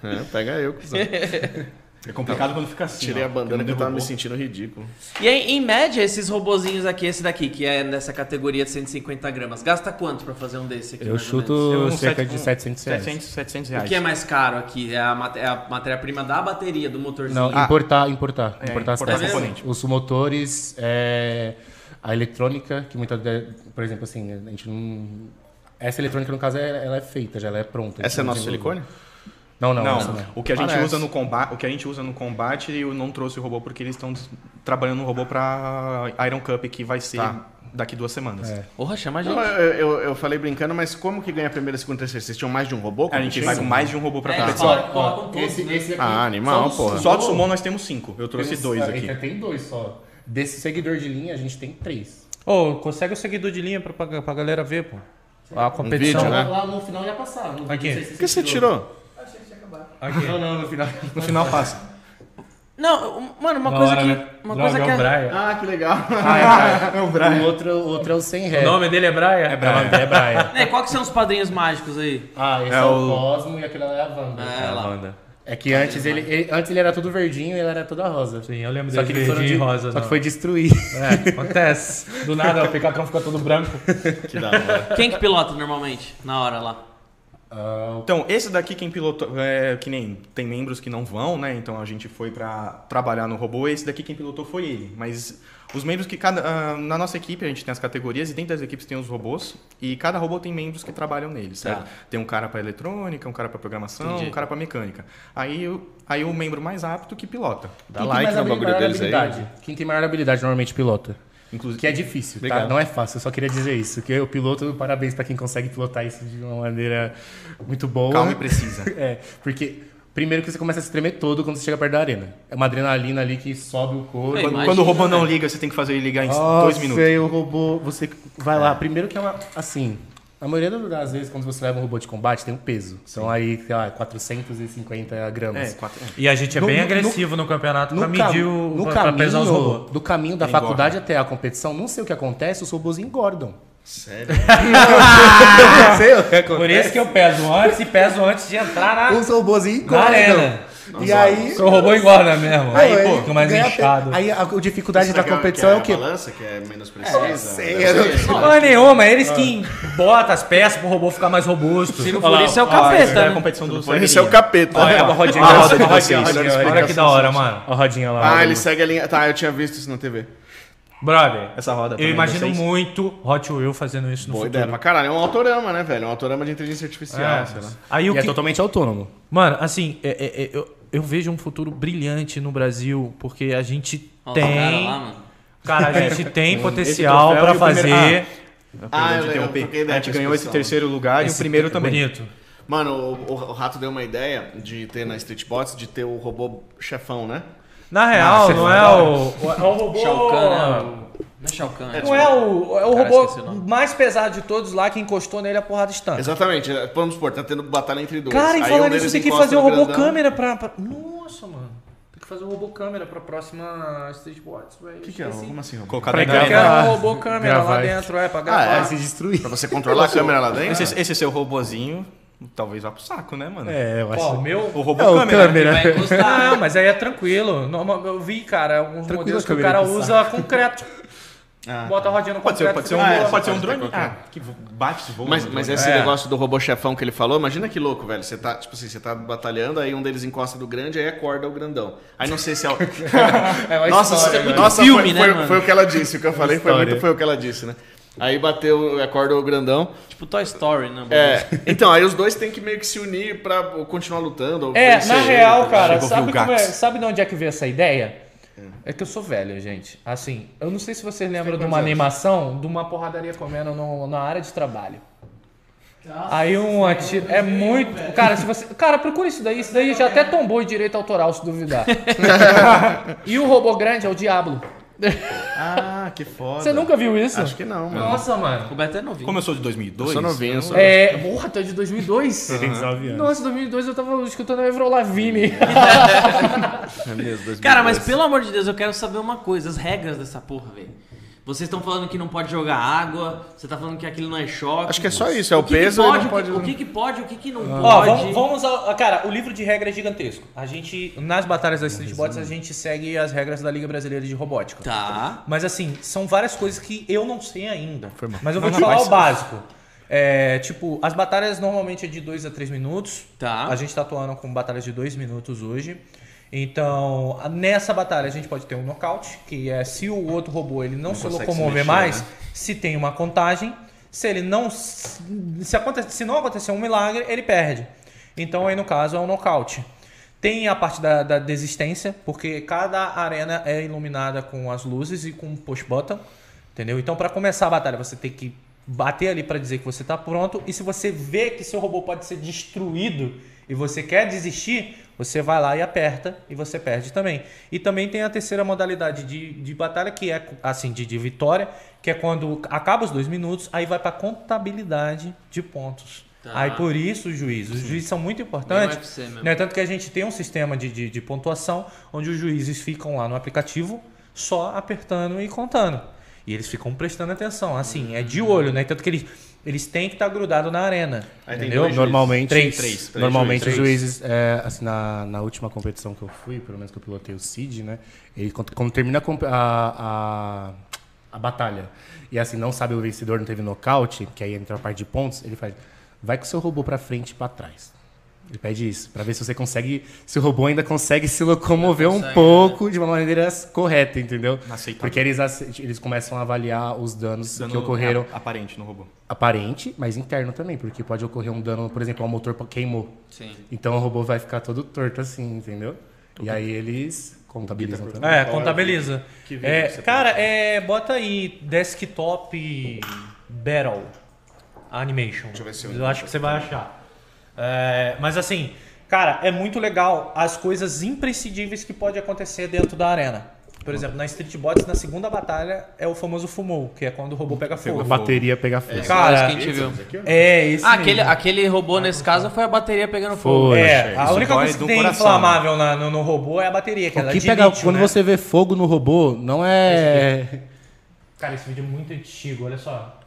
é, pega eu, cuzão.
É complicado quando fica assim,
Tirei
ó,
a bandana
porque
que
não
eu tava me
derrubou.
sentindo ridículo.
E aí, em média, esses robozinhos aqui, esse daqui, que é nessa categoria de 150 gramas, gasta quanto pra fazer um desse aqui?
Eu
mais ou menos?
chuto
uns
cerca
sete-
de
um-
700 reais.
700, 700
O
reais.
que é mais caro aqui? É a, mate- é a matéria-prima da bateria, do motorzinho.
Não, importar, importar.
É,
importar as
importar
peças.
componente.
Os motores, é, a eletrônica, que muitas vezes, por exemplo, assim, a gente não. Essa eletrônica, no caso, é- ela é feita, já ela é pronta. a gente
Essa é
não
nosso
desenvolveu.
silicone?
Não, não,
Não,
essa não. é.
o que a gente
Parece.
usa no combate, o que a gente usa no combate, eu não trouxe o robô porque eles estão des- trabalhando no robô pra Iron Cup que vai ser
Tá.
daqui duas semanas.
É.
Porra, chama a gente.
Não, é. eu, eu, eu falei brincando, mas como que ganha primeiro, segundo e terceiro? Vocês tinham mais de um robô?
A gente
competindo?
vai com mais de um robô pra
É, eles
competição.
falam que colocam todos,
Esse,
né?
esse aqui.
Ah, animal, porra.
Só do Summon nós temos cinco. Eu trouxe
temos-
dois
ah,
aqui.
então Tem dois só. Desse seguidor de linha, a gente tem três.
Ô, consegue o seguidor de linha pra, pra, pra galera ver, pô. A competição.
vídeo,
Lá,
né?
lá no final ia passar. No
Aqui.
não sei se
O que você tirou?
Aqui.
Não, não, no final.
No final passa.
Não, um- mano, uma
Da
coisa
hora,
que.
né?
Uma
Droga,
coisa que.
é o Brian.
Ah, que legal.
O outro, o outro é o Sem Ré.
O nome dele é Brian?
é Brian. É Brian.
É, qual que são os padrinhos mágicos aí?
Ah, esse é,
É
o...
o-
Cosmo e aquele lá é a Wanda.
É,
É,
lá.
Wanda.
É que antes ele, ele- antes ele era todo verdinho e ela era toda rosa.
Sim, eu lembro
Só
dele
que,
de
eles foram
verde e
de-
rosa.
só
não.
que foi destruir.
É, acontece. Do nada o Picacão ficou todo branco.
Que da hora.
Quem que pilota normalmente na hora lá?
Então, esse daqui quem pilotou, é, que nem tem membros que não vão, né? Então a gente foi pra trabalhar no robô, esse daqui quem pilotou foi ele. Mas os membros que cada ah, na nossa equipe a gente tem as categorias e dentro das equipes tem os robôs e cada robô tem membros que trabalham nele, certo? Tem um cara pra eletrônica, um cara pra programação,
Entendi.
um cara pra mecânica. Aí o- aí o membro mais apto que pilota.
Dá like no
habili-
bagulho deles aí.
habilidade? Quem tem maior habilidade normalmente pilota.
Inclusive
Que é difícil, tá?
Legal.
Não é fácil, eu só queria dizer isso. Que o piloto, parabéns pra quem consegue pilotar isso de uma maneira muito boa.
calma e precisa.
É, porque primeiro que você começa a se tremer todo quando você chega perto da arena. É uma adrenalina ali que sobe o corpo.
Ei,
Quando,
Imagina,
quando o robô não
né?
liga, você tem que fazer ele ligar em
Nossa,
É, dois minutos.
e o robô, você vai lá. Primeiro que é uma, assim, a maioria das vezes quando você leva um robô de combate tem um peso. São aí, sei lá, 450
É,
gramas.
quatro, é.
E a gente é
No-
bem
no-
agressivo no, campeonato
No,
pra
cam-
medir o.
no
pra, pra
caminho,
pesar os robôs.
do caminho da
Engorda.
faculdade até a competição, não sei o que acontece, os robôs engordam.
Sério?
Por isso que eu peso antes e peso antes de entrar na.
Os robôs
Na
engordam.
arena.
E aí,
Seu robô engorda mesmo.
Não,
Aí,
ele
pô, fica mais
ganha
inchado.
pe- Aí a, a dificuldade da competição é o quê?
A balança que é menos precisa.
eu não
Deve ser.
Porra nenhuma, eles que botam as peças pro robô ficar mais robusto.
Se não for isso, é o
Essa é
capeta,
a
né?
competição do
Por isso é o capeta.
Olha, a rodinha,
Ah,
a
olha,
rodinha, a rodinha,
vocês.
a rodinha, a rodinha.
Olha que da hora, mano.
Ó a rodinha lá.
Ah,
ó.
ele segue a linha. Tá, eu tinha visto isso na TV.
Brother,
Essa roda
eu
também, é
imagino um
vocês?
muito Hot Wheel fazendo isso no
Boa ideia
futuro.
pra caralho. É um autorama, né, velho? É um autorama de inteligência artificial,
É.
sei lá.
Aí o
E é
que-
totalmente autônomo.
Mano, assim, é- é- é- eu, eu vejo um futuro brilhante no Brasil, porque a gente
Ó, os cara
tem.
lá,
Cara,
mano.
a gente tem
troféu
potencial
e
pra
o primeiro-
fazer.
Ah,
Ah, eu
eu lembro, troquei
interrompi.
ideia
A gente
com esse
ganhou esse
pessoal.
terceiro lugar Ah, e o
Esse
primeiro também.
Bonito.
Mano, o, o- o Rato deu uma ideia de ter na Street Bots, de ter o robô chefão, né?
Na real, não é o. É o
Shao Kahn, né? Não é Shao Kahn, é.
Não é o, é o
Cara, esqueci o
robô
nome.
mais pesado de todos lá que encostou nele a porrada estante.
Exatamente. é, Vamos supor, tá tendo batalha entre dois.
Cara, e
Aí
falando
um
nisso,
deles
tem que
encosta
fazer o
no
robô
grandão.
câmera pra, pra- Nossa, mano. Tem que fazer o robô câmera pra próxima Street Bots, velho.
O que, que é? Como assim, robô?
Colocado na
Pra
Eu
arena.
quero
Gravar.
um robô câmera lá
Gravar.
dentro, é, pra
Ah,
gravar.
é,
Se destruir.
Pra você controlar a câmera lá dentro?
Esse, esse seu robozinho talvez vá pro saco, né, mano?
É, eu acho.
Ó, o meu.
O robô
É, o
câmera. né?
câmera.
Vai encostar.
Ah, mas aí é tranquilo. Normal- Eu vi, cara, alguns
Tranquilo
modelos
a
que o
câmera
cara
que
usa concreto.
Ah,
Bota a rodinha no
Pode ser,
concreto.
pode ser um,
fica
Ah, é,
pode ser um
pode ter
drone
qualquer.
ah, que bate né? e voa.
Mas,
no
mas
drone.
esse
É.
negócio do robô chefão que ele falou, imagina que louco, velho. Você tá, tipo assim, você tá batalhando, aí um deles encosta do grande, aí acorda o grandão. Aí não sei se é o. nossa, é
história,
se-
né?
nossa
Filme,
foi,
né,
foi-
mano?
foi o que ela disse. O que eu falei foi
história.
muito foi o que ela disse, né? Aí bateu, acorda o grandão.
Tipo Toy Story, né? mano?
É, então, aí os dois têm que meio que se unir pra continuar lutando. ou
É,
vencer
na
ele, tá
real,
ligado?
cara,
Chegou,
sabe,
viu o
como é,
Gax.
sabe de onde é que veio essa ideia? É que eu sou velho, gente. Assim, eu não sei se vocês lembram de uma animação de uma porradaria comendo no- na área de trabalho. Aí um atira. É muito. Cara, se você. Cara, procura isso daí. Isso daí já até tombou em direito autoral, se duvidar. e o robô grande é o Diablo.
Ah, que foda.
Você nunca viu isso?
Acho que não, mano.
Nossa, mano.
O Beto é novinho.
Como eu sou de 2002,
Só novinho, só.
É. Porra, tu é de 2002?
Tem 19 anos.
Nossa, 2002 eu tava escutando a Evrolavine.
é
Cara, mas pelo amor de Deus, eu quero saber uma coisa, as regras dessa porra, velho. Vocês estão falando que não pode jogar água, você tá falando que aquilo não é choque.
Acho que é só isso, é o
que que
peso e
pode,
não pode-
O que, o que que pode, o que que não
Ah. Ó,
pode.
vamos, vamos ao. Cara, o livro de regras é gigantesco. A gente, nas batalhas das Street Bots, a gente segue as regras da Liga Brasileira de Robótica.
Tá.
Mas assim, são várias coisas que eu não sei ainda.
mal.
Mas eu vou
Não,
te
não,
falar
mas-
o básico. É, tipo, as batalhas normalmente é de 2 a 3 minutos.
Tá.
A gente tá atuando com batalhas de 2 minutos hoje. Então, a- nessa batalha a gente pode ter um nocaute, que é se o outro robô ele não, se
consegue se
locomover
mexer,
mais,
né?
se tem uma contagem, se ele não se, se aconte- se não acontecer um milagre, ele perde. Então, aí no caso é um nocaute. Tem a parte da, da desistência, porque cada arena é iluminada com as luzes e com um push button, entendeu? Então, para começar a batalha, você tem que bater ali para dizer que você tá pronto e se você vê que seu robô pode ser destruído e você quer desistir, você vai lá e aperta e você perde também. E também tem a terceira modalidade de, de batalha que é assim de, de vitória, que é quando acaba os dois minutos, aí vai para contabilidade de pontos.
Tá.
Aí por isso os juízes. Os juízes são muito
Bem
importantes.
UFC um mesmo.
Né? Tanto que a gente tem um sistema de, de, de pontuação onde os juízes ficam lá no aplicativo só apertando e contando. E eles ficam prestando atenção, assim, é de olho, né? Tanto que eles, eles têm que estar grudados na arena.
Aí tem
entendeu?
dois juízes.
Normalmente,
Três.
Três, três
normalmente
juízes.
os juízes, é, assim, na, na última competição que eu fui, pelo menos que eu pilotei o Cid, né? Ele, quando, quando termina a, comp- a, a, a batalha e assim não sabe o vencedor, não teve nocaute, que aí entra a parte de pontos, ele faz: vai com seu robô pra frente e pra trás. Ele pede isso, pra ver se você consegue, se o robô ainda consegue se locomover um pouco de uma maneira correta, entendeu?
Aceitável.
Porque eles, ace- eles começam a avaliar os danos
Dando
que ocorreram
a- aparente no robô.
aparente, mas interno também, porque pode ocorrer um dano, por exemplo, ao motor queimou.
Sim.
Então o robô vai ficar todo torto assim, entendeu? E aí eles contabilizam também.
É, contabiliza.
Que vídeo
É,
que você
cara, é, bota aí desktop battle animation.
Deixa eu ver se eu
eu acho que você vai achar. É, mas assim, cara, é muito legal as coisas imprescindíveis que pode acontecer dentro da arena. Por exemplo, na Street Bots, na segunda batalha, é o famoso fumou, que é quando o robô pega
A
fogo. É.
bateria pega fogo.
Cara, que
Cara,
a gente viu.
É, esse
Ah, aquele,
mesmo.
aquele robô nesse caso foi a bateria pegando fogo.
Foi.
É, a
Isso
única
dói
coisa que
do
tem
coração,
né?
inflamável na- no, no robô é a bateria, que
O
ela é
que
de
pega,
lítio,
quando
né?
você vê fogo no robô, não é.
Cara, esse vídeo é muito antigo, olha só.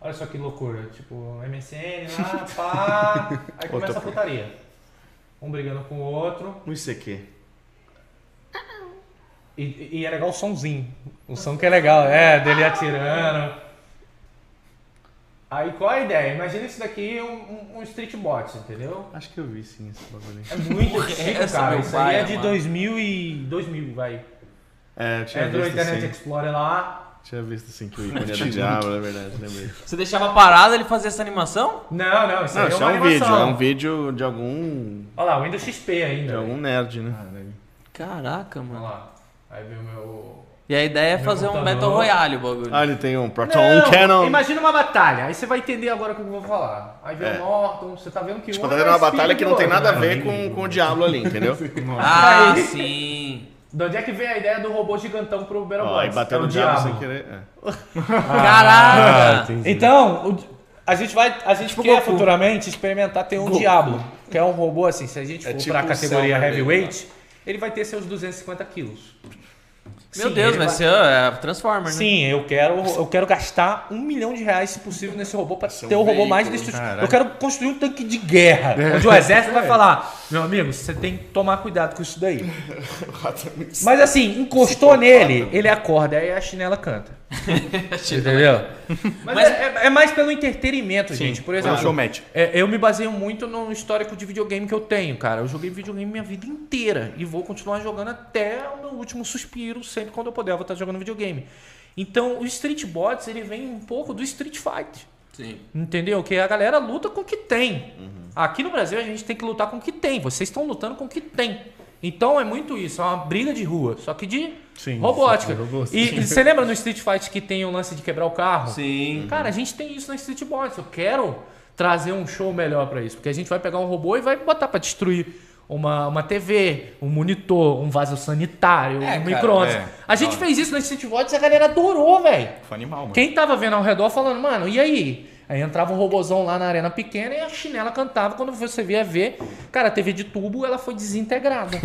Olha só que loucura. Tipo, MSN lá, pá. Aí começa a putaria. Um brigando com o outro.
No ICQ.
E, e é legal o somzinho. O som que é legal, é, dele atirando. Aí qual é a ideia? Imagina isso daqui um, um, um street bot, entendeu?
Acho que eu vi sim esse bagulho aí.
É muito antigo,
essa,
cara.
meu
Isso
pai,
aí é de
mano?
2000 e 2000, vai.
É, eu tinha
Entrou o
visto
Internet
assim.
Explorer lá.
Tinha visto assim que o ícone era do diabo, é verdade, lembrei.
Você deixava parado ele fazia essa animação?
Não, não, isso
Não,
aí é
isso
uma
é um vídeo,
animação.
é um vídeo de algum.
Olha lá, o Windows XP ainda.
de algum nerd,
Ah.
né?
Caraca, mano.
Olha lá. Aí veio o meu.
E a ideia é fazer um
computador.
Battle Royale o bagulho.
Ah, ele tem um Proton
Não,
Cannon.
Imagina uma batalha, aí você vai entender agora o que eu vou falar. Aí vem
É.
o Norton, você tá vendo que
Tipo,
um
tá
é
tendo uma
mais
batalha
filho
que não tem
do outro,
nada a
né?
ver com, com o Diablo ali, entendeu?
Ah,
Aí.
sim.
De onde é que vem a ideia do robô gigantão pro Battle
Ó, e
Bots?
bater
É o
no Diablo sem
diabo.
querer. é.
Ah.
Ah,
Caraca.
Então, o- a gente vai. A gente
Tipo
quer
Goku.
futuramente experimentar ter um Diablo, que é um robô assim, se a gente for
É tipo né?
pra
um
categoria
Selma
heavyweight, ele vai ter seus 250 quilos.
Meu
Sim,
Deus,
ele
mas
vai-
você é Transformer, né?
Sim, eu quero, eu quero gastar um milhão de reais, se possível, nesse robô para ter o robô mais destrutivo. Eu quero construir um tanque de guerra. Onde o exército vai falar, meu amigo, você tem que tomar cuidado com isso daí. Mas assim, encostou nele, ele acorda, aí a chinela canta. Entendeu? Mas, é, é- é mais pelo entretenimento, gente. Por
Foi um
exemplo,
showmatch.
é, eu me baseio muito no histórico de videogame que eu tenho, cara. Eu joguei videogame minha vida inteira e vou continuar jogando até o meu último suspiro, sempre quando eu puder, eu vou estar jogando videogame. Então, o Street Bots, ele vem um pouco do Street Fight.
Sim.
Entendeu? Que a galera luta com o que tem. Aqui no Brasil a gente tem que lutar com o que tem. Vocês estão lutando com o que tem. Então é muito isso, é uma briga de rua, só que de robótica. E, e você lembra no Street Fight que tem o lance de quebrar o carro?
Uhum.
Sim.
Cara, a gente tem isso na Street Bots. Eu quero trazer um show melhor pra isso, porque a gente vai pegar um robô e vai botar pra destruir uma, uma TV, um monitor, um vaso sanitário, um micro-ondas.
é.
A gente fez isso na Street Bots e a galera adorou, velho.
Foi animal, mano.
Quem tava vendo ao redor falando, mano, e aí? Aí entrava um robozão lá na arena pequena e a chinela cantava. Quando você via ver, cara, a TV de tubo, ela foi desintegrada.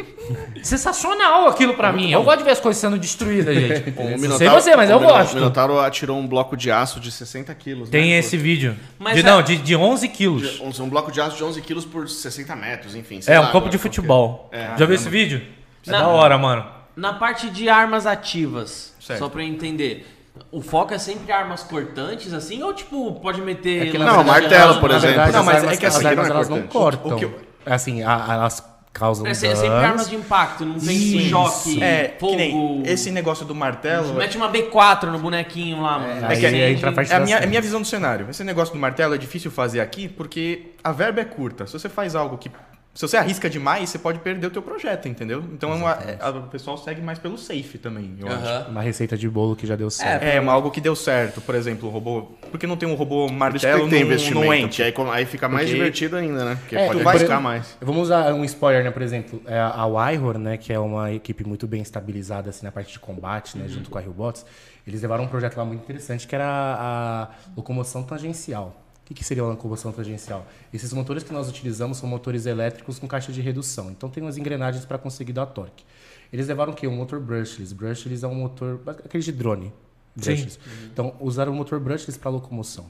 Sensacional aquilo pra mim. Eu gosto de ver as coisas sendo destruídas, gente.
Bom, o
Não sei você, mas
o
eu
Um Mino-
gosto.
Minotauro atirou um bloco de aço de 60 quilos. né?
Tem
Por-
esse vídeo.
Mas
de,
é-
Não, de, de 11 quilos.
de- Um, um bloco de aço de 11 quilos por 60 metros, enfim. sei
é, um
lá
campo
agora
Ah,
de
qual que é.
futebol.
É,
Já viu
caramba.
esse vídeo? É
Não.
da hora, mano.
Na parte de armas ativas,
Certo.
só pra eu entender. O foco é sempre armas cortantes, assim? Ou, tipo, pode meter...
É que,
lança
na
Não,
de
martelo,
arma?
por
Na
exemplo.
verdade,
não,
as
mas
armas,
é que assim,
as
não
armas
é
elas não
importante.
cortam.
O que eu-
Assim, a- a- elas causam
É, se- é
danos.
sempre armas de impacto, não tem
Isso.
choque,
É,
fogo...
que nem esse negócio do martelo.
Mete uma B4 no bonequinho lá, mano.
Aí
que-
entra a
Acende.
parte
É a
da
minha, é a
cena.
minha visão do cenário. Esse negócio do martelo é difícil fazer aqui porque a verba é curta. Se você faz algo que. Se você arrisca demais, você pode perder o teu projeto, entendeu? Então a- a- o pessoal segue mais pelo safe também, eu acho.
Aham.
Uma receita de bolo que já deu certo.
É, uma- algo que deu certo. Por exemplo, o robô. Por que não tem um robô
Por isso que tem
martelo
que ter
num,
investimento.
num
porque
ente?
aí, como- aí fica mais
Porque-
divertido ainda, né? Porque
É,
pode
tu vai-
arriscar mais.
Vamos usar um spoiler, né? Por exemplo, é a Wyhor, né? Que é uma equipe muito bem estabilizada assim, na parte de combate, né? Junto com a Hillbots. Eles levaram um projeto lá muito interessante que era a locomoção tangencial. O que, que seria uma locomoção tangencial? Esses motores que nós utilizamos são motores elétricos com caixa de redução. Então tem umas engrenagens para conseguir dar torque. Eles levaram o quê? Um motor brushless. Brushless é um motor, aquele de drone. Brushless. Então usaram o motor brushless para locomoção.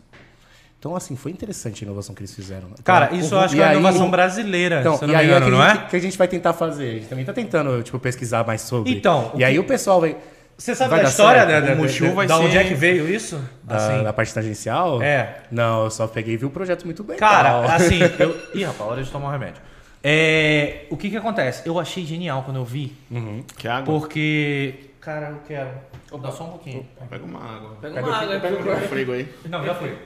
Então assim, foi interessante a inovação que eles fizeram. Então,
Cara, isso
o-
eu acho
e
que é uma
aí-
inovação brasileira,
então,
se eu
e
não me
aí
engano,
é que,
não
a
é?
gente, que a gente vai tentar fazer. A gente também tá tentando, tipo, pesquisar mais sobre.
Então, o
e
que-
aí o pessoal vai
Você sabe
Vai
da
dar
história,
certo.
né?
O
da-
Mushu
da-
vai
da onde
ser-
é que veio isso?
da,
Assim.
da parte tangencial?
É.
Não, eu só peguei e vi o projeto muito bem.
Cara, assim, eu. Ih, rapaz, hora de tomar um remédio. É, o que que acontece? Eu achei genial quando eu vi,
Que
Ah.
água?
porque. Cara, eu quero. Dá só um pouquinho.
Pega uma água.
Pega uma água aqui,
Pega um frigo aí.
Não, já foi.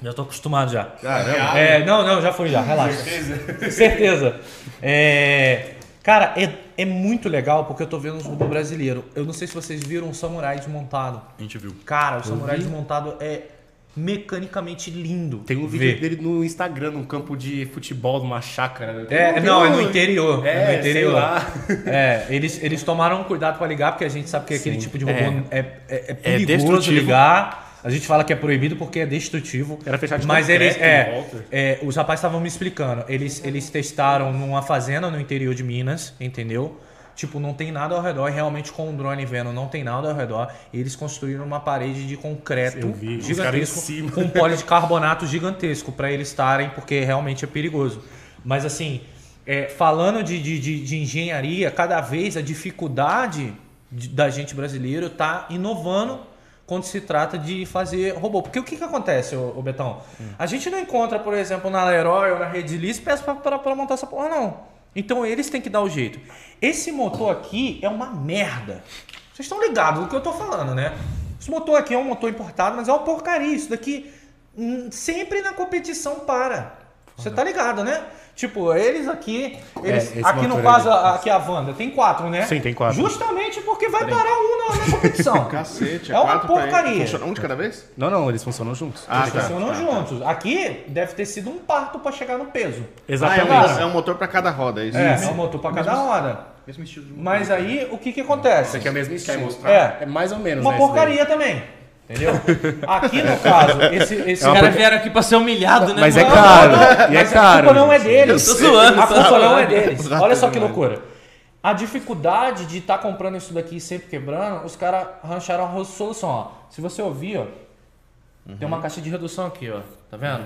Já tô acostumado já.
Caramba.
É, não, não, já foi já, relaxa. Certeza. Certeza. É, cara, é, é muito legal porque eu tô vendo uns robôs brasileiros. Eu não sei se vocês viram o samurai desmontado.
A gente viu.
Cara, o samurai desmontado é mecanicamente lindo.
Tem um vídeo
Ver.
dele no Instagram, num campo de futebol, numa chácara.
É, não, é no interior. É,
É,
no interior.
sei lá.
É, eles, eles tomaram cuidado pra ligar, porque a gente sabe que aquele tipo de robô é, é, é, perigoso
destrutivo.
ligar. A gente fala que é proibido porque é destrutivo.
Era fechado de
Mas
concreto
eles.
em
É,
volta.
é, os rapazes estavam me explicando. Eles, eles testaram numa fazenda no interior de Minas, entendeu? Tipo, não tem nada ao redor, e realmente com o drone vendo, não tem nada ao redor. E eles construíram uma parede de concreto
Eu vi, os caras em
gigantesco
cima.
com um pole de carbonato gigantesco para eles estarem, porque realmente é perigoso. Mas assim, é, falando de, de- de- de engenharia, cada vez a dificuldade de- da gente brasileiro tá inovando quando se trata de fazer robô. Porque o que, que acontece, ô, ô Betão? A gente não encontra, por exemplo, na Leroy ou na Red Lease peça para montar essa porra, não. Então eles têm que dar o jeito. Esse motor aqui é uma merda. Vocês estão ligados no que eu tô falando, né? Esse motor aqui é um motor importado, mas é uma porcaria. Isso daqui hum, sempre na competição para. Você tá ligado, né? Tipo, eles aqui. Eles,
É, esse
aqui no
motor
caso,
ali.
a- aqui a Wanda, tem quatro, né?
Sim, tem quatro.
Justamente porque vai parar um na, na competição.
Cacete,
é uma
quatro pra ele.
porcaria.
Funciona um de cada vez?
Não, não, eles funcionam juntos.
Ah,
Eles
tá.
funcionam juntos. Aqui deve ter sido um parto pra chegar no peso.
Ah, é,
Exatamente.
um, é um motor pra cada roda, é isso?
É, é um motor pra cada hora.
Mesmo estilo de
Mas aí, o que que acontece?
Que é o mesmo esquema.
É.
É mais ou menos.
Uma
né,
porcaria também. Entendeu? Aqui, no caso, esse,
É
esse
Os caras
robô-
vieram aqui pra ser humilhado,
esse
né?
daí. Mas é
mano?
caro. e é
Mas
caro.
a culpa não é
gente.
deles.
Eu tô zoando,
A
tô
culpa não é
zoando.
deles. Olha só que loucura. A dificuldade de estar comprando isso daqui e sempre quebrando, os caras arranjaram uma solução. Ó. Se você ouvir, ó, tem uma caixa de redução aqui, ó. Tá vendo?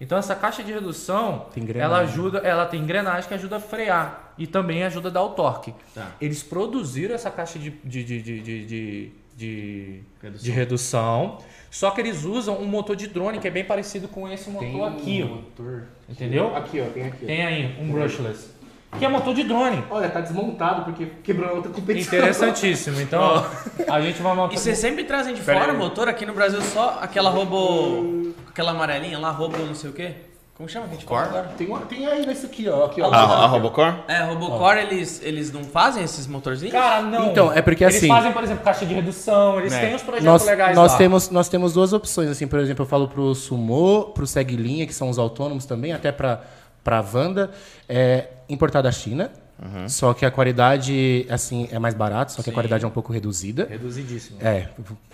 Então essa caixa de redução,
Uhum. Tem engrenagem.
ela ajuda, ela tem engrenagem que ajuda a frear e também ajuda a dar o torque.
Tá.
Eles produziram essa caixa de, de, de, de, de, de- de- de redução, só que eles usam um motor de drone que é bem parecido com esse motor aqui, ó. Entendeu?
um Aqui, ó, tem aqui.
Tem aí um brushless. Que é motor de drone.
Olha, tá desmontado porque quebrou a outra competição.
Interessantíssimo. Então, a gente vai montar.
E vocês sempre trazem de fora o motor aqui no Brasil só aquela robô. aquela amarelinha lá, robô não sei o quê. Como chama que a gente fala agora?
Tem, uma- tem ainda isso aqui, ó. Aqui, ó.
A, a Robocor?
É, Robocore, eles, eles não fazem esses motorzinhos?
Cara, não.
Então, é porque
eles
assim- né,
fazem, por exemplo, caixa de redução, eles têm os projetos
nós,
legais
nós
lá.
temos nós temos duas opções assim por exemplo eu falo pro Sumo pro Seglinha que são os autônomos também até pra para Vanda é importada da China só que a qualidade assim é mais barato só que a qualidade é um pouco reduzida
Reduzidíssimo.
é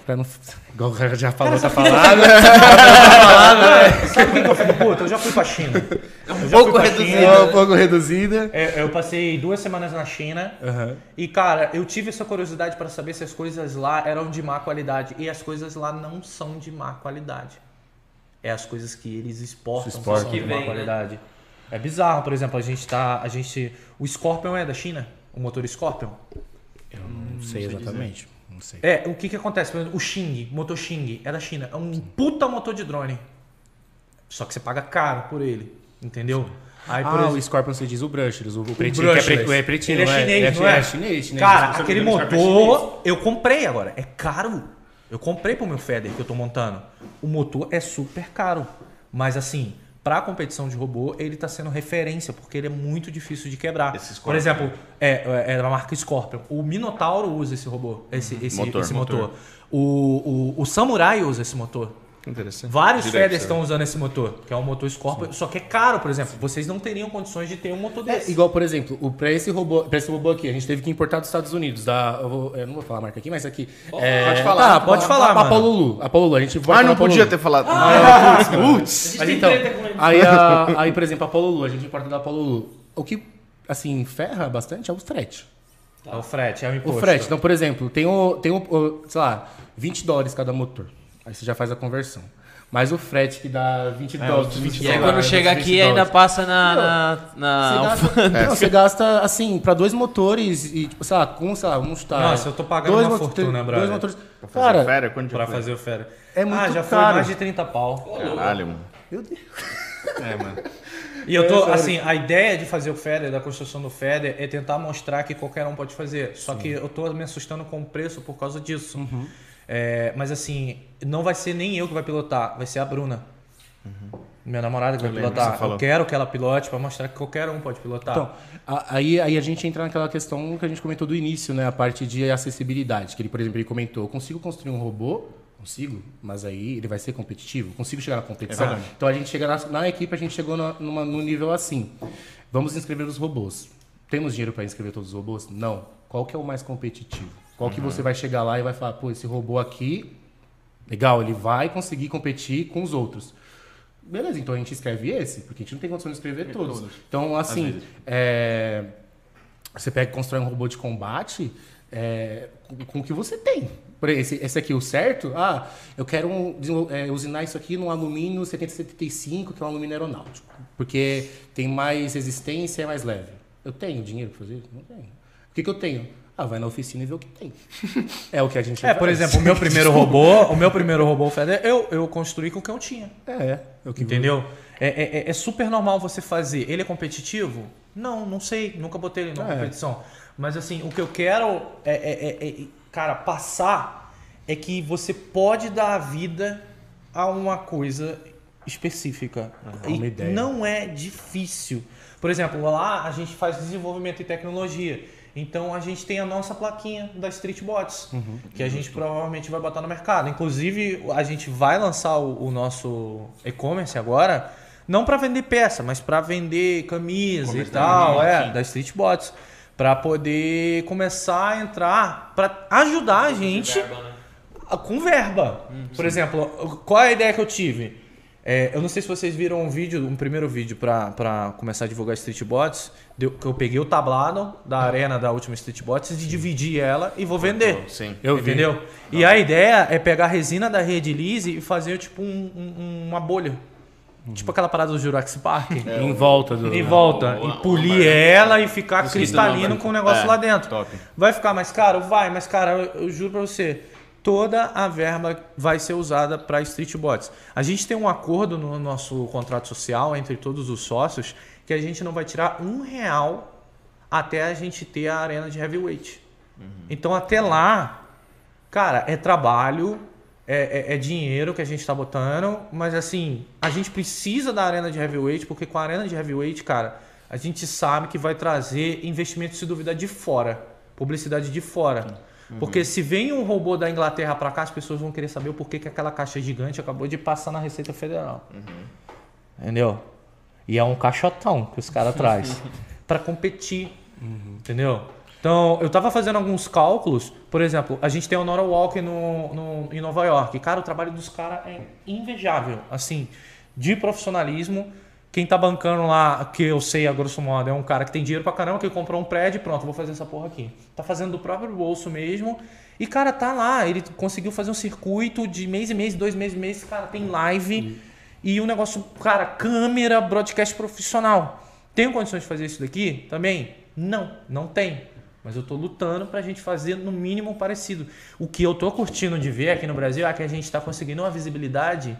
pra não igual o cara já falou essa palavra
Sabe o que que eu fico puto? Eu já fui pra China.
um pouco
é
reduzido.
um pouco reduzida
É, eu passei duas semanas na China. E, cara, eu tive essa curiosidade pra saber se as coisas lá eram de má qualidade. E as coisas lá não são de má qualidade. É as coisas que eles exportam,
exportam.
que
Que vem,
são de má
né?
qualidade. É bizarro, por exemplo, a gente tá. A gente. O Scorpion é da China? O motor Scorpion?
não sei exatamente não sei
É, o que que acontece? Por exemplo, o Xing, o motor Xing, é da China. É um puta motor de drone. Só que você paga caro por ele. Entendeu? Aí,
ah, o Scorpion você diz o Brushless, o, o pretinho, que é,
brushless.
pre, é pretinho,
Ele é
não
chinês,
é
não é?
é chinês, chinês.
Cara,
Você
aquele
sabe que
motor eu comprei agora. É caro. Eu comprei pro meu Feder que eu tô montando. O motor é super caro. Mas assim, pra competição de robô, ele tá sendo referência, porque ele é muito difícil de quebrar.
Esse Scorpion.
Por exemplo, é, é da marca Scorpion. O Minotauro usa esse robô, esse, esse,
Motor.
esse motor. O, o, o Samurai usa esse motor.
Interessante.
Vários
Direto,
Feders
né?
estão usando esse motor, que é um motor Scorpion, só que é caro, por exemplo. Vocês não teriam condições de ter um motor
É,
desse.
igual, por exemplo, o, pra, esse robô, pra esse robô aqui, a gente teve que importar dos Estados Unidos. Da, eu, vou- eu não vou falar a marca aqui, mas aqui. é,
pode falar,
tá,
pode
a-
falar,
A, a
mano.
Polulu. A Polulu, a gente vai
Mas
falar
não podia
Polulu.
ter falado. Ah,
gente
Mas
tem
então,
treta com ele.
aí, a- aí, por exemplo, a Polulu, a gente importa da Polulu. O que, assim, ferra bastante é o frete.
É o frete, é o
O
imposto.
frete. Então, por exemplo, tem o, tem o, o, sei lá, 20 dólares cada motor. Aí você já faz a conversão. Mas o frete que dá 20 dólares. 20
E aí quando chega aqui ainda Ah, passa na. na, na-
Você gasta, não, você gasta, assim, pra dois motores e, tipo, sei lá, com, sei lá, um está.
Nossa, eu tô pagando uma
motor-
fortuna,
Dois
brother.
motores.
Cara,
Cara,
quando já
Pra
foi?
fazer o fera.
É muito
ah, já foi
caro.
mais de 30 pau.
Caralho, mano.
É, mano.
E
É,
eu tô, assim, a ideia de fazer o Feder, da construção do Feder, é tentar mostrar que qualquer um pode fazer. Só que eu tô me assustando com o preço por causa disso.
Uhum.
É, mas assim, não vai ser nem eu que vai pilotar, vai ser a Bruna.
Uhum.
Minha namorada que vai pilotar. Eu quero que ela pilote pra mostrar que qualquer um pode pilotar.
então, a- aí, aí a gente entra naquela questão que a gente comentou do início, né? A parte de acessibilidade. Que ele, por exemplo, ele comentou: "Eu consigo construir um robô? Consigo, mas aí ele vai ser competitivo? Consigo chegar na competição? então a gente chega na, na equipe, a gente chegou na, numa, num nível assim. Vamos inscrever os robôs. Temos dinheiro para inscrever todos os robôs? Não. Qual que é o mais competitivo? Qual que você vai chegar lá e vai falar, pô, esse robô aqui Legal, ele vai conseguir competir com os outros. Beleza, então a gente escreve esse, porque a gente não tem condição de escrever todos. Então, assim, é, você pega e constrói um robô de combate é, com, com o que você tem. Por exemplo, esse, esse aqui, o certo, ah, eu quero um- desenvol- é, usinar isso aqui num alumínio 7075, que é um alumínio aeronáutico, porque tem mais resistência e é mais leve. Eu tenho dinheiro para fazer isso? Não tenho. O que, que eu tenho? Ah, vai na oficina e vê o que tem. É o que a gente
É, por
faz.
exemplo, o meu primeiro robô, o meu primeiro robô Feder, eu, eu construí com o que eu tinha.
É, é o que
Entendeu? É, é- é- é super normal você fazer. Ele é competitivo? Não, não sei. Nunca botei ele na competição. Mas assim, o que eu quero é, é- é- é- cara, passar é que você pode dar a vida a uma coisa específica. E
uma ideia.
Não é difícil. Por exemplo, lá a gente faz desenvolvimento e tecnologia. Então a gente tem a nossa plaquinha da Street Bots, que a gente provavelmente vai botar no mercado. Inclusive, a gente vai lançar o, o nosso e-commerce agora, não para vender peça, mas para vender camisa e tal, é, da Street Bots, para poder começar a entrar, para ajudar a gente ah, Com verba. Por exemplo, qual é a ideia que eu tive? É, eu não sei se vocês viram um vídeo, um primeiro vídeo pra- pra começar a divulgar Street Bots, deu- que eu peguei o tablado da arena da última Street Bots e dividi ela e vou vender.
Sim.
Eu vi.
entendeu? E a ideia é pegar a resina da rede Lise e fazer tipo um- um- uma bolha. Tipo aquela parada do Jurax Park.
Em volta do.
Em volta.
Ou-
e
ou-
polir
ou-
ela e ficar cristalino
nome.
com o negócio lá dentro.
top.
Vai ficar mais caro? Vai, mas cara, eu, eu juro pra você, toda a verba vai ser usada pra Street Bots. A gente tem um acordo no nosso contrato social entre todos os sócios que a gente não vai tirar um real até a gente ter a arena de heavyweight. Então até lá, cara, é trabalho, é, é- é dinheiro que a gente tá botando, mas assim, a gente precisa da arena de heavyweight, porque com a arena de heavyweight, cara, a gente sabe que vai trazer investimento, se duvidar, de fora. Publicidade de fora. Porque se vem um robô da Inglaterra pra cá, as pessoas vão querer saber o porquê que aquela caixa gigante acabou de passar na Receita Federal. Entendeu? E é um caixotão que os caras trazem pra competir. Entendeu? Então, eu tava fazendo alguns cálculos. Por exemplo, a gente tem o Nora Walk no, no- em Nova York. Cara, o trabalho dos caras é invejável. Assim, de profissionalismo. Quem tá bancando lá, que eu sei a grosso modo, é um cara que tem dinheiro pra caramba, que comprou um prédio e pronto, vou fazer essa porra aqui. Tá fazendo do próprio bolso mesmo. E, cara, tá lá. Ele conseguiu fazer um circuito de mês em mês, dois meses em mês. Cara, tem live. E o negócio, cara, câmera, broadcast profissional. Tenho condições de fazer isso daqui também? Não, não tem. Mas eu tô lutando pra gente fazer no mínimo um parecido. O que eu tô curtindo de ver aqui no Brasil é que a gente tá conseguindo uma visibilidade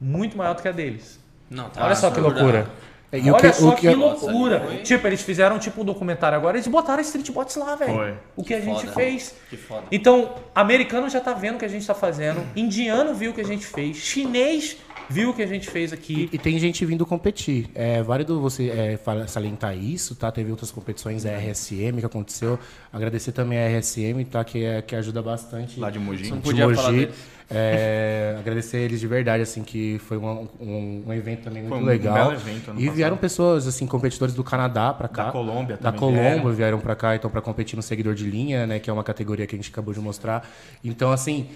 muito maior do que a deles.
Não, tá
Olha só que loucura.
É, e o
Olha
que-
só
o
que,
que-
loucura. Tipo, eles fizeram tipo um documentário agora, eles botaram Street Bots lá,
Foi.
velho. O que, a gente
foda.
fez.
Que foda.
Hum.
Então, americano já tá vendo o que a gente tá fazendo, indiano viu o que a gente fez, chinês
viu o que a gente fez aqui.
E tem gente vindo competir. É válido você é, fala- salientar isso, tá? Teve outras competições, a RSM que aconteceu. Agradecer também a RSM, tá? Que, é- que ajuda bastante.
Lá de Mogi.
Não
De
podia falar
Mogi.
deles.
É, agradecer eles de verdade, assim, que foi um, um- um evento também muito
um
legal.
belo evento ano
e vieram pessoas, assim, competidores do Canadá pra cá.
Da Colômbia
Da
também
Colômbia
vieram.
vieram, pra cá, então, pra competir no seguidor de linha, né? Que é uma categoria que a gente acabou de mostrar. Então, assim,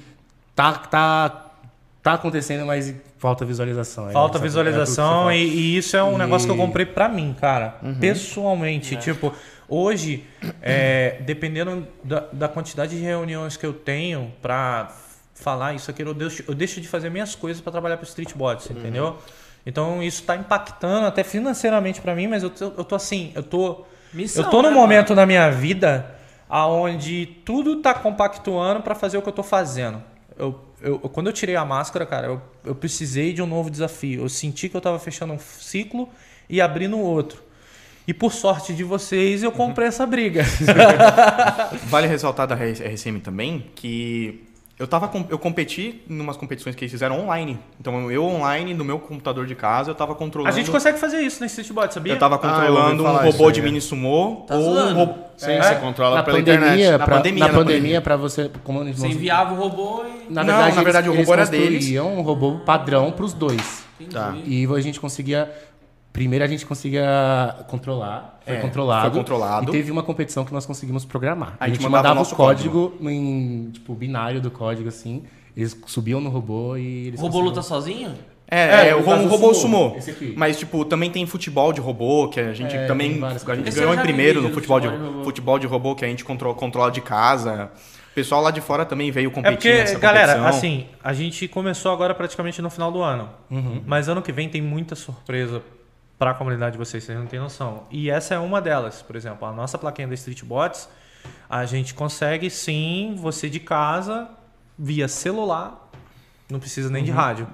tá, tá, tá acontecendo, mas falta visualização. É,
Falta
sabe?
visualização
É tudo que você
e, e isso é um
E- Uhum. É.
negócio que eu comprei pra mim, cara. Pessoalmente, tipo, hoje, é, dependendo da, da quantidade de reuniões que eu tenho pra falar isso aqui, eu deixo, eu deixo de fazer minhas coisas pra trabalhar pro Street Bots,
Uhum.
entendeu? Então isso tá impactando até financeiramente pra mim, mas eu tô, eu tô assim, eu tô
Missão,
eu
é
tô num
um
né,
momento na minha vida aonde tudo tá compactuando pra fazer o que eu tô fazendo. Eu, eu- eu- quando eu tirei a máscara, cara, eu, eu precisei de um novo desafio. Eu senti que eu tava fechando um ciclo e abrindo outro. E por sorte de vocês,
Uhum.
eu comprei essa briga.
Vale ressaltar da RSM também que eu tava com- eu competi em umas competições que eles fizeram online. Então eu online no meu computador de casa eu tava controlando
a gente consegue fazer isso no Streetbot, sabia?
eu tava controlando
Ah, eu ouvi
um
falar
robô
isso
de
aí, é.
mini sumô
Tá
ou um
zoando?
robô
Sim, você controla
Na
pela
pandemia,
internet.
pra,
É. Na pandemia,
na
na
pandemia, pra você. Como eles
Você enviava o robô e.
Na
Não,
verdade,
na verdade,
eles-
o robô
eles
era deles.
construíam um robô padrão pros dois.
Tá.
E a gente conseguia. Primeiro a gente conseguia controlar, foi
É,
controlado.
foi controlado.
E teve uma competição que nós conseguimos programar.
A
A,
gente
gente,
mandava
mandava,
o nosso
o código, em tipo binário do código assim, eles subiam no robô e eles
O robô luta sozinho?
É,
É,
é, o
no
ro-
caso
um
do
robô
sumô,
sumô.
esse aqui.
Mas, tipo, também tem futebol de robô, que a gente
É,
também
tem várias
a gente
coisas.
ganhou
Esse eu
em
já
primeiro
vi,
no
do
futebol de,
futebol de robô.
futebol de robô, que a gente contro- controla de casa. O pessoal lá de fora também veio
É
competir
porque,
nessa
galera,
competição.
assim, a gente começou agora praticamente no final do ano.
Uhum.
Mas ano que vem tem muita surpresa pra comunidade de vocês, vocês não têm noção. E essa é uma delas, por exemplo, a nossa plaquinha da Street Bots, a gente consegue sim, você de casa, via celular, não precisa nem de rádio,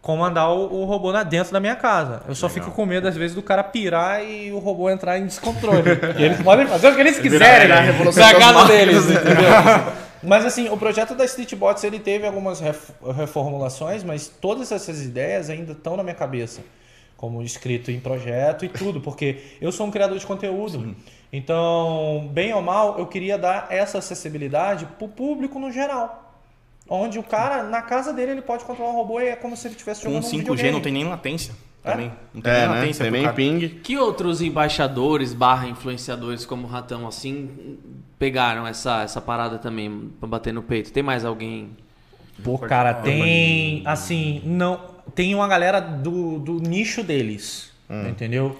comandar o, o robô na dentro da minha casa. Eu só fico com medo, às vezes, do cara pirar e o robô entrar em descontrole. e eles podem fazer o que eles quiserem,
virar a
né?
revolução das
Cagada
máquinas,
deles, entendeu? Mas assim, o projeto da Streetbots ele teve algumas ref- reformulações, mas todas essas ideias ainda estão na minha cabeça, como escrito em projeto e tudo, porque eu sou um criador de conteúdo. Então, bem ou mal, eu queria dar essa acessibilidade pro público no geral. Onde o cara, na casa dele, ele pode controlar um robô e é como se ele estivesse
Com
jogando um
5G
videogame.
não tem nem latência também. Não tem
É,
nem
né?
latência
Tem
pro
nem
cara.
ping.
Que outros embaixadores barra influenciadores como o Ratão assim pegaram essa, essa parada também pra bater no peito? Tem mais alguém?
Pô, cara, tem. Assim, não. Tem uma galera do, do nicho deles.
Hum.
Entendeu?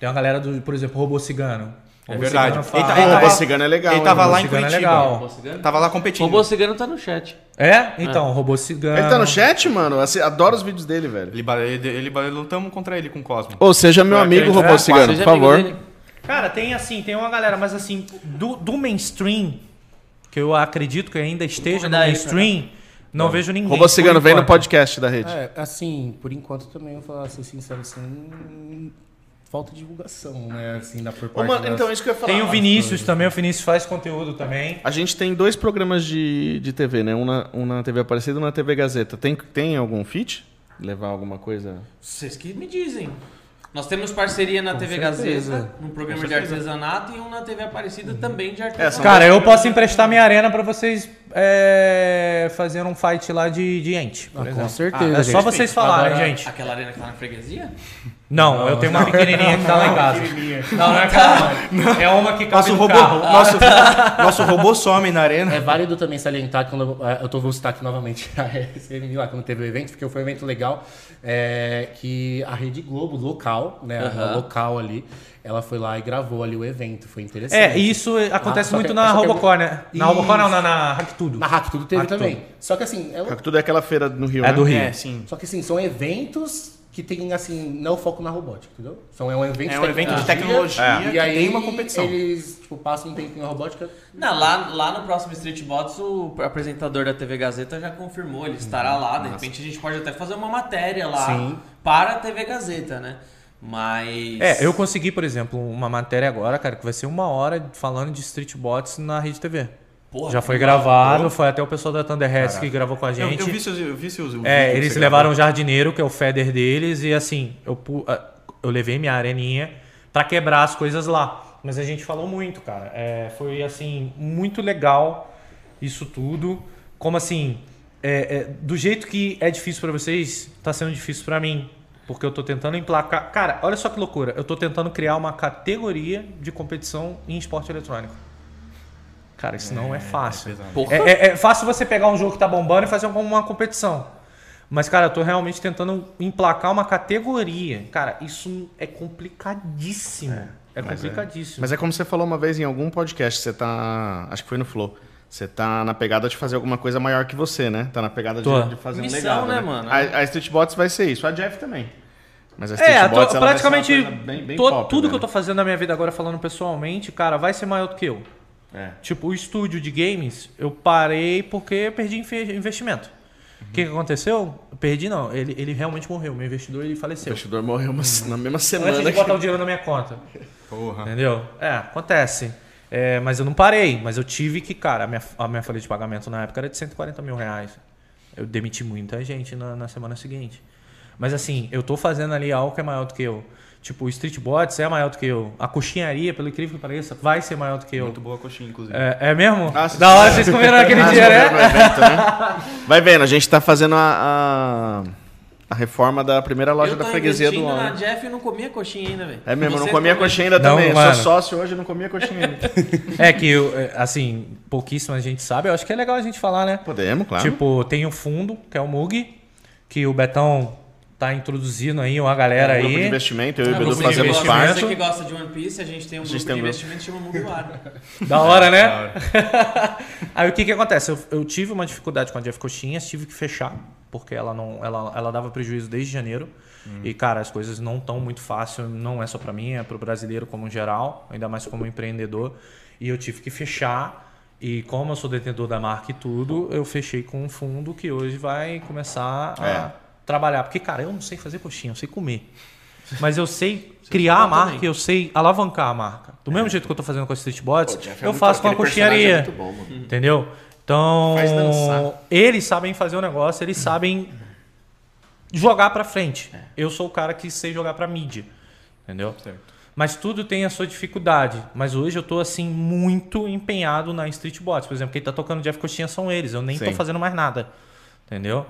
Tem uma galera do, por exemplo, robô cigano.
É verdade.
Cigano
Ele
fala-
tá-
Ah,
ele
o
tava-
cigano é legal,
Ele
hein?
tava
O
lá em
cigano é
Curitiba. Ah.
legal.
Robô cigano?
Tava lá competindo.
Robô cigano tá no chat.
É? Então, robô cigano.
Ele tá no chat, mano? Eu assi- Adoro os vídeos dele, velho.
Ele, ba- ele, ele ba- lutamos contra ele com o Cosmo.
Ou seja, meu amigo, robô cigano, por
Seja
favor.
amigo dele.
Cara, tem assim, tem uma galera, mas assim, do, do mainstream, que eu acredito que ainda esteja no
Convidar ele pra
mainstream, não vejo ninguém.
Robô cigano,
por
vem no
enquanto.
podcast da rede.
É, assim, por enquanto também eu vou falar ser sincero assim, falta divulgação, né, assim, da por
Ô,
parte
mano,
das-
então, isso que eu ia falar.
Tem o Vinícius também, o Vinícius faz conteúdo também.
A gente tem dois programas de, de TV, né? Um na, um na TV Aparecida e um na TV Gazeta. Tem, tem algum fit? Levar alguma coisa?
Vocês que me dizem. Nós temos parceria na TV Gazeta, um programa de artesanato e um na TV Aparecida também
É,
de artesanato.
Uhum. Cara, eu posso emprestar minha arena pra vocês é, fazerem um fight lá de, de ente.
Ah, com
É
certeza, gente.
só vocês falarem, gente.
Aquela arena que tá na freguesia?
Não, eu tenho uma pequenininha que tá lá em casa. Não, não é casa. É uma que cabe
Nosso
no
robô,
carro.
nosso, nosso robô some na arena.
É válido também salientar quando eu, eh, eu tô, vou citar aqui novamente a RSM lá quando teve o evento, porque foi um evento legal eh, que a Rede Globo local, né, a
Aham.
local ali, ela foi lá e gravou ali o evento, foi interessante.
É, e isso
Ah,
acontece
só
muito
que-
na
só que eu-
Robocon, né? Na
Isso.
Robocon não, na, na Hack Tudo.
Na Hack tudo teve
Hack
também. Só que assim, é,
Porque tudo é aquela feira no Rio,
É
né?
do Rio.
É, sim.
só que assim, são eventos que tem assim, não foco na robótica, entendeu? São é um evento
É um evento de tecnologia que
E aí
tem uma competição.
eles tipo, passam um tempinho na robótica.
Não, lá, lá no próximo Street Bots, o apresentador da TV Gazeta já confirmou, ele estará
Uhum.
lá. De repente a gente pode até fazer uma matéria lá
Sim.
para a TV Gazeta, né? Mas.
É, eu consegui, por exemplo, uma matéria agora, cara, que vai ser uma hora falando de Street Bots na Rede TV.
Porra,
já foi
que
gravado, foi até o pessoal da Thunderheads que gravou com a
Eu,
gente.
eu vi seus, eu vi seus o um vídeo
É,
que
eles
você
levaram
gravou.
o jardineiro, que é o feder deles, e assim, eu, pu- ah, eu levei minha areninha pra quebrar as coisas lá. Mas a gente falou muito, cara. É, foi, assim, muito legal isso tudo. Como assim, é, é, do jeito que é difícil pra vocês, tá sendo difícil pra mim. Porque eu tô tentando emplacar. Cara, olha só que loucura. Eu tô tentando criar uma categoria de competição em esporte eletrônico. Cara, isso não é fácil.
Porra.
É, é- é fácil você pegar um jogo que tá bombando e fazer uma, uma competição. Mas, cara, eu tô realmente tentando emplacar uma categoria. Cara, isso é complicadíssimo. É, complicadíssimo.
Mas é como você falou uma vez em algum podcast, você tá. Acho que foi no Flow. Você tá na pegada de fazer alguma coisa maior que você, né? Tá na pegada
Tô.
de, de fazer
Missão,
um legado.
né, mano?
A, a Streetbots vai ser isso. A Jeff também. Mas a
É,
Streetbots,
tô-
ela vai ser uma
praticamente
coisa bem- bem
to-
pop,
tudo
né?
que eu tô fazendo na minha vida agora, falando pessoalmente, cara, vai ser maior do que eu.
É.
Tipo, o estúdio de games, eu parei porque eu perdi infe- investimento. O
Uhum.
que, que aconteceu? Eu perdi, não. Ele, ele realmente morreu. Meu investidor ele
O
faleceu.
investidor morreu uma- na mesma
Antes
semana.
de
que-
botar o dinheiro na minha conta.
Ah.
Porra.
Entendeu? É, acontece. É, mas eu não parei, mas eu tive que, cara, a minha, a minha folha de pagamento na época era de 140 mil reais. Eu demiti muita gente na, na semana seguinte. Mas assim, eu tô fazendo ali algo que é maior do que eu. Tipo, o Street Bots é maior do que eu. A coxinharia, pelo incrível que pareça, vai ser maior do que eu.
Muito boa a coxinha, inclusive.
É, é mesmo?
Ah, vocês
da hora
comeram.
vocês comeram naquele
Ah,
dia,
vocês
né?
comeram no evento, né? Vai vendo, a gente tá fazendo a, a, a reforma da primeira loja
eu
da
tô
freguesia do
investindo na
homem.
Jeff e não comia coxinha ainda, velho.
É mesmo, eu não
Você tá
comia
come-
coxinha ainda
Não,
também. Eu
mano.
sou sócio hoje, eu não comia coxinha ainda.
É que, eu, é, assim, pouquíssima gente sabe. Eu acho que é legal a gente falar, né?
Podemos, claro.
Tipo, tem o fundo, que é o MUG, que o Betão tá introduzindo aí uma galera
um grupo de
aí.
investimento, eu e
Ah,
o Bedu
você que
fazemos
gosta-
parte.
Você que gosta de One Piece, é a gente tem um grupo
tem
de
um grupo.
investimento que chama Mugiwara.
Da hora, né? aí o que que acontece? Eu, eu tive uma dificuldade com a Jeff Coxinhas, tive que fechar, porque ela não ela, ela dava prejuízo desde janeiro. E cara, as coisas não estão muito fácil, não é só pra mim, é pro brasileiro como um geral, ainda mais como empreendedor. E eu tive que fechar. E como eu sou detentor da marca e tudo, eu fechei com um fundo que hoje vai começar a
É.
trabalhar. Porque, cara, eu não sei fazer coxinha, eu sei comer. Mas eu sei criar a marca, eu sei alavancar a marca. Do
É.
mesmo jeito que eu tô fazendo com a Street Bots, eu faço com a
aquele personagem
coxinharia. Uhum.
é muito bom, mano.
Entendeu? Então,
Faz dançar.
eles sabem fazer o negócio, eles sabem jogar pra frente.
É.
Eu sou o cara que sei jogar pra mídia. Entendeu? Mas tudo tem a sua dificuldade. Mas hoje eu tô, assim, muito empenhado na Street Bots. Por exemplo, quem tá tocando Jeff Coxinha são eles. Eu nem tô
Sim.
fazendo mais nada. Entendeu?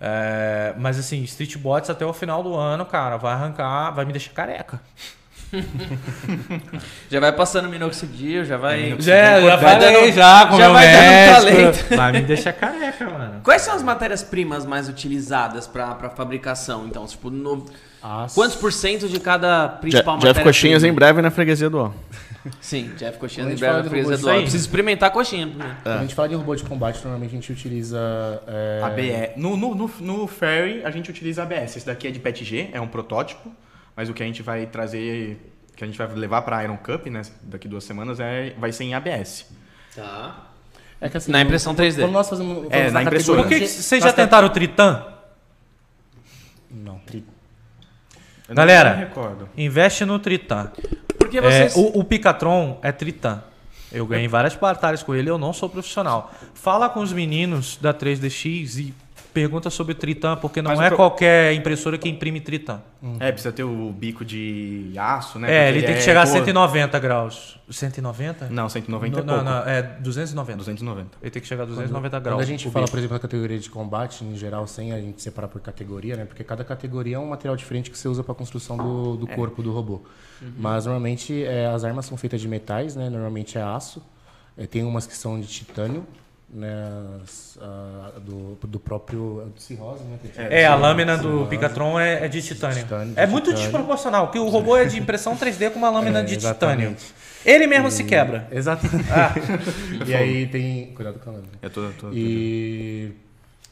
É, mas assim, Street Bots até o final do ano, cara, vai arrancar, vai me deixar careca.
Já vai passando minoxidil, É, já vai...
Já, já falei, já, com
já
meu
vai dando
médico.
talento.
Vai me deixar careca, mano.
Quais são as matérias-primas mais utilizadas pra, pra fabricação, então? Tipo, no-
Ah,
quantos por cento de cada
Je-
principal matéria
Jeff Coxinhas em breve na freguesia do O.
Sim, Jeff Coxinha
Quando a
em
gente
breve
fala
na
de
presa
robôs,
do ar.
isso aí.
Preciso experimentar a coxinha. né? primeiro.
Quando a gente fala de robô de combate, normalmente a gente utiliza. é,
ABS. No, no, no, no Ferry, a gente utiliza ABS. Esse daqui é de PETG, é um protótipo, mas o que a gente vai trazer, que a gente vai levar pra Iron Cup, né, daqui duas semanas, é, vai ser em ABS.
Tá.
é que assim,
Na impressão 3D.
Quando nós fazemos. vamos
na impressora.
É,
categoria
Por que
de-
que vocês já tentaram o Tritan?
Não, tri-
Eu
Galera.
Não me recordo.
Investe no Tritan.
Porque
É,
vocês...
o, o Picatron é Tritan. Eu ganhei várias batalhas com ele, eu não sou profissional. Fala com os meninos da 3DX e pergunta sobre Tritan, porque não
Mas o
é
pro-
qualquer impressora que imprime Tritan.
É, precisa ter o bico de aço, né?
É,
porque
ele tem que chegar a
pô,
190 graus. 190?
Não, 190
não,
é pouco.
não, é 290.
290.
Ele tem que chegar a 290 graus.
Quando a gente
o
fala,
bico.
por exemplo, da categoria de combate, em geral, sem a gente separar por categoria, né? Porque cada categoria é um material diferente que você usa para a construção do,
É.
do corpo do robô.
Uhum.
Mas normalmente é, as armas são feitas de metais, né? Normalmente é aço. É, tem umas que são de titânio, né? As, ah, do, do próprio. É do cirrose, né? que
É, a lâmina do Picatron é, é de titânio.
Titânio, de
é muito
titânio.
desproporcional, porque o robô é de impressão 3D com uma lâmina
É,
de titânio.
exatamente.
Ele mesmo se quebra. Ah.
Exatamente. e aí tem. Cuidado com a lâmina.
Eu tô, eu tô-
E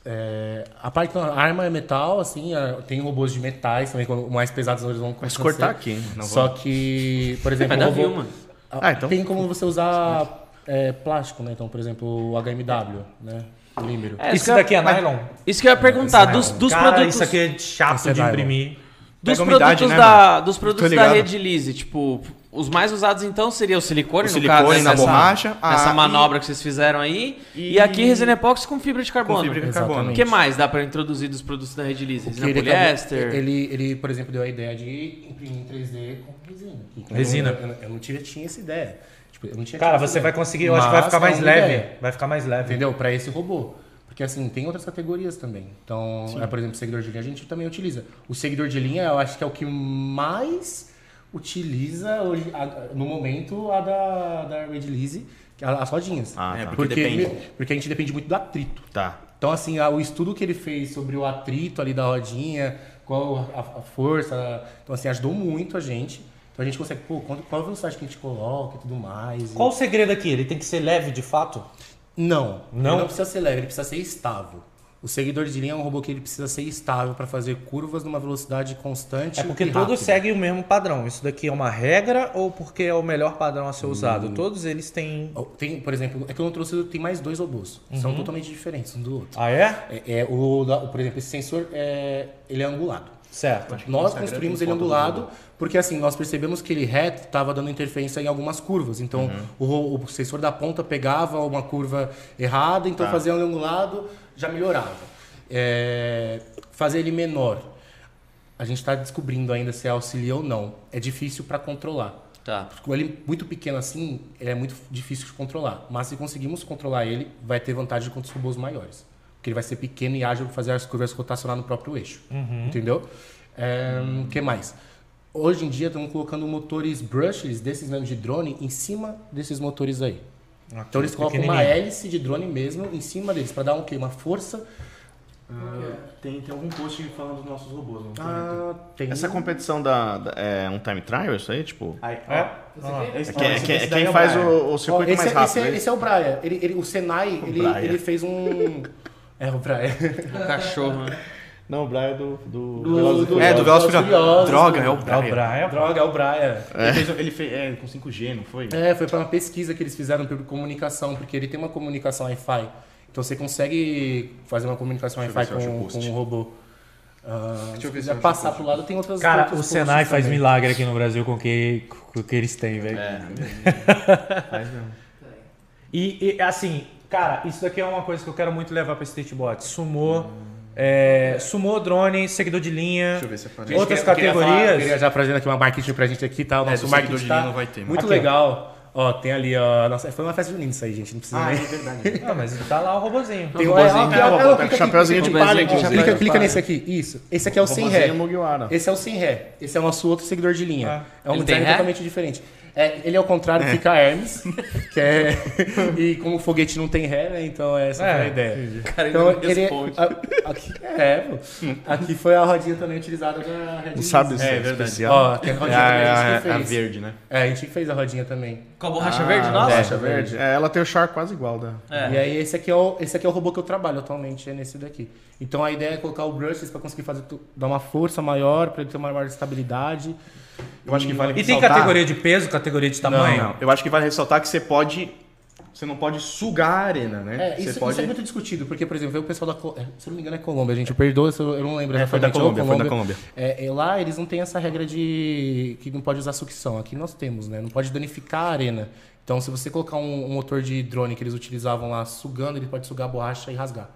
é, a parte então, a arma é metal, assim, a- tem robôs de metais também, quando mais pesados eles vão
Mas
vão
cortar
ser.
aqui, hein? Não
Só que, por exemplo,
Vai dar
o robô-
Vilma.
a-
Ah, então.
tem como você usar é, plástico, né? Então, por exemplo, o HMW, né? O límero.
É,
Isso daqui é nylon?
Isso que eu ia perguntar. Dos, dos
Cara,
produtos...
isso aqui é chato
Esse é
de
nylon.
imprimir.
Dos
Pega
produtos,
umidade, né,
da, dos produtos da
ligado.
Rede Lise, tipo, Os mais usados então seria o silicone,
O
no
silicone
caso, né,
na
nessa-
borracha, a-
nessa
e-
manobra que vocês fizeram aí. E, aqui Resina Epox com fibra de carbono.
fibra de carbono.
O que mais dá para introduzir dos produtos da Rede Lise? Resina
ele acabou-
é poliéster?
Ele, ele, por exemplo, deu a ideia de imprimir em 3D com resina. Então,
Resina.
Eu, eu- eu não tinha, tinha essa ideia. Tipo, eu não tinha
Cara,
tido essa
você vai
ideia.
conseguir, eu acho que vai
Mas
ficar
é
mais
uma
leve.
ideia,
Vai ficar mais leve.
Entendeu? Para esse robô. Porque assim, tem outras categorias também. Então, é, por exemplo, seguidor de linha a gente também utiliza. O seguidor de linha, eu acho que é o que mais utiliza hoje, a- no momento, a da, da Red Lease, que é as rodinhas.
Ah,
É,
tá.
porque depende.
porque a gente depende muito do atrito.
Tá.
Então, assim, a- o estudo que ele fez sobre o atrito ali da rodinha, qual a, a força, então, assim, ajudou muito a gente. Então, a gente consegue, pô, quanto- qual a velocidade que a gente coloca e tudo mais. E-
Qual o segredo aqui? Ele tem que ser leve de fato?
Não,
Não?
ele não precisa ser leve, ele precisa ser estável. O seguidor de linha é um robô que ele precisa ser estável para fazer curvas numa velocidade constante.
É porque
e
todos
rápida.
seguem o mesmo padrão. Isso daqui é uma regra ou porque é o melhor padrão a ser usado? Todos eles têm.
Tem, por exemplo, é que eu não trouxe, tem mais dois robôs.
Uhum.
São totalmente diferentes um do outro.
Ah, é?
É, é, o, da- por exemplo, esse sensor, é, ele é angulado.
Certo.
Nós
Tá. Instagram
construímos
tem
ele
foto do
angulado, porque assim, nós percebemos que ele reto estava dando interferência em algumas curvas. Então,
Uhum.
o ro- o, sensor da ponta pegava uma curva errada, então
Tá.
fazer ele angulado já melhorava. É, fazer ele menor. A gente está descobrindo ainda se auxilia ou não. É difícil para controlar.
Tá.
Com ele muito pequeno assim, ele é muito difícil de controlar. Mas se conseguimos controlar ele, vai ter vantagem contra os robôs maiores. Porque ele vai ser pequeno e ágil para fazer as curvas rotacionar no próprio eixo. Entendeu? É, que mais? Hoje em dia estão colocando motores brushless desses mesmo de drone em cima desses motores aí. Então eles colocam uma
pequenininho.
hélice de drone mesmo em cima deles para dar um quê? Uma força.
Tem, tem algum post falando dos nossos robôs, não tem?
Ah. tem
Essa competição da, da- é um time trial isso aí, tipo?
Aí, ó.
É
Esse-
Ah,
quem,
ó,
é
esse-
quem-
esse daí
é quem
é o
faz
Brian.
o, o
Ó,
circuito
esse,
mais
é-
rápido.
esse é-
é isso?
esse é o Brian. Ele, ele- o Senai, ele,
Brian.
ele fez um. É, o Brian.
O cachorro, né?
Não, o Brian é do. do...
É, do Velozes e Furiosos.
Furiosos.
Droga, é o
É o
Brian.
Brian.
Droga, é o Brian.
Ele fez, ele fez é, com 5G, não foi?
É, foi para uma pesquisa que eles fizeram por comunicação, porque ele tem uma comunicação Wi-Fi. Então você consegue fazer uma comunicação
Deixa eu
Wi-Fi
ver se eu acho o
com,
post.
com o robô. Ah,
Deixa eu ver
se
se
quiser
eu acho o
passar
post.
pro lado, tem outras
Cara,
outros
o
posts
Senai faz
também.
milagre aqui no Brasil com o que, com o que eles têm, velho.
Faz mesmo.
E, e, assim, cara, isso daqui é uma coisa que eu quero muito levar pra Streetbot. Sumô, é, sumô drone, seguidor de linha.
Deixa eu ver se aparece.
Outras
Eu queria falar-
categorias.
Eu queria já trazendo aqui uma marketing pra gente aqui, tá? O
É,
nosso
do seguidor
marketing
de
tá
linha não vai ter, mano.
muito
Aqui, ó.
legal. Ó, tem ali, ó. Nossa, foi uma festa junina isso aí, gente. Não precisa
Ah, é
nem.
verdade.
Ah, mas tá lá o robozinho.
Tem um
robozinho.
É,
bozinho.
Chapeuzinho
tipo,
de
Chapeuzinho
palha,
de
inclusive.
Clica, clica nesse aqui. Isso. Esse aqui é o sem ré.
um
Robozinho Mugiwara.
Esse é o sem ré. Esse é o nosso outro seguidor de
Ah.
linha. É um
Ele tem
design
ré?
totalmente diferente. É, ele ao contrário fica Hermes, que é e como o foguete não tem ré, né? Então essa
É,
foi a ideia.
Cara, ele
Então
não
ele
responde.
a- aqui é, pô. aqui foi a rodinha também utilizada da Red
Não sabe
Wings.
se é,
verdade.
especial.
Ó, que a
É,
rodinha também a
a,
gente que
a- a
fez.
verde, né?
É, a gente fez a rodinha também.
Com a borracha é verde nossa?
Rocha verde. Ah, É, ela tem o char quase igual da.
É.
E aí esse aqui é o esse aqui é o robô que eu trabalho atualmente, é nesse daqui. Então a ideia é colocar o brushes pra conseguir fazer tu- dar uma força maior, pra ele ter uma maior estabilidade.
Eu acho que vale
E tem
ressaltar-
categoria de peso, categoria de tamanho?
Não, não. Eu acho que vale ressaltar que você pode... Você não pode sugar a arena, né?
É,
você
isso,
pode...
isso é muito discutido, porque, por exemplo, veio o pessoal da. Col- é, Se eu não me engano, é Colômbia, gente. Eu perdoa, se eu eu não lembro
É, foi da
exatamente, ou
Colômbia, foi da
É, é, lá eles não têm essa regra de que não pode usar sucção. Aqui nós temos, né? Não pode danificar a arena. Então, se você colocar um, um motor de drone que eles utilizavam lá sugando, ele pode sugar a borracha e rasgar.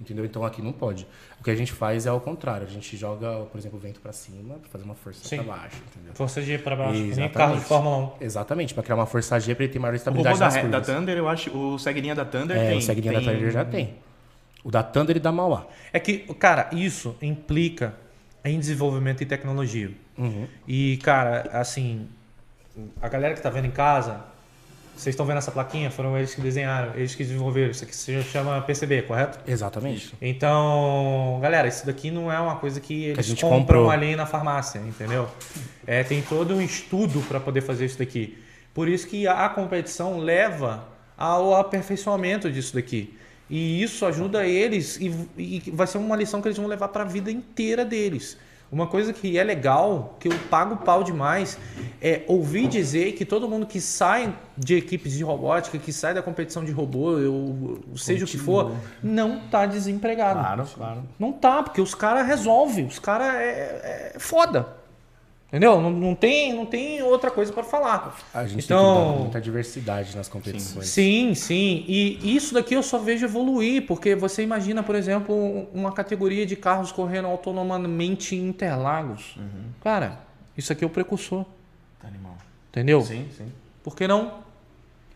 Entendeu? Então aqui não pode. O que a gente faz é ao contrário. A gente joga, por exemplo, o vento pra cima pra fazer uma força
Sim.
pra baixo, entendeu?
Força de pra baixo. que Nem
Exatamente.
carro de Fórmula
Exatamente, pra criar uma força G pra ele ter maior
O robô
estabilidade
da,
nas curvas.
da Thunder, eu acho... O seguidinha da Thunder
É,
tem...
o Seguinha da
tem-
Thunder já tem. O da Thunder e da Mauá.
1. É que, cara, isso implica em desenvolvimento e tecnologia.
Uhum.
E, cara, assim, a galera que tá vendo em casa, vocês estão vendo essa plaquinha? Foram eles que desenharam, eles que desenvolveram. Isso aqui se chama PCB, correto?
Exatamente.
Então, galera, isso daqui não é uma coisa que eles
a gente
compram
comprou.
ali na farmácia, entendeu? É, tem todo um estudo para poder fazer isso daqui. Por isso que a competição leva ao aperfeiçoamento disso daqui. E isso ajuda eles e, e vai ser uma lição que eles vão levar para a vida inteira deles. Uma coisa que é legal, que eu pago pau demais, é ouvir dizer que todo mundo que sai de equipes de robótica, que sai da competição de robô, eu, seja o que for, não está desempregado.
Claro, claro.
Não tá, porque os caras resolvem, os caras é, é foda. Entendeu? Não, não tem, não tem outra coisa para falar.
A gente tem que dar
então,
muita diversidade nas competições.
Sim, sim. E isso daqui eu só vejo evoluir, porque você imagina, por exemplo, um- uma categoria de carros correndo autonomamente em Interlagos. Cara, isso aqui é o precursor.
Animal.
Entendeu?
Sim, sim.
Por que não?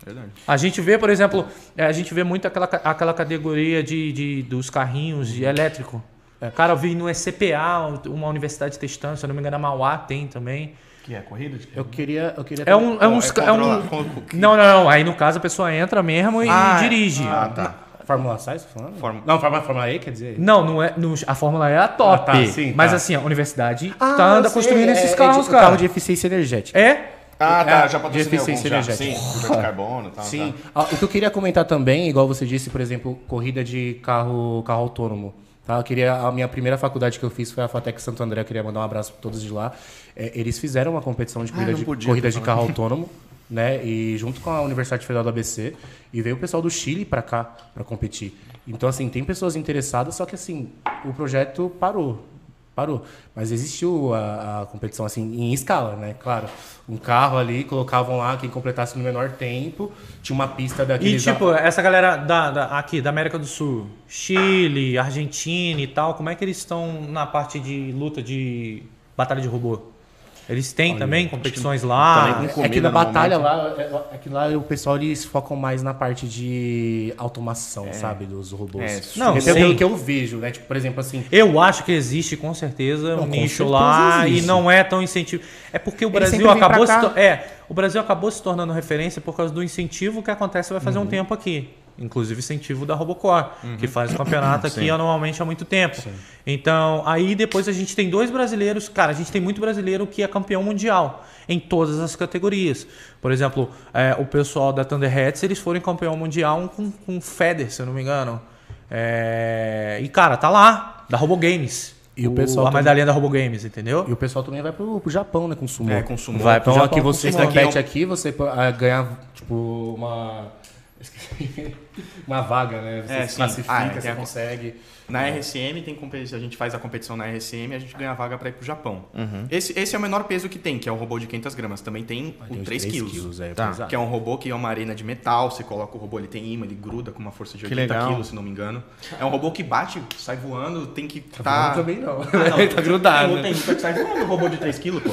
Verdade.
A gente vê, por exemplo, é, a gente vê muito aquela, ca- aquela categoria de, de- dos carrinhos de elétrico.
É.
Cara, eu vi no ECPA, uma universidade testando, se eu não me engano, a Mauá tem também.
Que é corrida de
Eu queria. Eu queria
É um. É, uns, é um
controlar- con-
não, não, não. Aí no caso a pessoa entra mesmo e
Ah, é.
dirige.
Fórmula Sais, falando?
Fórmula-
Não, Fórmula, Fórmula E, quer dizer?
Não, não é. no- a Fórmula E é a top.
Ah, tá, sim,
mas
tá.
assim, a universidade
Ah,
tá anda
eu sei,
construindo
é-
esses
é
carros,
de-
cara.
Carro de eficiência energética.
É?
Ah,
É,
tá, já
de
patrocinei alguns
eficiência
já. Sim,
energética.
curva de carbono e tal.
Sim.
tá.
Ah, o que eu queria comentar também, igual você disse, por exemplo, corrida de carro, carro autônomo. Tá? Eu queria, a minha primeira faculdade que eu fiz foi a Fatec Santo André, eu queria mandar um abraço para todos de lá. É, eles fizeram uma competição de corrida,
Ah, não
de,
podia
corrida
ter
de carro autônomo, né? E junto com a Universidade Federal do ABC, e veio o pessoal do Chile para cá para competir. Então, assim, tem pessoas interessadas, só que assim, o projeto parou. Parou. Mas existiu a, a competição assim em escala, né? Claro. Um carro ali, colocavam lá, quem completasse no menor tempo, tinha uma pista
E
daqueles.
tipo, essa galera da, da- aqui, da América do Sul, Chile, Argentina e tal, como é que eles estão na parte de luta de batalha de robô? Eles têm também competições lá?
tá nem com
é que
comida
na
no
batalha lá, é, é que lá o pessoal eles focam mais na parte de automação, sabe? Dos robôs.
É,
Não,
Esse é
sim.
pelo que eu vejo, né? Tipo, por exemplo, assim,
Eu acho que existe com certeza
com
um nicho
certeza
lá
existe.
e não é tão incentivo. É porque o
Ele
Brasil
sempre vem
acabou se
pra cá.
to- é, o Brasil acabou se tornando referência por causa do incentivo que acontece vai
Uhum.
fazer um tempo aqui. Inclusive incentivo da Robocor, que faz o campeonato aqui anualmente há muito tempo. Então, aí depois a gente tem dois brasileiros. Cara, a gente tem muito brasileiro que é campeão mundial em todas as categorias. Por exemplo, é, o pessoal da Thunderheads, eles foram campeão mundial com, com Feder, se eu não me engano. É, E, cara, tá lá, da Robo Games.
E o pessoal
a
também-
medalhinha da Robo Games, entendeu?
e o pessoal também vai pro, pro Japão, né? Com sumô.
É, com sumô.
Vai pro
então
Japão
aqui
com
você
sumô.
compete aqui, você ah, ganha, tipo, uma. esqueci. uma vaga, né? Você
É,
se
sim.
classifica,
Ah, é, tem
você
a-
consegue.
Na RSM tem competição, a gente faz a competição na RSM e a gente ganha a vaga pra ir pro Japão. Esse, esse é o menor peso que tem, que é o robô de 500 gramas. Também Ah, tem o 3 quilos.
é,
Tá.
pesado.
Que é um robô que é uma arena de metal, você coloca o robô, ele tem imã, ele gruda com uma força de
Que
80
legal.
quilos, se não me engano. É um robô que bate, sai voando, tem que tá...
Não, também não.
Ele tá
grudado.
Tem, tem, sai voando o robô de 3 quilos, pô.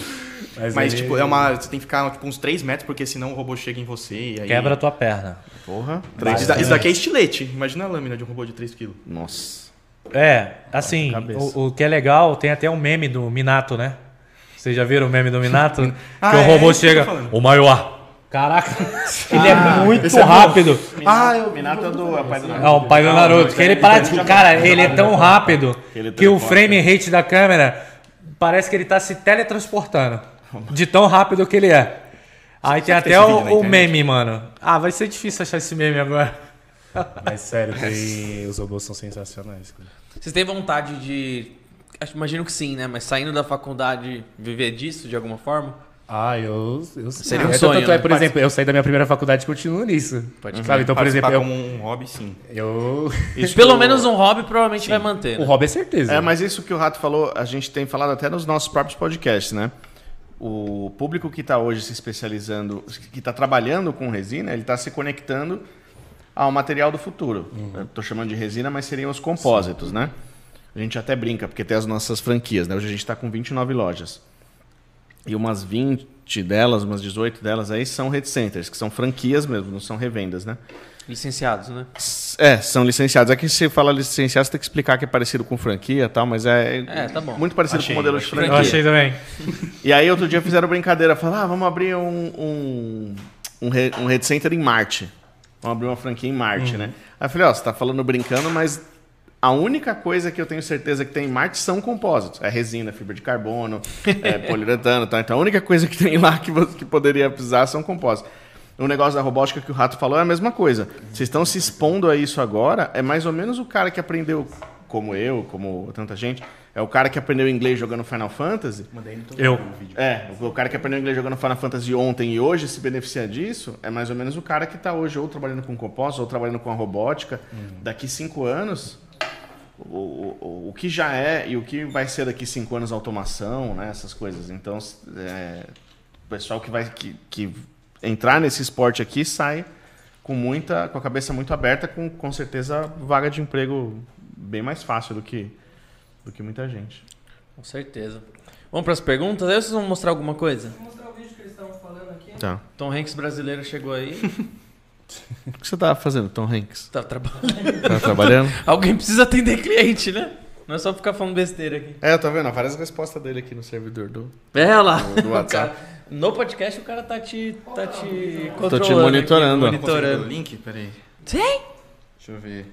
Mas,
ele-
tipo, é uma, você tem que ficar tipo, uns 3 metros, porque senão o robô chega em você e aí...
Quebra a tua perna.
Porra.
Três- Isso da- isso daqui é estilete. Imagina a lâmina de um robô de 3 quilos.
Nossa.
É,
Tá
assim,
cabeça.
o, o que é legal, tem até um meme do Minato, né? Vocês já viram o meme do Minato? que
Ah,
o
é,
robô
é isso que eu
chega,
tô falando.
o Maior.
um-
Caraca, ele é muito rápido.
ah, eu... Minato é do... É pai do
É o pai do Naruto. Que ele parece, cara, ele é tão rápido
é
Ele
que o
teleporta.
frame
né?
rate da câmera parece que ele tá se teletransportando. De tão rápido que ele é. Aí tem
que tem
até
esse vídeo na
o, o
internet?
meme, mano. Ah, vai ser difícil achar esse meme agora.
Mas sério, que os robôs são sensacionais. cara.
Vocês têm vontade de. acho- Imagino que sim, né? Mas saindo da faculdade, viver disso de alguma forma?
Ah, eu, eu sei.
Seria um
É,
sonho,
Tanto é,
né?
por exemplo, eu saí da minha primeira faculdade e continuo nisso. sabe? Então, por exemplo,
Participar
eu,
como um hobby, sim.
eu-
Pelo menos um hobby provavelmente vai manter.
o
né?
hobby é certeza.
É, mas isso que o Rato falou, a gente tem falado até nos nossos próprios podcasts, né? O público que está hoje se especializando, que está trabalhando com resina, ele está se conectando ao material do futuro. Eu Tô chamando de resina, mas seriam os compósitos, né? A gente até brinca, porque tem as nossas franquias, né? Hoje a gente está com 29 lojas. E umas 20 delas, umas 18 delas aí são Red Centers, que são franquias mesmo, não são revendas, né?
Licenciados, né?
É, são licenciados. É que se fala licenciado, você tem que explicar que é parecido com franquia e tal, mas é,
É, tá bom.
muito parecido
Achei,
com o modelo de
achei.
franquia.
Eu achei
também.
E aí outro dia fizeram brincadeira, falaram, ah, vamos abrir um, um, um, re- um Red Center em Marte. Vamos abrir uma franquia em Marte, né? Aí eu falei, ó, você tá falando brincando, mas a única coisa que eu tenho certeza que tem em Marte são compósitos. É resina, fibra de carbono, é poliuretano, tá? Então a única coisa que tem lá que, você- que poderia precisar são compósitos. O negócio da robótica que o Rato falou é a mesma coisa. Vocês estão se expondo a isso agora, é mais ou menos o cara que aprendeu, como eu, como tanta gente, é o cara que aprendeu inglês jogando Final Fantasy,
Eu.
é, o cara que aprendeu inglês jogando Final Fantasy ontem e hoje se beneficia disso é mais ou menos o Hum. cara que está hoje ou trabalhando com compostos ou trabalhando com a robótica. Daqui cinco anos, o, o, o que já é e o que vai ser daqui cinco anos automação, né? Essas coisas. Então, é, o pessoal que vai que, que entrar nesse esporte aqui sai com muita, com a cabeça muito aberta, com com certeza vaga de emprego bem mais fácil do que do que muita gente.
Com certeza. Vamos para as perguntas? Aí vocês vão mostrar alguma coisa?
mostrar o vídeo que eles estavam falando aqui.
Tá.
Tom Hanks brasileiro chegou aí,
O que você tá fazendo, Tom Hanks?
tá trabalhando.
Tá trabalhando?
Alguém precisa atender cliente, né? Não é só ficar falando besteira aqui.
É, eu tô vendo ó, várias respostas dele aqui no servidor do,
É olha lá.
do WhatsApp.
O cara- no podcast o cara tá te, tá te controlando.
Tô te
aqui,
monitorando,
Monitorando.
ó.
monitorando.
o link? Peraí.
Sim.
Deixa eu ver.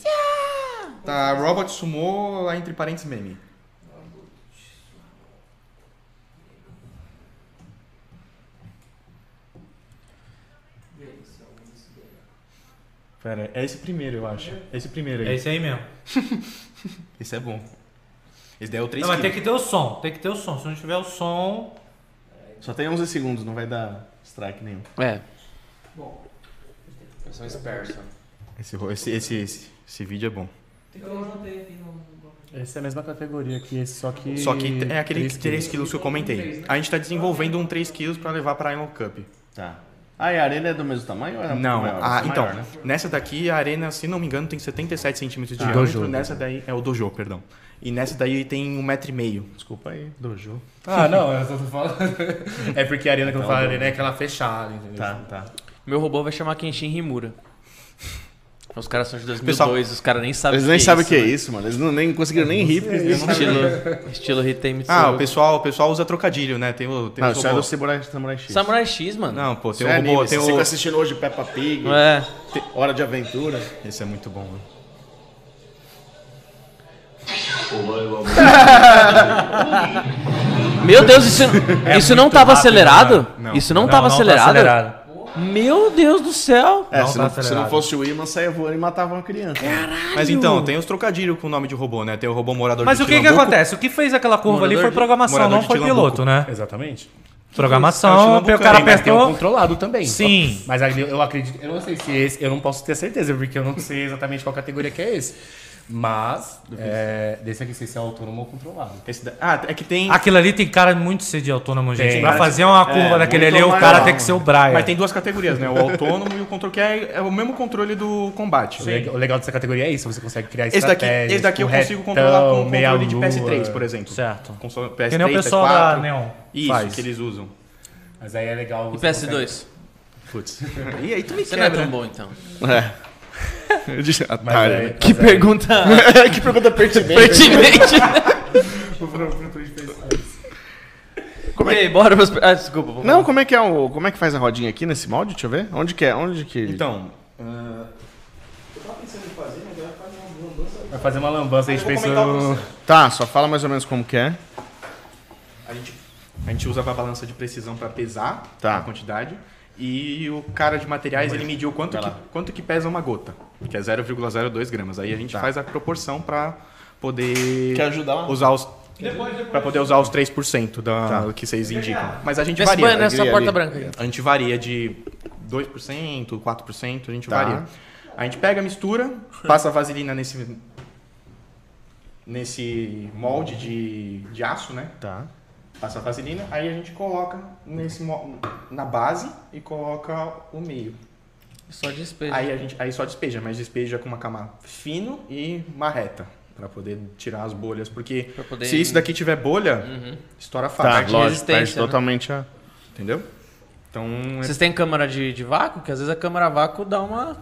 Tá, Robot Sumo, lá entre parênteses, meme. Pera, é esse primeiro, eu acho. É esse primeiro
É
aí.
isso aí mesmo.
Esse é bom. Esse daí é o 3
Não, mas tem que ter o som, tem que ter o som. Se não tiver o som.
Só tem 11 segundos, não vai dar strike nenhum.
É.
Esse, ro- esse, esse, esse, esse vídeo é bom.
Então eu anotei aqui no Google.
Essa é a mesma categoria que esse, só que.
Só que é aquele 3
três
quilos. que eu comentei. A gente tá desenvolvendo um 3 quilos pra levar pra Iron Cup.
Tá. Ah, e a arena é do mesmo tamanho ou é
Não,
maior?
a-
Maior,
então,
né?
nessa daqui a arena, se não me engano, tem 77 centímetros de
Ah,
diâmetro.
dojo.
Nessa daí é o dojo, perdão. E nessa daí tem um metro e meio.
Desculpa aí, dojo.
Ah, não, eu só tô falando. é porque a
Tá
arena que eu falo, a arena é aquela fechada, entendeu?
Tá, tá.
Meu robô vai chamar Kenshin Himura. Os caras são de 2002,
Pessoal-
os caras nem sabem
Eles nem sabem o que é né?
né?
isso, mano. Eles não, nem conseguiram nem rir. Porque eles não tiram.
Estilo, estilo Hitei Mitsuru.
Ah, o pessoal, o pessoal usa trocadilho, né? Tem o, tem
Não,
os
isso é do
robôs.
Samurai, Samurai X.
Samurai X, mano.
Não, pô,
Isso
tem
é
o robô,
anime.
tem
Você fica
o...
assistindo hoje Peppa Pig,
Não é.
Hora de Aventura.
Esse é muito bom, mano.
Meu Deus, isso, isso não tava acelerado?
cara. Não.
Isso não, tava
tá
acelerado? Meu Deus do céu.
É, se,
tá
não,
acelerado.
se não fosse o Iman, saia voando e matava uma criança.
Mas então, tem os trocadilhos com o nome de robô, né? Tem o robô morador
Mas
de
o que que
Tilambuco.
acontece? O que fez aquela curva ali
Morador
foi
de-
programação,
morador
não
de
foi
Tilambuco.
piloto, né?
Exatamente.
Programação,
Tilambuco,
o cara
tem, mas
Tem o
apertou.
controlado também.
Sim.
Só- Mas ali eu acredito. Eu não sei se esse. Eu não posso ter certeza, porque eu não sei exatamente qual categoria que é esse. Mas. É, desse aqui, se esse é autônomo ou controlado.
Esse da- Ah, é que tem...
Aquilo ali tem cara muito de ser de autônomo, gente.
Tem.
pra fazer uma curva daquele ali, o cara
amarelo.
tem que ser o
é.
Brian.
Mas tem duas categorias, né? O autônomo e o controle, que é, é o mesmo controle do combate.
O leg- O legal dessa categoria é isso, você consegue criar
Esse daqui,
estratégias.
esse daqui eu
com
consigo
retão,
controlar com o
meia
controle de PS3,
lua.
por exemplo.
Certo.
Console
Que nem o
PS3,
pessoal da
PS4.
Neon.
Isso,
faz.
que eles usam.
Mas aí é legal.
E
você
PS2?
Putz. E aí tu me
Você não é
quebra.
tão bom, então.
É. Eu disse,
Mas
Atalho.
aí-
né?
Que pergunta
que pergunta pertinente.
pertinente. e aí, bora pras... per- Ah, desculpa. vamos
Não,
lá.
como é que é o. Como é que faz a rodinha aqui nesse molde? Deixa eu ver. Onde que é? Onde que.
Então,
Vai fazer uma lambança, tipo, a gente pensou.
Tá, só fala mais ou menos como que é.
a gente, a gente usa a balança de precisão pra pesar
Tá.
a quantidade. E o cara de materiais, ele mediu quanto que, quanto que pesa uma gota, que é 0,02 gramas. Aí a gente faz a proporção pra poder
Quer ajudar lá?
usar os... Pra poder usar os 3% da, que vocês indicam. Mas a gente
Vê se põe
varia.
nessa
alegria
porta
ali.
branca aí.
A gente varia de 2%, 4%, a gente
Tá.
varia. A gente pega, mistura, passa a vaselina nesse nesse molde de, de aço, né?
Tá.
Passa a vaselina, aí a gente coloca nesse mo- na base e coloca o meio.
Só despejo.
Aí a gente aí só despeja, mas despeja com uma cama fino e uma reta para poder tirar as bolhas, porque
Pra poder- Uhum.
se isso daqui tiver bolha, estoura
Tá,
fácil,
lógico,
resistência,
perde
né?
totalmente a.
entendeu? Então, é-
Vocês têm câmera de, de vácuo? Que às vezes a câmera vácuo dá uma...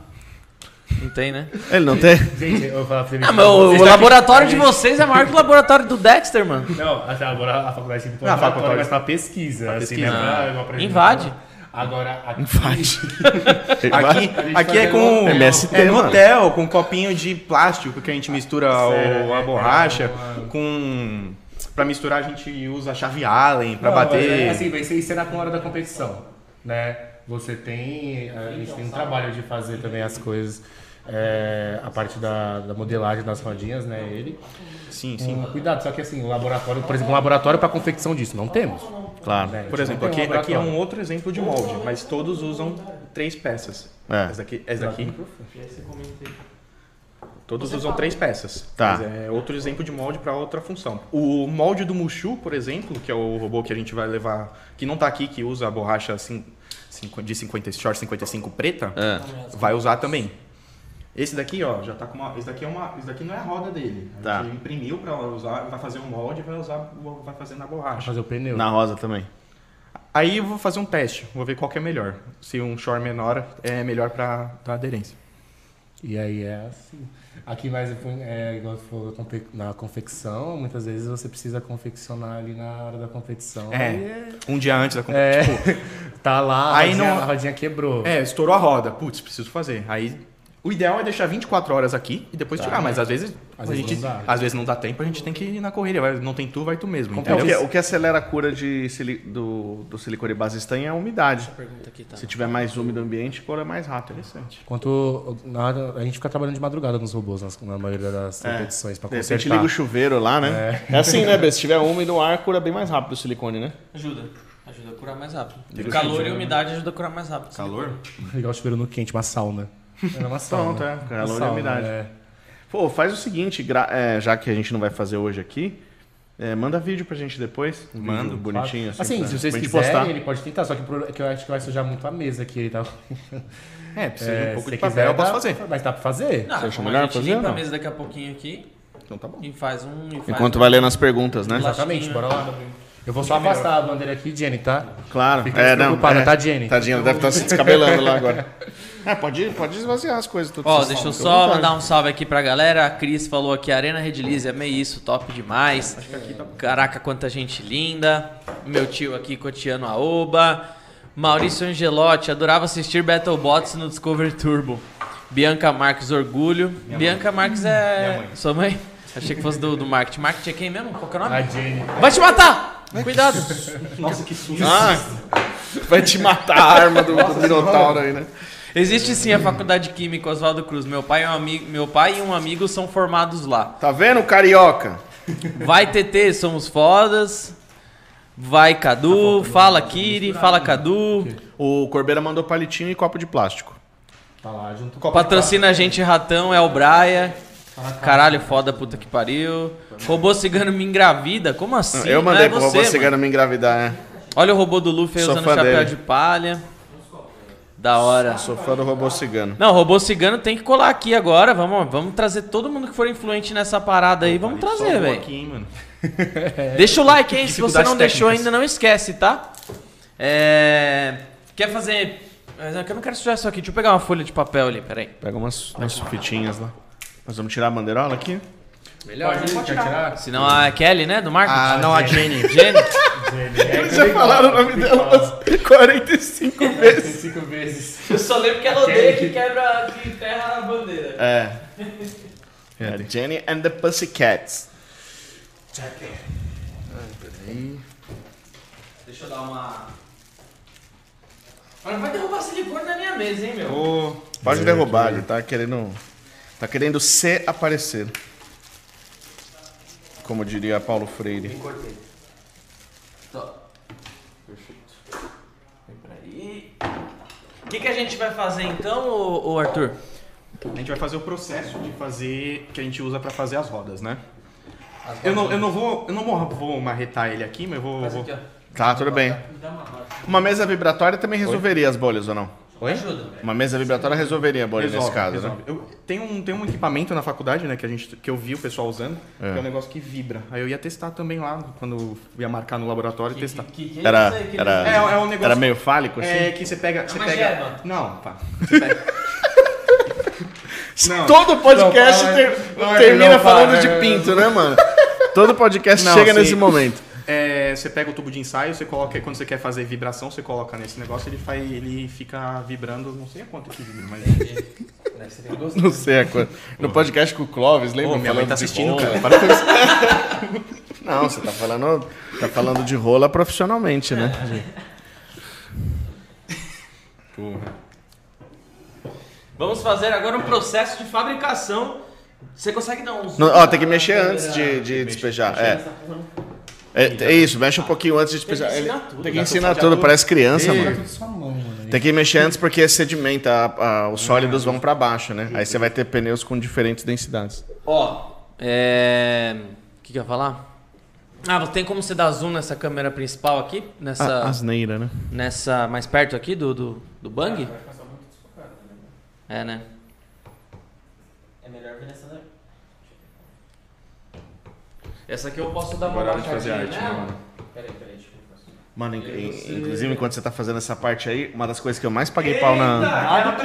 Não tem, né?
Ele não tem.
Gente, eu vou falar pra
Ah,
vocês.
mas o, o laboratório de vocês é maior que o laboratório do Dexter, mano.
Não, até agora a faculdade sempre tem
Não,
um
a faculdade-
laboratório, mas pra
É
pesquisa. assim,
pesquisa.
né?
Ah,
Pra uma apresentação.
Invade.
Agora, aqui,
Aqui, aqui é com
um MST,
é no
mano.
hotel, com um copinho de plástico que a gente mistura o- a borracha com Pra misturar a gente usa a chave Allen pra
Não, mas
bater.
é assim, vai ser encenar com a hora da competição, né? Você tem... A gente tem um trabalho de fazer também as coisas... é, a parte da, da modelagem das rodinhas, né? Ele.
Sim, sim.
Com cuidado, só que assim, o laboratório, por exemplo, um laboratório para confecção disso, não temos.
Claro.
né?
Por
A gente
exemplo,
não
aqui,
tem
aqui é
laboratório.
um outro exemplo de molde, mas todos usam três peças.
É.
Essa daqui, essa daqui Todos usam três peças.
Tá.
Mas é outro exemplo de molde para outra função. O molde do Mushu, por exemplo, que é o robô que a gente vai levar, que não tá aqui, que usa a borracha cin- cinco- de 50, short 55 preta,
É.
vai usar também. Esse daqui, ó, já tá com uma. Esse daqui, é uma, esse daqui não é a roda dele. A
Tá.
gente imprimiu para usar, vai fazer um molde e vai usar, vai fazer na borracha.
Fazer o pneu.
Na rosa também.
Aí eu vou fazer um teste, vou ver qual que é melhor. Se um short menor é melhor para dar aderência.
E aí é assim. Aqui mais é igual você falou, confe- na confecção, muitas vezes você precisa confeccionar ali na hora da competição. E
É, um dia antes da competição.
É, tá lá, a
Aí
rodinha,
não-
a rodinha quebrou.
É, estourou a roda. Putz, preciso fazer. Aí o ideal é deixar 24 horas aqui e depois tirar, mas às vezes
Às
a
vezes
gente,
não dá.
às vezes não dá tempo, a gente tem que ir na correria, vai- não tem tu, vai tu mesmo,
É, o, que,
entendeu?
o que acelera a cura de sili- do, do silicone base estanha é a umidade.
Pergunta aqui, tá?
Se tiver mais úmido o ambiente, cura é mais rápido. Interessante.
Enquanto na hora- a gente fica trabalhando de madrugada nos robôs, nas- na maioria das competições, pra
É, De repente
consertar.
liga o último chuveiro lá, né? É, assim, né, Bê? Se tiver úmido o ar, cura bem mais rápido o silicone, né?
Ajuda. Ajuda a curar mais rápido. calor e umidade ajuda a curar mais rápido.
Calor?
Ligar o chuveiro no quente, uma sauna. Era uma sauna.
Pronto, é.
Uma
Calor e
sauna,
umidade.
é.
Pô, faz o seguinte, gra- é, já que a gente não vai fazer hoje aqui, é, manda vídeo pra gente depois. Um
Mando,
vídeo bonitinho. Assim,
Assim,
pra-
se vocês
pra gente
quiserem,
postar.
ele pode tentar, só que, o problema é que eu acho que vai sujar muito a mesa aqui. Ele tá...
É, precisa de
É,
um
se
pouco de
quiser,
papel, eu posso
dá-
fazer.
Mas dá pra fazer.
Não,
acha
a
melhor
gente
fazer ou
limpa a
não?
mesa daqui a pouquinho aqui
Então tá bom.
e faz um. E faz
Enquanto
um-
vai lendo as perguntas, né?
Exatamente, bora lá. Eu vou só afastar a bandeira aqui, Jenny, tá?
Claro. é,
Fica despreocupada, tá, Jenny?
Tadinha, ela deve estar se descabelando lá agora. É, pode, pode esvaziar as coisas. tudo.
Ó,
Vocês
deixa eu
falam,
só
fica à
mandar
vontade.
um salve aqui pra galera. A Cris falou aqui, Arena Redilize, amei isso, top demais. Caraca, quanta gente linda. Meu tio aqui, Cotiano Aoba. Maurício Angelotti, adorava assistir Battlebots no Discover Turbo. Bianca Marques, orgulho. Bianca Marques é... Sua mãe? Achei que fosse do, do marketing. Marketing é quem mesmo? Qual que é o nome?
A Jenny.
Vai te matar! Cuidado! um-
Ah, vai te matar a arma do, do Minotauro aí, né?
Existe sim a Faculdade de Química Oswaldo Cruz. Meu pai, é um amigo, meu pai e um amigo são formados lá.
Tá vendo, carioca?
Vai, TT, somos fodas. Vai, Cadu. Fala, Kiri. Fala, Cadu.
O Corbeira mandou palitinho e copo de plástico.
Tá lá junto
Patrocina a gente, Ratão. É o Braia. Caralho, foda, puta que pariu. Robô cigano me engravida? Como assim?
eu
Não
mandei
é
pro
você,
robô
mano.
cigano me engravidar, né?
Olha o robô do Luffy aí
Sou
usando
fã
chapéu
dele.
de palha. Da hora.
Sou fã do robô cigano.
Não, robô cigano tem que colar aqui agora. Vamos, vamos trazer todo mundo que for influente nessa parada aí. Vamos trazer,
Só vou
velho.
aqui, hein, mano.
É, Deixa o like, hein? Se você
Dificuldades
não deixou
técnicas.
ainda, não esquece, tá? É... Quer fazer. Mas é Eu não quero sujar isso aqui. Deixa eu pegar uma folha de papel ali, peraí.
Pega umas, umas fitinhas lá. Nós vamos tirar a bandeirola aqui?
Melhor, pode, tirar. Senão a Kelly, né? Do Marcos.
Ah, não, a Jenny.
Jenny. É,
Eles já falaram o nome dela umas 45 vezes.
Cinco vezes.
Eu só lembro que ela odeia que quebra, que enterra a bandeira.
É. É, Jenny and the Pussycats.
Deixa eu dar uma. Olha, não vai derrubar silicone na minha mesa, hein, meu?
Ô,
Pode derrubar, ele tá querendo. Tá querendo se aparecer. Como diria Paulo Freire.
Peraí. O que, que a gente vai fazer então, ô, ô Arthur?
a gente vai fazer o processo de fazer que a gente usa para fazer as rodas, né? Eu não, eu não vou, eu não vou, vou marretar ele aqui, mas eu vou, vou-
Aqui, ó.
Tá, tudo bem. Uma mesa vibratória também resolveria as bolhas ou não?
Ajuda.
Uma mesa vibratória resolveria a bolha nesse caso, né?
Eu, tem, um, tem um equipamento na faculdade, né, que, a gente, que eu vi o pessoal usando,
É.
que é um negócio que vibra. Aí eu ia testar também lá, quando ia marcar no laboratório e testar.
Que, que
Era,
isso aí que ele-
era,
É, é um negócio-
era meio fálico assim?
É que você pega. você
uma
pega...
gema.
Não, pá. Você pega. não,
Todo podcast
Não,
ter-
não, é não,
termina
não,
falando
não,
de
não,
pinto, né, mano? Todo podcast
Não, assim,
chega
sim.
nesse momento.
é, você pega o tubo de ensaio, você coloca. Quando você quer fazer vibração, você coloca nesse negócio, ele, faz, ele fica vibrando, não sei a quanto que vibra, mas.
Não sei a coisa. No podcast com o Clóvis, lembra?
Ô, minha mãe
Falando
tá
de
assistindo,
rola.
cara. Para com isso.
Não, você tá falando, tá falando de rola profissionalmente, né?
Vamos fazer agora um processo de fabricação. Você consegue dar uns.
Não, ó, tem que mexer antes de, de despejar. É.
tá
É, é isso, mexe um pouquinho antes de despejar.
ensinar
Ele-
tudo.
né?
tem que ensinar tudo, parece criança, mano.
Tá Sua mão, mano.
Tem que mexer antes porque sedimenta, a- a- os sólidos vão para baixo, né? Aí você vai ter pneus com diferentes densidades.
Ó, é. O que, que eu ia falar? Ah, tem como você dar zoom nessa câmera principal aqui? Nessa.
A, asneira, né?
Nessa. Mais perto aqui do, do, do bang? É, né?
É melhor ver nessa daqui.
Essa aqui eu posso dar uma
Agora de fazer
baixadinha
arte, né,
nela.
mano?
Peraí, peraí, deixa eu ver.
Mano, in- in- inclusive enquanto você tá fazendo essa parte aí, uma das coisas que eu mais paguei pau na.
Ah,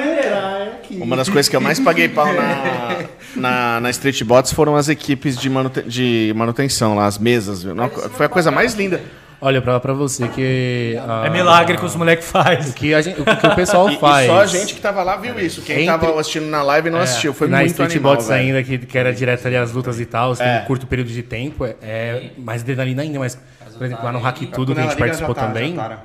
Uma das coisas é que eu mais paguei pau na, na, na Street Bots foram as equipes de, manute- de manutenção lá, as mesas. viu? Não, foi a coisa mais linda.
Olha, eu prova pra você que. ah,
É milagre que os moleques
O
fazem.
que, a gente- o que o pessoal
E, e
faz.
só a gente que tava lá viu isso. Quem
Entre-
tava assistindo na live não
É,
assistiu. Foi
na
muito
Street
animal,
Bots
velho.
ainda, que, que era direto ali as lutas e tal, tem
É.
um curto período de tempo, é, é mais adrenalina ainda, mas, por exemplo, lá no Hack Tudo que a
Quando ela
gente
liga,
participou
já tá-
também,
já tá.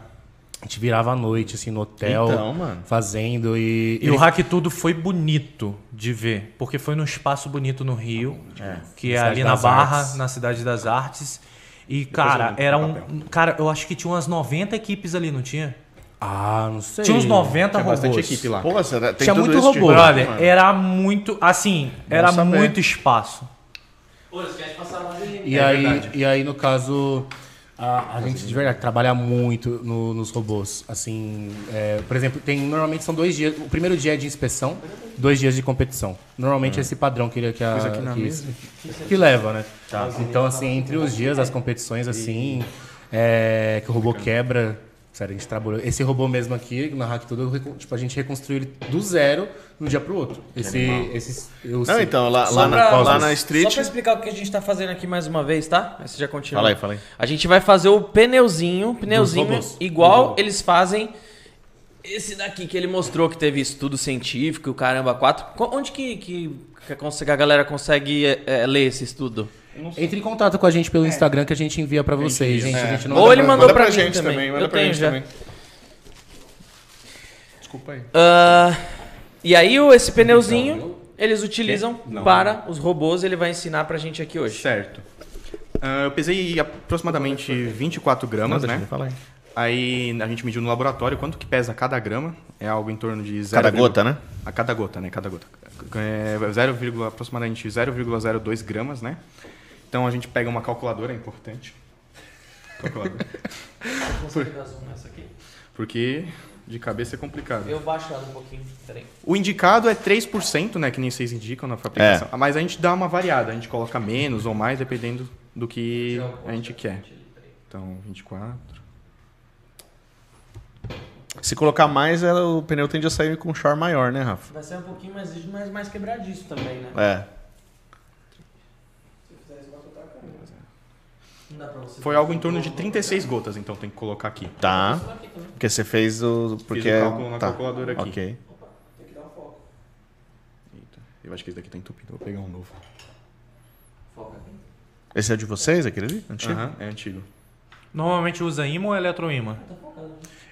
a gente virava à noite, assim, no hotel,
Então, mano.
fazendo e...
E o Hack Tudo foi bonito de ver, porque foi num espaço bonito no Rio, que é
Cidade
ali na
das
Barra,
Artes.
na Cidade das Artes. E, cara,
olho
era
no
um. Cara, eu acho que tinha umas 90 equipes ali, não tinha?
Ah, não sei.
Tinha uns 90
Tinha
robôs.
bastante equipe lá.
Pô, será- tem
Tinha
tudo
muito
isso de-
robô.
Brother,
é.
era muito. Assim, era
saber.
muito espaço.
E, aí, e aí, no caso, a, a gente de verdade trabalha muito no- nos robôs. Assim, é, por exemplo, tem normalmente são dois dias. O primeiro dia é de inspeção, dois dias de competição. Normalmente é esse padrão que, ele- que, a, que, que leva, né? Então, assim, entre os dias, as competições, assim, é, que o robô quebra. Sério, a gente trabalhou. Esse robô mesmo aqui, na Hack Tudo, eu recon- tipo, a gente reconstruiu ele do zero de um dia pro outro. Esse. esse eu,
Não,
sei.
então, lá,
Só
lá, na,
pra-
lá na
Só pra
Street.
explicar o que a gente tá fazendo aqui mais uma vez, tá? Aí Você já continua.
Fala aí, fala aí.
A gente vai fazer o pneuzinho, pneuzinho
robôs.
igual eles fazem esse daqui que ele mostrou que teve estudo científico, caramba, quatro. Co- Onde que, que, que cons- que a galera consegue é, é, ler esse estudo?
Entre em contato com a gente pelo Instagram que É. a gente envia É. pra vocês, gente. A gente não
Ou ele
manda
mandou
pra
pra, mim
gente
também.
também, manda
Eu
pra
tenho
gente
já.
também.
Ah, e aí o- esse pneuzinho eles utilizam para os robôs. Ele vai ensinar pra gente aqui hoje.
Certo. Ah, eu pesei aproximadamente 24 gramas, né? Aí a gente mediu no laboratório quanto que pesa cada grama. É algo em torno de 0,
Cada gota, né?
A cada gota, né? Cada gota. É 0, vírgula- aproximadamente 0,02 gramas, né? Então a gente pega uma calculadora, é importante. Calculadora. Porque de cabeça é complicado.
Eu baixo ela um pouquinho. Peraí.
O indicado é 3%, né? Que nem vocês indicam na
É.
fabricação. Mas a gente dá uma variada, a gente coloca menos ou mais, dependendo do que a gente quer. Então, 24.
Se colocar mais, ela- o pneu tende a sair com um char maior, né, Rafa?
Vai ser um pouquinho mais rígido, mas mais quebradiço também, né?
É.
Não dá pra você.
Foi algo em torno de 36 gotas, então tem que colocar aqui.
Tá. Porque você fez o. Porque
Fiz o cálculo na
tá.
calculadora aqui.
Ok.
Eita, eu acho que esse daqui tá entupido, vou pegar um novo.
Esse é de vocês, aquele ali? Antigo?
Aham, é antigo.
Normalmente usa imã ou eletroímã?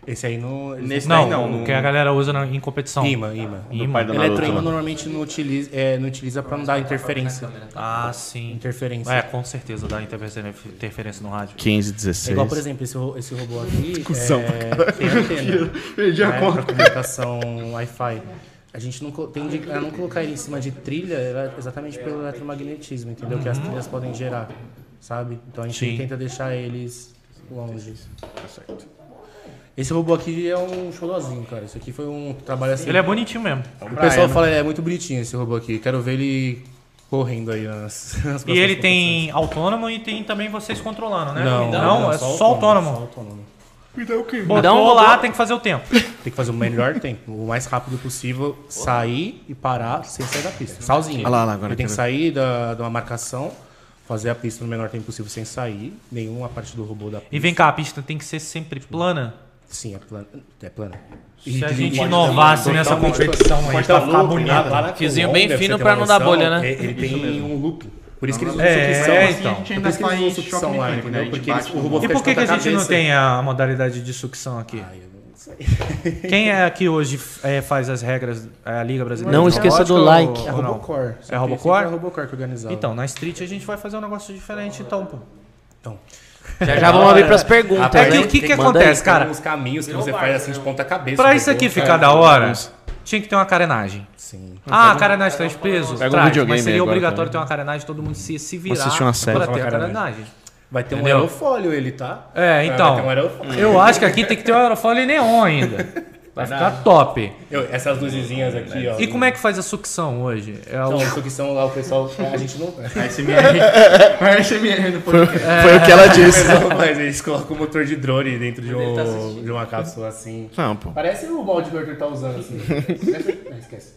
Esse aí não. eles
Nesse
Não,
daí não.
o
no-
que a galera usa na- em competição.
Imã, imã.
Do
Imã.
pai do Naruto,
Eletroímã
né?
é normalmente não utiliza, é, não utiliza pra não dar interferência.
Ah, sim.
Interferência.
É, com certeza dá interferência interferência no rádio.
15,
É
16.
igual, por exemplo, esse, ro- esse robô aqui.
Cusão pra
é, tem antena.
Perdi a
né,
conta.
pra comunicação Wi-Fi. A gente não co- tem de, a não colocar ele em cima de trilha era exatamente pelo eletromagnetismo, entendeu? Que as trilhas podem gerar, sabe? Então a gente
Uhum. Sim. Tá
tenta deixar eles longe. Esse robô aqui é um xodózinho, cara. Isso aqui foi um trabalho assim.
Ele é bonitinho mesmo.
O
né?
pessoal fala, é muito bonitinho esse robô aqui. Quero ver ele correndo aí nas, nas próximas
E ele
competições.
tem autônomo e tem também vocês controlando, né?
Não,
é só autônomo.
só autônomo.
Então,
Botou lá, tem que fazer o tempo.
Tem que fazer o melhor tempo, o mais rápido possível, sair e parar sem sair da pista, sozinho.
Ah lá, lá, agora
Ele tem que
quero-
sair da, de uma marcação, fazer a pista no menor tempo possível sem sair, nenhuma parte do robô da pista.
E vem cá, a pista tem que ser sempre plana.
Sim, é plana. É plana.
Se a gente inovasse nessa competição aí,
tá
pra ficar bonito. né?
Fiozinho bem fino pra não dar bolha, né?
Ele tem um loop. Por isso que eles usam
É,
sucção.
é,
assim,
então.
Por isso que eles
um
usam né? sucção lá,
né?
entendeu? Porque eles- o robô
E
fica
por
de
que, que a gente
ponta-cabeça.
não tem a modalidade de sucção aqui? Quem é que hoje é, faz as regras, é a Liga Brasileira?
Não
de
esqueça do
Robótica
like.
ou-
É
ou não?
Robocore. Só que
É Robocore?
sempre É Robocore que organizava.
Então, na Street a gente vai fazer um negócio diferente então, pô.
Então.
Já já vamos abrir pras perguntas.
É que
né?
o que, que
Manda
acontece,
aí.
cara?
Tem uns caminhos que você faz assim de ponta cabeça.
é
Pra
no
isso aqui
bolso.
ficar da hora, tinha que ter uma carenagem.
Sim.
Ah, carenagem três pesos?
um- Pega um
Traz,
videogame
mas
aí
seria
agora
obrigatório
também.
ter uma carenagem, todo mundo se, se virar
assistir uma série.
pra ter a
Carenagem.
carenagem.
Vai ter
Entendeu?
um aerofólio ele, tá?
É,
Ah,
Vai ter um
então.
aerofólio.
Eu acho que aqui tem que ter um aerofólio neon ainda. Vai ficar top.
Eu- essas luzinhas aqui, ó.
E como é que faz a sucção hoje? É
Não,
o...
isso que são lá o pessoal. A gente não.
A SMR no podcast.
Foi o que ela
O
disse.
pessoal faz, eles colocam um motor de drone dentro de,
ele tá
um,
assistindo.
de uma cápsula assim.
Não, pô.
Parece o balde que o Arthur tá usando assim. Não, esquece.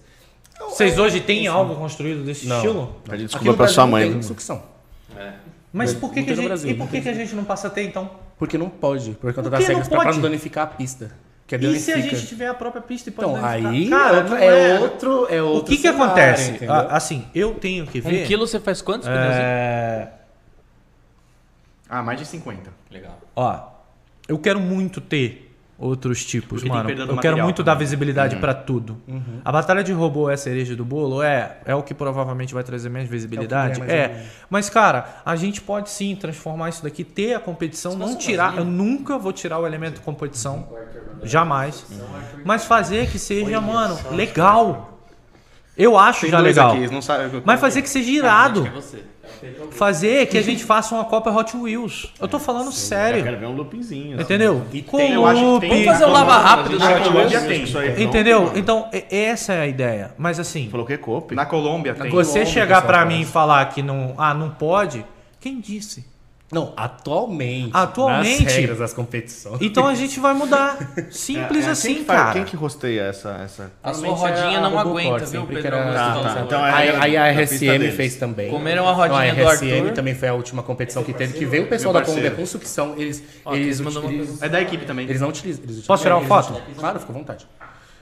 É
Vocês
um
hoje têm algo construído desse
Não.
estilo?
Pede
Aqui no
desculpa pra sua
Brasil
mãe. né?
não tem Sucção.
Mas por que,
Não
que
tem no
a
é
gente.
Brasil,
e
não
por que, que a gente não passa a ter então?
Porque não pode, por conta
Por
das
que não
regras, pra, pra
pode?
não danificar a pista. Que é
E se a
danifica.
gente tiver a própria pista e pode
um Então,
danificar?
aí é,
Cara,
outro,
não
é, outro. é
O
outro
que que
cenário,
acontece?
entendeu?
Ah, Assim, eu tenho
É.
que ver.
Um quilo você faz quantos pneuzinhos?
é,
Ah, mais de 50. Legal.
Ó, eu quero muito ter outros tipos,
Porque tem
mano.
perda do
Eu quero
material
muito
também. né? Uhum.
dar visibilidade
Uhum.
pra tudo. A batalha de robô é a cereja do bolo? É, é o que provavelmente vai trazer menos visibilidade?
É o que
É.
ganha mais
Mas, cara, a gente pode sim transformar isso daqui, ter a competição, não tirar. Eu nunca vou tirar o elemento competição. Jamais. Mas fazer que seja, mano, legal. Eu acho já legal.
eles não sabem.
Mas fazer que seja irado.
É você.
Fazer que a gente faça uma Copa Hot Wheels. Eu tô falando
É,
sério.
ver um
É,
loopingzinho.
Entendeu? Com
tem, eu acho que tem.
Vamos
loop,
fazer um lava rápido
Na
do
Colômbia tem.
Entendeu? Então, e- essa é a ideia. Mas assim,
Falou que é copo.
Na Colômbia tem.
você chegar pra mim e falar que não, ah, não pode, quem disse?
Não, atualmente.
Atualmente?
Nas regras das competições.
Então a gente vai mudar. Simples
É,
assim,
quem que faz-
cara.
Quem que rosteia essa... essa...
A sua
Normalmente era
rodinha
a
não
Robocop,
aguenta, viu,
sempre
Pedro?
que era-
Augusto
Tá,
Augusto?
tá. Então
Então,
é
aí,
da-
aí
da
a
pista
RSM
deles.
fez também.
Comeram a rodinha
Não,
do
a RSM
Arthur.
também foi a última competição que teve, que veio o pessoal
Meu
da Colômbia
parceiro.
com sucção. Eles,
Ó,
eles,
Cris mandou uma
eles,
É da equipe também.
eles não utilizam. Eles
Posso tirar uma
utilizam-
foto?
eles- Claro, fica à vontade.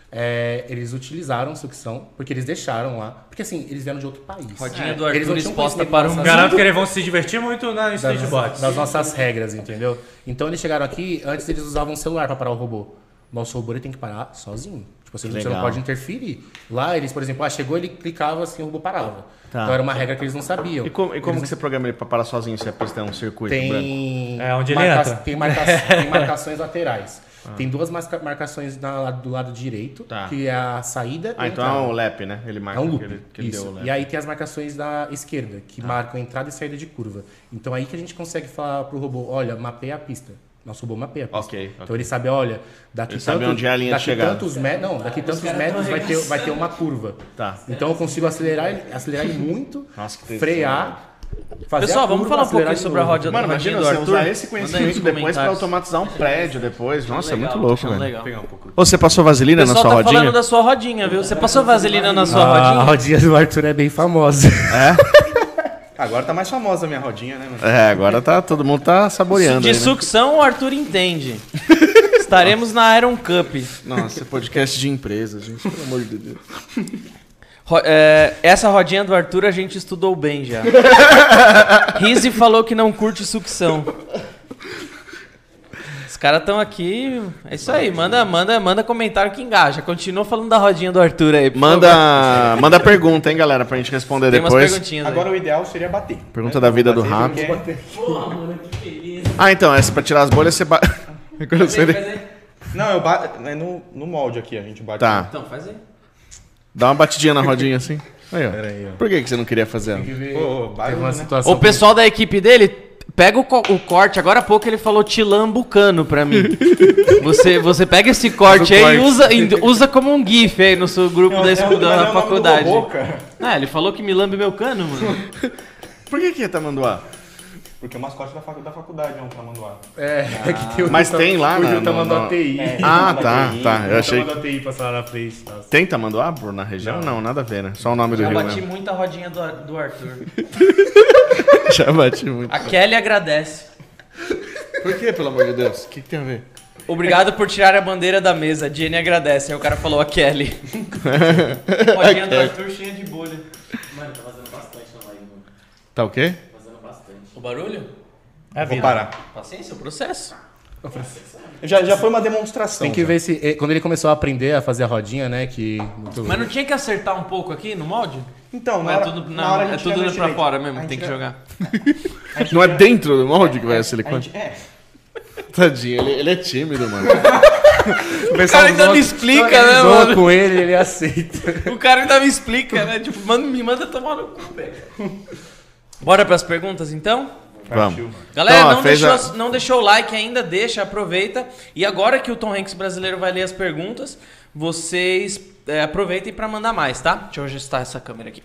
É, eles utilizaram sucção porque eles deixaram lá. Porque assim, eles vieram de outro país.
Rodinha
É.
do
Eles não
Arthur
tinham
exposta
conhecimento
para um
das
Garanto que eles vão se divertir muito na
das,
skateboard.
das nossas regras, entendeu? Então eles chegaram aqui, antes eles usavam o celular pra parar o robô. Nosso robô ele tem que parar sozinho. Tipo, você, você não
Legal.
pode interferir. Lá eles, por exemplo, ah, chegou, ele clicava assim, o robô parava.
Tá.
Então era uma regra que eles não sabiam.
E como, e como que você programa ele pra parar sozinho se a pista é um circuito branco?
Tem.
é É, onde ele entra.
Tem, marca- tem marcações laterais. Tem duas masca- marcações na- do lado direito,
Tá.
que é a saída e
Ah,
a
então
entrada.
é um lap, né? Ele marca
É um
que
loop.
ele, que ele
isso.
deu né? Ah. o lap.
e aí tem as marcações da esquerda, que marcam entrada e saída de curva. Então aí que a gente consegue falar pro robô, olha, mapeia a pista. Nosso robô mapeia a pista.
Ok, ok.
Então ele sabe, olha, daqui
Ele
tantos,
sabe onde é a linha de
daqui
chegada.
tantos metros, não, daqui tantos metros vai ter, vai ter uma curva.
Tá.
Então eu consigo acelerar, ele- acelerar ele muito,
Nossa, que tensão,
frear, fazer
Pessoal,
a curva,
vamos falar um
acelerar
pouquinho
de
sobre a
novo.
roda,
Mano,
rodinha
imagina
do
você
Arthur.
usar esse
Manda aí nos
conhecimento depois pra
comentários.
automatizar um prédio depois. Nossa, é muito
Legal,
louco,
achando
velho.
legal.
um
Ô, Você passou vaselina
O
na
pessoal
sua
tá
rodinha? Ah,
falando da sua rodinha, viu? Você
É.
passou vaselina na sua
A
rodinha?
rodinha do Arthur é bem famosa.
Agora tá mais famosa a minha rodinha, né, mano?
É, agora tá, todo mundo tá saboreando.
De
aí, né?
sucção, o Arthur entende. Estaremos na Iron Cup.
Nossa, é podcast de empresa, gente. Pelo amor de Deus.
Ro- é, essa rodinha do Arthur a gente estudou bem já. Rizzi falou que não curte sucção. Os caras estão aqui. É isso aí. Manda, manda, manda comentário que engaja. Continua falando da rodinha do Arthur aí. por favor.
Manda, manda pergunta, hein, galera, pra gente responder
Tem umas
depois.
perguntinhas
Agora
aí.
o ideal seria bater. Né?
Pergunta da vida do rato.
É. Bater porque-
Ah, então, essa pra tirar as bolhas você bate.
Não, eu bato. É no, no molde aqui, a gente bate.
Tá,
Então, faz aí.
dá uma batidinha na rodinha assim. Aí, ó.
Pera aí, ó.
Por que, que você não queria fazer? ela?
Pô, barulho, né?
situação.
O pessoal da equipe dele, pega o, co- o corte. Agora há pouco ele falou tilambucano pra mim. você, você pega esse corte aí e
corte.
usa, e usa como um gif aí no seu grupo da,
É o-
escu- da,
mas é o
da
nome do
faculdade.
robô, cara.
Ah, ele falou que me lambe meu cano, mano.
Por que que é tamanduá?
Porque o mascote da, facu- da faculdade é um tamanduá.
Tá,
É, que tem o
Mas
Gil-
tem lá
o
na-
Gil tá
no-
mandando
no-
a TI.
Ah, tá, tá. Eu achei.
Tá mandando a TI passar lá na frente.
tá?
nossa.
Tem tamanduá, Bruno, na região? Não, nada a ver, né? Só o nome do
Já
rio
bati
mesmo.
muito a rodinha do, Ar- do Arthur.
Já bati muito.
A Kelly agradece.
Por que, pelo amor de Deus? O que, que tem a ver?
Obrigado por tirar a bandeira da mesa. A Jenny agradece. Aí o cara falou a Kelly. rodinha do Arthur cheia de bolha.
Tá o quê?
O barulho?
É
Tá
Vou
vida.
parar. É
Paciência, o processo.
Já, já foi uma demonstração.
Tem que
já.
ver se. eh, Quando ele começou a aprender a fazer a rodinha, né? Que. muito-
Mas não tinha que acertar um pouco aqui no molde?
Então,
Ou
na
é
hora,
tudo,
na
não,
hora a
é
gente
tudo
vai
indo pra
direito.
fora
A
mesmo,
gente
tem que
vai-
jogar.
Não é dentro do molde que vai a
A
silicone?
gente- é.
Tadinho, ele, ele é tímido, mano.
O cara ainda me explica, né,
Zoa
mano?
com ele, ele aceita.
O cara ainda me explica, né? Tipo, manda, me manda tomar no cu, velho. Bora pras perguntas, então?
Vamos.
Galera,
Então, ó,
não,
fez
deixou,
a-
não deixou o like ainda, deixa, aproveita. E agora que o Tom Hanks brasileiro vai ler as perguntas, vocês é, aproveitem pra mandar mais, tá? Deixa eu ajustar essa câmera aqui.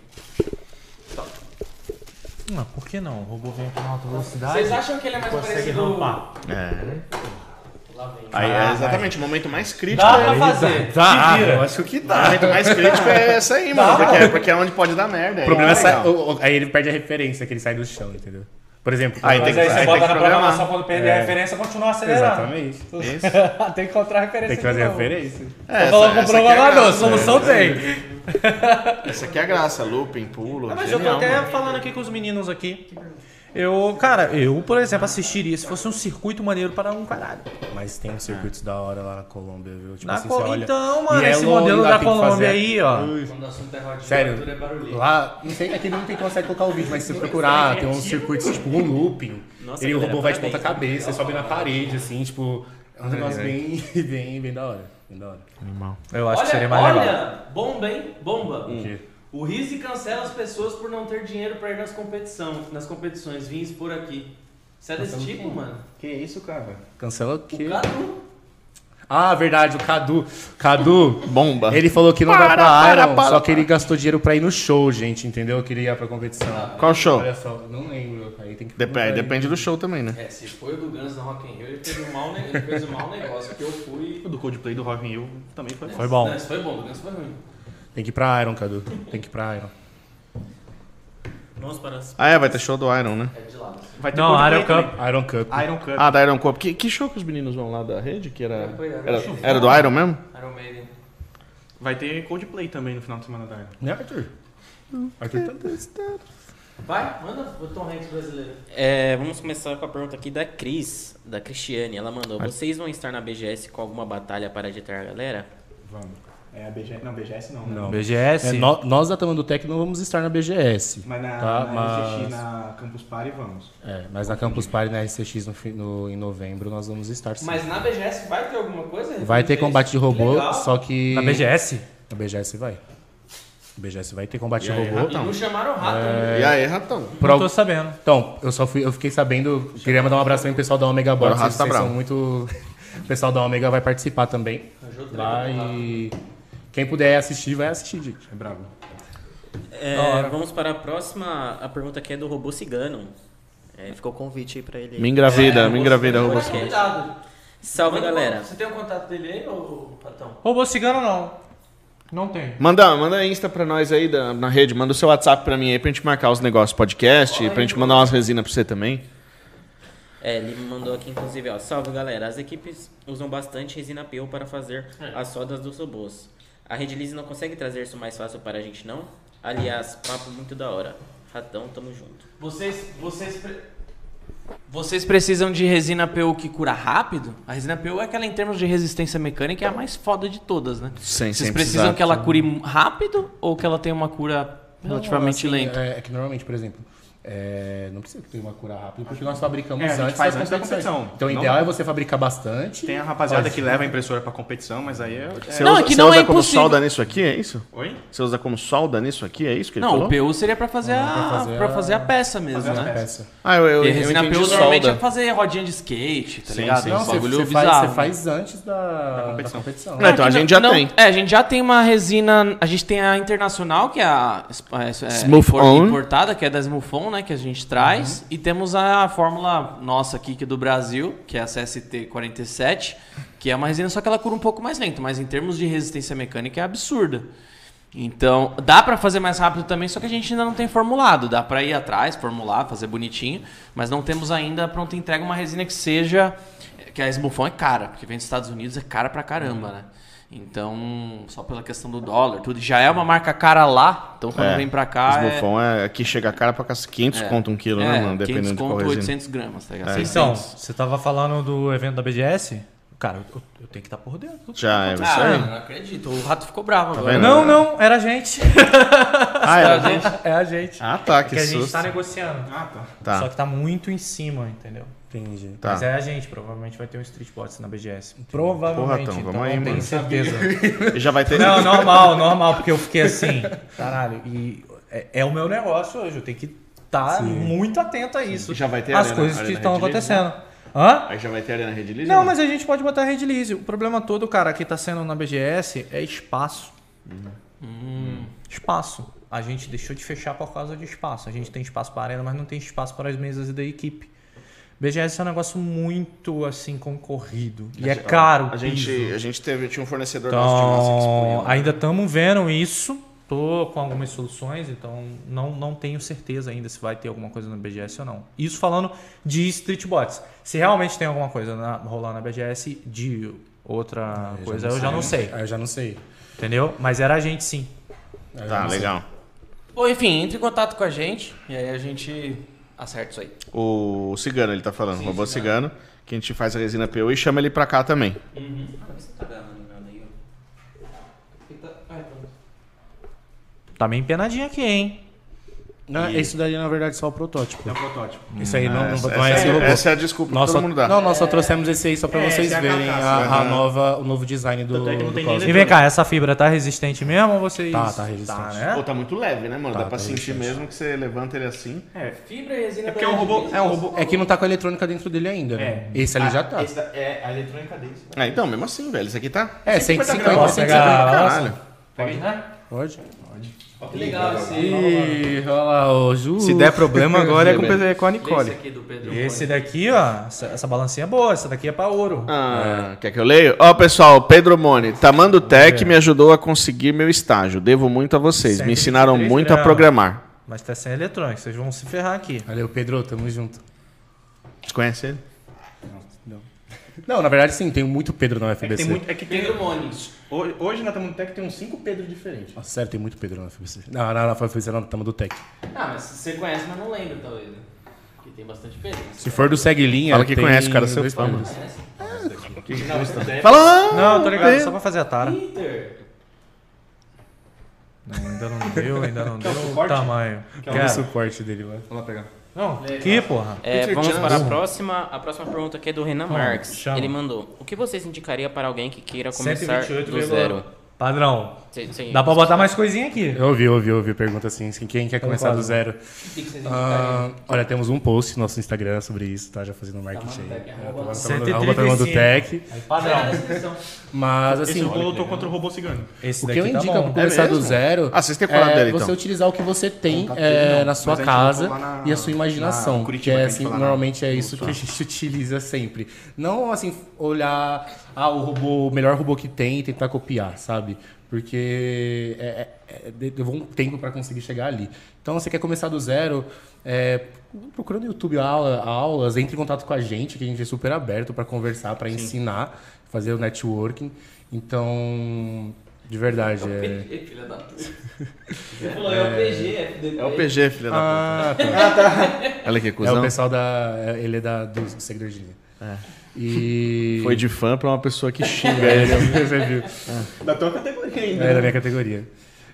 Não, por que não? O robô vem com alta velocidade. um
Vocês acham que ele é mais
Consegue
parecido...
rampar.
Aí, é exatamente, o momento mais crítico
Dá
é
pra fazer.
Ah,
Dá,
vira.
eu acho que
O
dá.
momento mais crítico é essa aí, mano. Porque é, porque é onde pode dar merda. aí
O problema é
não
sa-
legal.
o- o- aí ele perde a referência, que ele sai do chão, entendeu? Por exemplo.
Aí tem
Ah, Mas aí
que, aí
você tá.
tem que
bota na programação
programar.
quando perder a referência, continua acelerando.
Exatamente.
tem que encontrar a referência.
Tem que fazer
de
a
novo.
referência.
É,
Tô falando com o
aqui é a
programador,
graça,
solução tem.
é. Essa aqui é a graça, looping, pulo.
Ah, Mas eu tô
genial,
até
mano.
falando aqui com os meninos aqui. Eu, cara, eu, por exemplo, assistiria se fosse um circuito maneiro para um caralho.
Mas tem uns circuitos da hora lá na Colômbia, viu? Tipo
Na
assim,
Col-
você olha-
Então, mano, esse
Yellow,
modelo
lá tem
da
que
Colômbia
fazer-
aí, ó.
Quando o assunto é rodinha,
Sério,
tudo é barulhinho.
lá, não sei, aqui não tem consegue colocar o vídeo, mas se você procurar, tem uns circuitos, tipo, um looping,
Nossa, é
ele, o
galera,
robô vai de
parabéns.
ponta cabeça, você sobe na parede, assim, tipo, é um negócio bem, bem, bem da hora, bem da hora.
Eu acho
Olha,
que seria mais
olha,
legal. Hum.
bomba, hein? Bomba.
quê?
O Rizzi cancela as pessoas por não ter dinheiro pra ir nas, competição, nas competições. Vim expor aqui. Você é desse tipo, mano?
Que isso, cara?
Cancela o quê?
O Cadu.
Ah, verdade, o Cadu, Cadu,
Bomba.
ele falou que não vai pra
Para, para,
Iron,
para,
só que ele gastou dinheiro pra ir no show, gente, entendeu? Que ele ia pra competição.
Qual show?
Olha só, não lembro, aí tem que...
Dep- é, depende do show também, né?
É, se foi o do Guns na Rock in Rio, ele fez um mau, ne- ele fez um mau negócio, porque eu fui...
O do Coldplay do Rock in Rio também foi.
Foi bom.
Não, isso foi bom, do Guns foi ruim.
Tem que ir pra Iron, Cadu, tem que ir pra Iron.
Vamos para as...
Ah, é, vai ter show do Iron, né?
É de lado.
Vai ter
Não,
Coldplay
Iron Cup.
também.
Iron Cup.
Iron Cup.
Ah, da Iron Corp. Que, que show que os meninos vão lá da rede? Que era.
É. Foi Iron
Era, era do Iron mesmo?
Iron Maiden.
Vai ter Coldplay também no final de semana da Iron.
Né, Arthur? Arthur tá...
Vai, manda o Tom Hanks brasileiro.
É, vamos começar com a pergunta aqui da Cris, da Cristiane. Ela mandou: Vocês vão estar na BGS com alguma batalha para agitar a galera?
Vamos. É a BGS. Não, BGS não. né?
Não.
BGS.
É, nó- nós da Tamanho do Tech não vamos estar na BGS.
Mas na,
Tá,
na
mas-
RCX, na Campus Party, vamos.
É, mas na Campus Party na RCX no, fi- no- em novembro nós vamos estar sim.
Mas na BGS vai ter alguma coisa?
vai ter combate de robô,
Legal.
só que.
Na BGS?
Na BGS vai. Na BGS vai ter combate de robô.
E não chamaram o rato né? ainda.
E aí, ratão?
Não
Pro-
tô sabendo.
Então, eu só fui, eu fiquei sabendo. Queria mandar um abraço também pro pessoal da Omega
Agora
Bot.
o
Vocês,
Rato
vocês
tá
são
bravo.
muito. O pessoal da Omega vai participar também.
Arranjou treta com o
Vai.
rato.
né?
Quem puder assistir, vai assistir, gente.
É brabo.
É, vamos para a próxima. A pergunta aqui é do robô cigano. É, ficou o convite aí pra ele.
Me engravida, me engravida,
Foi
robô.
convidado.
é Salve
Manda,
galera.
Você tem o contato dele aí, ô Patão?
Robô cigano não. Não tem.
Manda, manda Insta pra nós aí da- na rede, manda o seu WhatsApp pra mim aí pra gente marcar os negócios podcast, pra gente mandar umas resinas pra você também.
um-
É, ele me mandou aqui, inclusive, ó. Salve galera. As equipes usam bastante resina PU para fazer
É.
as sodas dos robôs. A Red Lease não consegue trazer isso mais fácil para a gente, não? Aliás, papo muito da hora. Ratão, tamo junto.
Vocês, vocês, pre- vocês precisam de resina PU que cura rápido? A resina PU é aquela em termos de resistência mecânica é a mais foda de todas, né?
Sem,
Vocês precisam
sem precisar.
que ela cure rápido ou que ela tenha uma cura relativamente
Não, assim,
lenta?
É, é que normalmente, por exemplo, é, não precisa ter uma cura rápida, porque nós fabricamos
É, a gente
antes,
faz
das
antes da
competições.
competição.
Então o
Não-
ideal é você fabricar bastante.
Tem a rapaziada que leva a impressora pra competição, mas aí é.
Você
Não,
usa,
é que
você
não
usa
é
como
impossível.
solda nisso aqui, é isso?
Oi?
Você usa como solda nisso aqui, é isso que ele
Não, o
falou?
PU seria pra fazer, a, pra fazer,
fazer
a...
a-
peça mesmo,
as
né?
peças.
Peça.
Ah, eu, eu,
Porque
eu
resina PU
entendi
normalmente é
solda.
fazer rodinha de skate, tá
Sim,
ligado?
sim,
Um
sim.
Você,
bagulho
você faz,
bizarro.
você faz antes da, da competição.
Ah, então a
Não,
gente já
não-
tem.
É, a gente já tem uma resina. A gente tem a internacional, que é a. é- é
Smooth
impor-
On.
Importada, que é da Smooth On, né? Que a gente traz. E temos a fórmula nossa aqui, que é do Brasil, que é a CST47, que é uma resina, só que ela cura um pouco mais lento. Mas em termos de resistência mecânica, é absurda. Então, dá pra fazer mais rápido também, só que a gente ainda não tem formulado. Dá pra ir atrás, formular, fazer bonitinho, mas não temos ainda pronta entrega uma resina que seja que a Smufon é cara, porque vem dos Estados Unidos, é cara pra caramba, né? Então, só pela questão do dólar, tudo já é uma marca cara lá. Então, quando
É,
vem pra cá, é,
Esbufão é... aqui chega cara pra caça 500 conto um quilo, né,
é,
mano? Dependendo
500
de qual
conto,
resina.
800 gramas, tá ligado?
Então,
600.
você tava falando do evento da BGS? Cara, eu, eu tenho que estar por dentro.
Já é isso
Ah,
aí.
eu não acredito. O rato ficou bravo agora.
vendo?
Não, não, era a gente.
Ah, era-
É a gente.
Ah, tá, que
que a gente
susto.
tá negociando. Ah, tá.
Tá.
Só que tá muito em cima, entendeu?
Entendi.
Tá.
Mas é a gente, provavelmente vai ter um Street Bots na BGS. Provavelmente.
Porra, então, vamos aí,
não tenho
mano.
certeza.
E já vai ter.
Não, normal, normal, porque eu fiquei assim, caralho, e é, é o meu negócio hoje, eu tenho que estar muito atento a isso.
E já vai ter
as
arena-
coisas que
arena
estão
Red League,
acontecendo. Hã?
Aí já vai ter arena Red League?
Não, mas a gente pode botar Red Lease. O problema todo, cara, que tá sendo na BGS é espaço.
Uhum.
Hum. Espaço. A gente deixou de fechar por causa de espaço. A gente tem espaço para a arena, mas não tem espaço para as mesas da equipe. BGS é um negócio muito assim concorrido. E é caro.
A
o
gente,
piso.
a gente teve, tinha um fornecedor nosso de massa
Então,
disponível.
ainda estamos vendo isso. Tô com algumas soluções, então não, não tenho certeza ainda se vai ter alguma coisa na BGS ou não. Isso falando de Street Bots. Se realmente tem alguma coisa na, rolando na BGS de outra coisa, eu já
né?
não sei.
Aí Ah, eu já não sei.
Entendeu? Mas era a gente sim.
Aí eu já
Tá,
não sei.
legal.
Ou enfim, entre em contato com a gente e aí a gente acerta isso aí.
O cigano, ele tá falando, o robô cigano. que a gente faz a resina PU e chama ele pra cá também.
Ah, você tá gravando nada aí, ó.
Tá meio empenadinho aqui, hein?
Não, isso daí na verdade é só o protótipo.
É o protótipo.
Isso aí não,
essa,
não, não é
essa-
esse robô.
essa é a desculpa
Nós
que
só,
todo mundo dá.
não, nós só trouxemos esse aí só pra
É,
vocês
esse é a
verem a,
carcaça,
a nova, o novo design do,
Tanto é que não
do
tem
Cosmo.
nem
E vem cá, essa fibra tá resistente mesmo ou vocês.
Tá, tá resistente.
Tá,
Pô,
né?
tá muito leve, né, mano?
Tá,
Dá pra
tá
sentir mesmo que você levanta ele assim.
Fibra e resina
É porque é um robô. É um robô.
É que não tá com a eletrônica dentro dele ainda, né? Esse ali já tá.
Essa é a eletrônica desse.
É, então, mesmo assim, velho. Isso aqui tá.
Ah,
É,
tipo
150,
Posso
150.
Ah,
né,
pegar a balança?
Caralho.
Pode?
Que legal esse.
Ih, olha lá, ô, Ju.
Se der problema agora é com, é com a
Esse
Nicole.
aqui do Pedro.
E Esse daqui, ó, essa, essa balancinha é boa, essa daqui é pra ouro.
Ah, quer que eu leio? Ó, pessoal, Pedro Moni, Tamando Tech me ajudou a conseguir meu estágio. Devo muito a vocês. Me ensinaram
123
muito a
gramas.
programar.
Mas tá sem eletrônico, vocês vão se ferrar aqui.
Valeu, Pedro, tamo junto.
Você conhece ele?
Não, na verdade sim, tem muito Pedro na
É que tem
UFBC.
muito. É que tem. Hoje, hoje na Tamutec tem uns 5 Pedro diferentes.
Nossa, sério, tem muito Pedro na UFBC. Não, não, na UFBC não, tamo do Tech.
Ah, mas você conhece, mas não lembra, talvez. né? Porque tem bastante peso.
Se for do Segue Linha,
Fala que
tem
conhece o cara, seu
dois
fã.
Pedros.
É. Fala!
Não, eu tô ligado, só pra fazer a tara.
Peter!
Não, ainda não deu, ainda não
um
deu o tamanho.
Olha o
Quero.
suporte dele, mano.
Vamos lá pegar.
Não, que porra.
É, vamos para a próxima. A próxima pergunta aqui é do Renan Marques.
chama.
Ele mandou: O que vocês indicaria para alguém que queira começar do
128,1.
zero?
Padrão,
Sim, sim.
um." dá pra botar mais coisinha aqui.
Eu ouvi, ouvi, ouvi. Pergunta assim, assim, quem quer começar do zero? Ah, olha, temos um post no nosso Instagram sobre isso, tá? Já fazendo marketing aí. É, tá lá, tá lá, arroba Tamando
135.
Tech.
Padrão.
Mas
Esse
assim,
robô lutou contra o robô cigano.
Esse
o que eu
daqui tá
indico é um pra
bom.
começar do
mesmo?
zero é
Ah, vocês têm colado dele,
você
então.
utilizar o que você tem
Contato
é,
dele É não,
na
mas
sua
a gente
casa
colocou lá na-
e a sua imaginação.
na
que
Curitiba,
é
que a gente
assim,
fala na-
normalmente é isso que a gente utiliza sempre. Não assim, olhar ah, o robô, o melhor robô que tem e tentar copiar, sabe? Porque é, é- é- levou um tempo para conseguir chegar ali. Então você quer começar do zero, é, procura no YouTube aula- aulas, entre em contato com a gente, que a gente é super aberto para conversar, para ensinar, fazer o networking. Então, de verdade, é.
Filha da puta. Você falou, é o PG, FDP.
É o PG, filha da
Ah, tá.
puta. Olha que
É o
cuzão.
pessoal da. é- Ele é da, do seguidor de linha. E.
Foi de fã pra uma pessoa que xinga
É,
ele.
ele é um- você viu.
Da tua categoria ainda.
né?
É da minha categoria.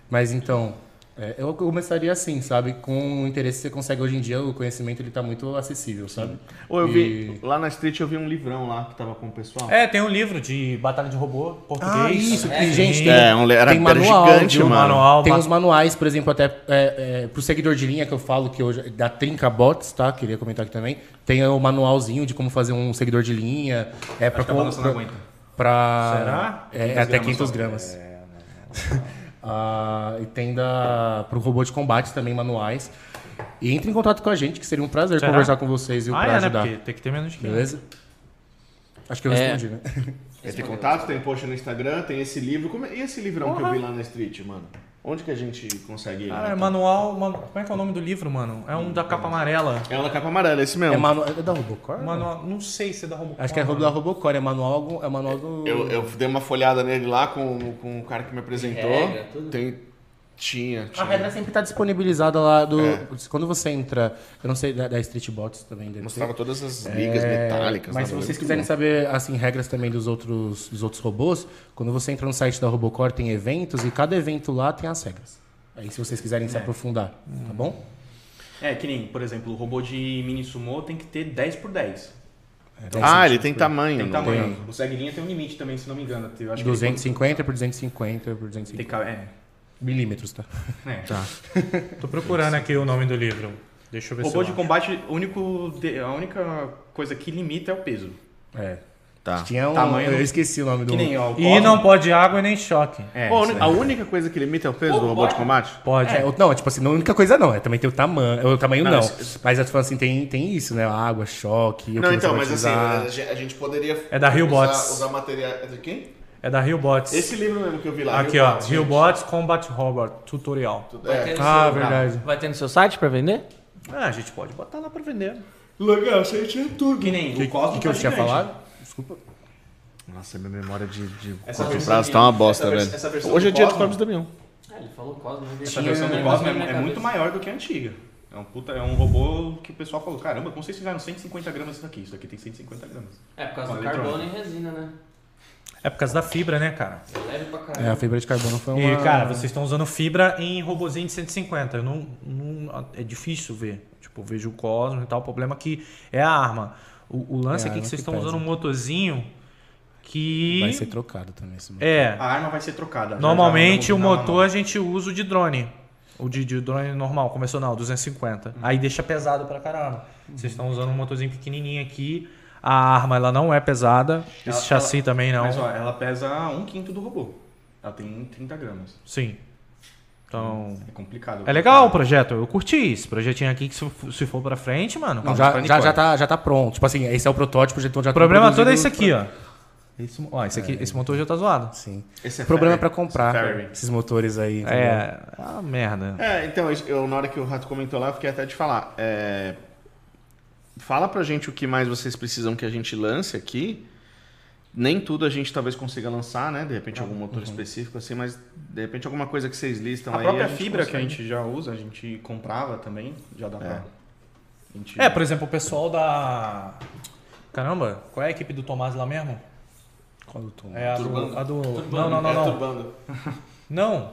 Mas então. é, eu começaria assim, sabe? Com o interesse que você consegue hoje em dia, o conhecimento ele tá muito acessível, sabe?
Ou eu vi, lá na street eu vi um livrão lá que tava com o pessoal.
É, tem um livro de batalha de robô português.
Ah, isso, que,
Sim.
gente, tem-
É, um, le- era,
tem
era
manual,
gigante,
viu,
mano.
manual,
Tem
ma-
os manuais, por exemplo, até é, é, pro seguidor de linha que eu falo que hoje da Trinca Bots, tá? Queria comentar aqui também. Tem o manualzinho de como fazer um seguidor de linha. É para
Acho que a balança não aguenta.
Pra... É, é até 500 gramas. Ah, e tem da pro robô de combate também manuais. E entre em contato com a gente, que seria um prazer
Será?
conversar com vocês e
Ah,
pra
é, né?
ajudar.
Porque tem que ter menos que.
Beleza? Acho que eu
É.
respondi, né?
É, tem contato, tem post no Instagram, tem esse livro. Como é- E esse livrão que eu vi lá na street, mano? Onde que a gente consegue.
Cara, é manual. mano, como é que é o nome do livro, mano? É um da capa amarela.
É o da capa amarela, esse mesmo.
É, manu... é da Robocore?
Manual. Não sei se é da Robocop.
um
Acho que é
mano.
da Robocore, é manual, algum- é manual do.
Eu, eu dei uma folhada nele lá com, com o cara que me apresentou.
Regra, tudo.
Tem, tinha,
A
tinha.
regra sempre tá disponibilizada lá do. Quando você entra. Eu não sei, da, da Street Bots também deve
Mostrava todas as
ter.
ligas
É,
metálicas.
Mas
né,
se
mano?
vocês
Muito
quiserem
bom.
saber, assim, regras também dos outros, dos outros robôs, quando você entra no site da Robocore tem eventos e cada evento lá tem as regras. Aí se vocês quiserem se aprofundar, tá bom?
É, que nem, por exemplo, o robô de mini sumô tem que ter 10 por 10.
Então,
Ah,
assim,
ele tem tamanho.
Tem
não
tamanho. O segue-linha tem um limite também, se não me engano. Eu acho que ele-
250 por 250 por 250
Tem, ca- é,
milímetros, tá?
é.
Tô procurando aqui o nome do livro. Deixa eu ver
Robô
se
de
eu
combate, o único, de- a única coisa que limita é o peso.
É.
Tá.
Tinha um.
Tamanho-
Eu esqueci o nome do.
Que nem ó, o
acho. E
Cosmo-
não pode água e nem choque.
É,
Pô, né?
isso aí.
a
né?
única coisa que limita é o peso do robô de combate?
Pode.
É, ou- não, é tipo assim, não é a única coisa não, é também tem o tamanho, o tamanho
Não,
não,
isso-
mas é tipo assim, tem, tem isso, né, água, choque, o que
Não, então,
você
mas
vai
assim,
utilizar.
a gente, a gente poderia.
É da Rio
usar,
Bots.
Usar material. É de quem?
É da Hillbots.
Esse livro mesmo que eu vi lá.
Aqui,
Rio
ó.
Bots, gente.
Hillbots Combat Robot Tutorial.
Tudo- é.
Ah, verdade.
Vai ter no seu site pra vender?
Ah, a gente pode botar lá pra vender.
Legal, você tinha tudo.
Que nem o
O
Cosmo
que eu
tá
tinha
gigante.
falado? Desculpa.
Nossa, minha memória de, de
Essa
curto
versão
prazo
de-
tá uma
essa
bosta,
vers-
velho.
essa versão
Hoje
do
é dia do
Cosmo?
Corpus Damião.
Ah, ele falou Cosmo. né?
Essa
Tinha
versão
um
do Cosmo
negócio
é,
na minha
é
cabeça.
muito maior do que a antiga. É um, puta, é um robô que o pessoal falou, caramba, como vocês fizeram 150 gramas isso aqui? Isso aqui tem 150 gramas.
É por causa do
Olha,
carbono e resina, né?
É por causa da fibra, né, cara?
É leve pra
É,
caralho.
a fibra de carbono foi uma...
E, cara, vocês estão usando fibra em robozinho de 150. Eu não, não- é difícil ver. Tipo, eu vejo o Cosmo e tal. O problema é que é a arma. O, o lance
É a
aqui é
arma
que vocês
que
estão
pesa.
usando um motorzinho que.
Vai ser trocado também esse motor.
É.
A arma vai ser trocada. Já-
Normalmente
já
o
mudou na-
motor a gente usa o de drone. O de, de drone normal, convencional, 250. Aí deixa pesado pra caramba. Vocês estão usando um motorzinho pequenininho aqui. A arma ela não é pesada. Esse
Ela-
chassi também não.
Mas ó, ela pesa um quinto do robô. Ela tem 30 gramas.
Sim. Então.
É complicado.
É legal o projeto, eu curti esse projetinho aqui que se for- se for pra frente, mano.
Não,
o
já, já, já, tá, já tá pronto. Tipo assim, esse é o protótipo, então já tá
problema todo é esse
produzido
aqui, ó. Esse, ó, esse, aqui, esse motor já tá zoado.
pra- Sim.
Esse
O problema é pra
Ferrari.
comprar esses motores aí. entendeu?
É, é uma merda.
É, então, isso- eu, na hora que o Rato comentou lá, eu fiquei até de falar. É, Fala pra gente o que mais vocês precisam que a gente lance aqui. Nem tudo a gente talvez consiga lançar, né? De repente algum motor específico assim, mas de repente alguma coisa que vocês listam
Então, A
aí.
própria
gente
fibra que a
consegue.
gente já usa, a gente comprava também, já dá pra... a gente-
É, por exemplo, o pessoal da. Caramba, qual é a equipe do Tomás lá mesmo?
Qual o tom?
É a do. A do... Não,
Bando,
não, não,
é,
não.
turbando.
Não.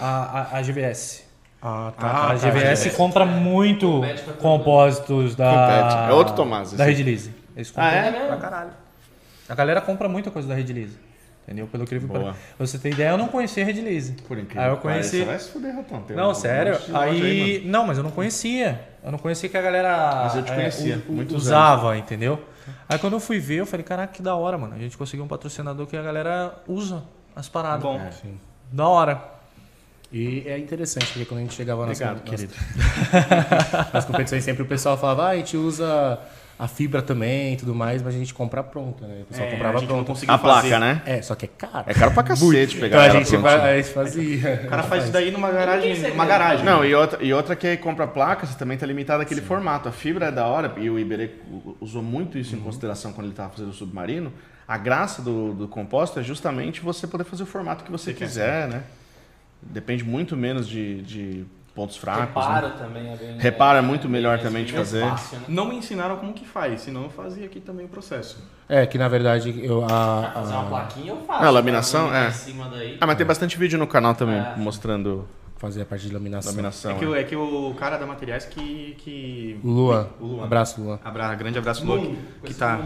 A, a, a GVS.
Ah, tá.
Ah, tá,
a GVS compra muito
tá
Compete com a Turbano.
compósitos da.
Compete. É outro Tomás,
Da
esse.
Red Lease. Eles compram
Ah, é?
pra caralho. A galera compra muita coisa da Red Lease. Entendeu? Pelo incrível que
Boa.
pareça. Pra você ter ideia, eu não conhecia a Red Lease.
Por incrível.
Aí eu
que pareça.
conheci-
Vai se fuder, Ratão. Tem um
Não, sério.
monte de loja
Aí.
aí,
não, mas eu não conhecia. Eu não conhecia que a galera.
Mas eu te
é,
conhecia,
u- u-
muitos
usava, entendeu? Aí quando eu fui ver, eu falei, caraca, que da hora, mano. A gente conseguiu um patrocinador que a galera usa as paradas.
Bom,
Da hora.
E é interessante, porque quando a gente chegava nas,
Obrigado,
nas- nas competições, sempre o pessoal falava, ah, a gente usa a fibra também e tudo mais, mas a gente compra pronta, né? O pessoal
é,
comprava
a gente não
pronta.
A
conseguiu fazer.
placa, né?
É, só que é caro.
É caro pra cacete pegar
Então a
ela
gente,
prontinha.
vai- é- a gente fazia.
O cara faz isso daí numa
Ninguém
garagem,
segura.
numa garagem. né?
Não, e outra, e outra que compra placa, você também tá limitado àquele formato. A fibra é da hora, e o Iberê u- usou muito isso em consideração quando ele estava fazendo o submarino. A graça do, do composto é justamente você poder fazer o formato que você quiser, né? Depende muito menos de, de pontos fracos. Reparo, né?
Reparo também. É bem,
Reparo é muito melhor também de
bem mais
fazer.
Fácil, né?
Não me ensinaram como que faz, senão eu fazia aqui também o processo.
É, que na verdade eu, a,
Fazer
a-
uma plaquinha eu faço.
Ah, laminação,
Tá?
é.
Em cima daí.
Ah, mas tem bastante vídeo no canal também
É.
mostrando
fazer a parte de laminação.
laminação.
É que,
né?
o- é que o cara da Materiais que... que...
O Luan.
O Luan.
Abraço, Luan.
Abra... Grande abraço, Lu, que- que tá...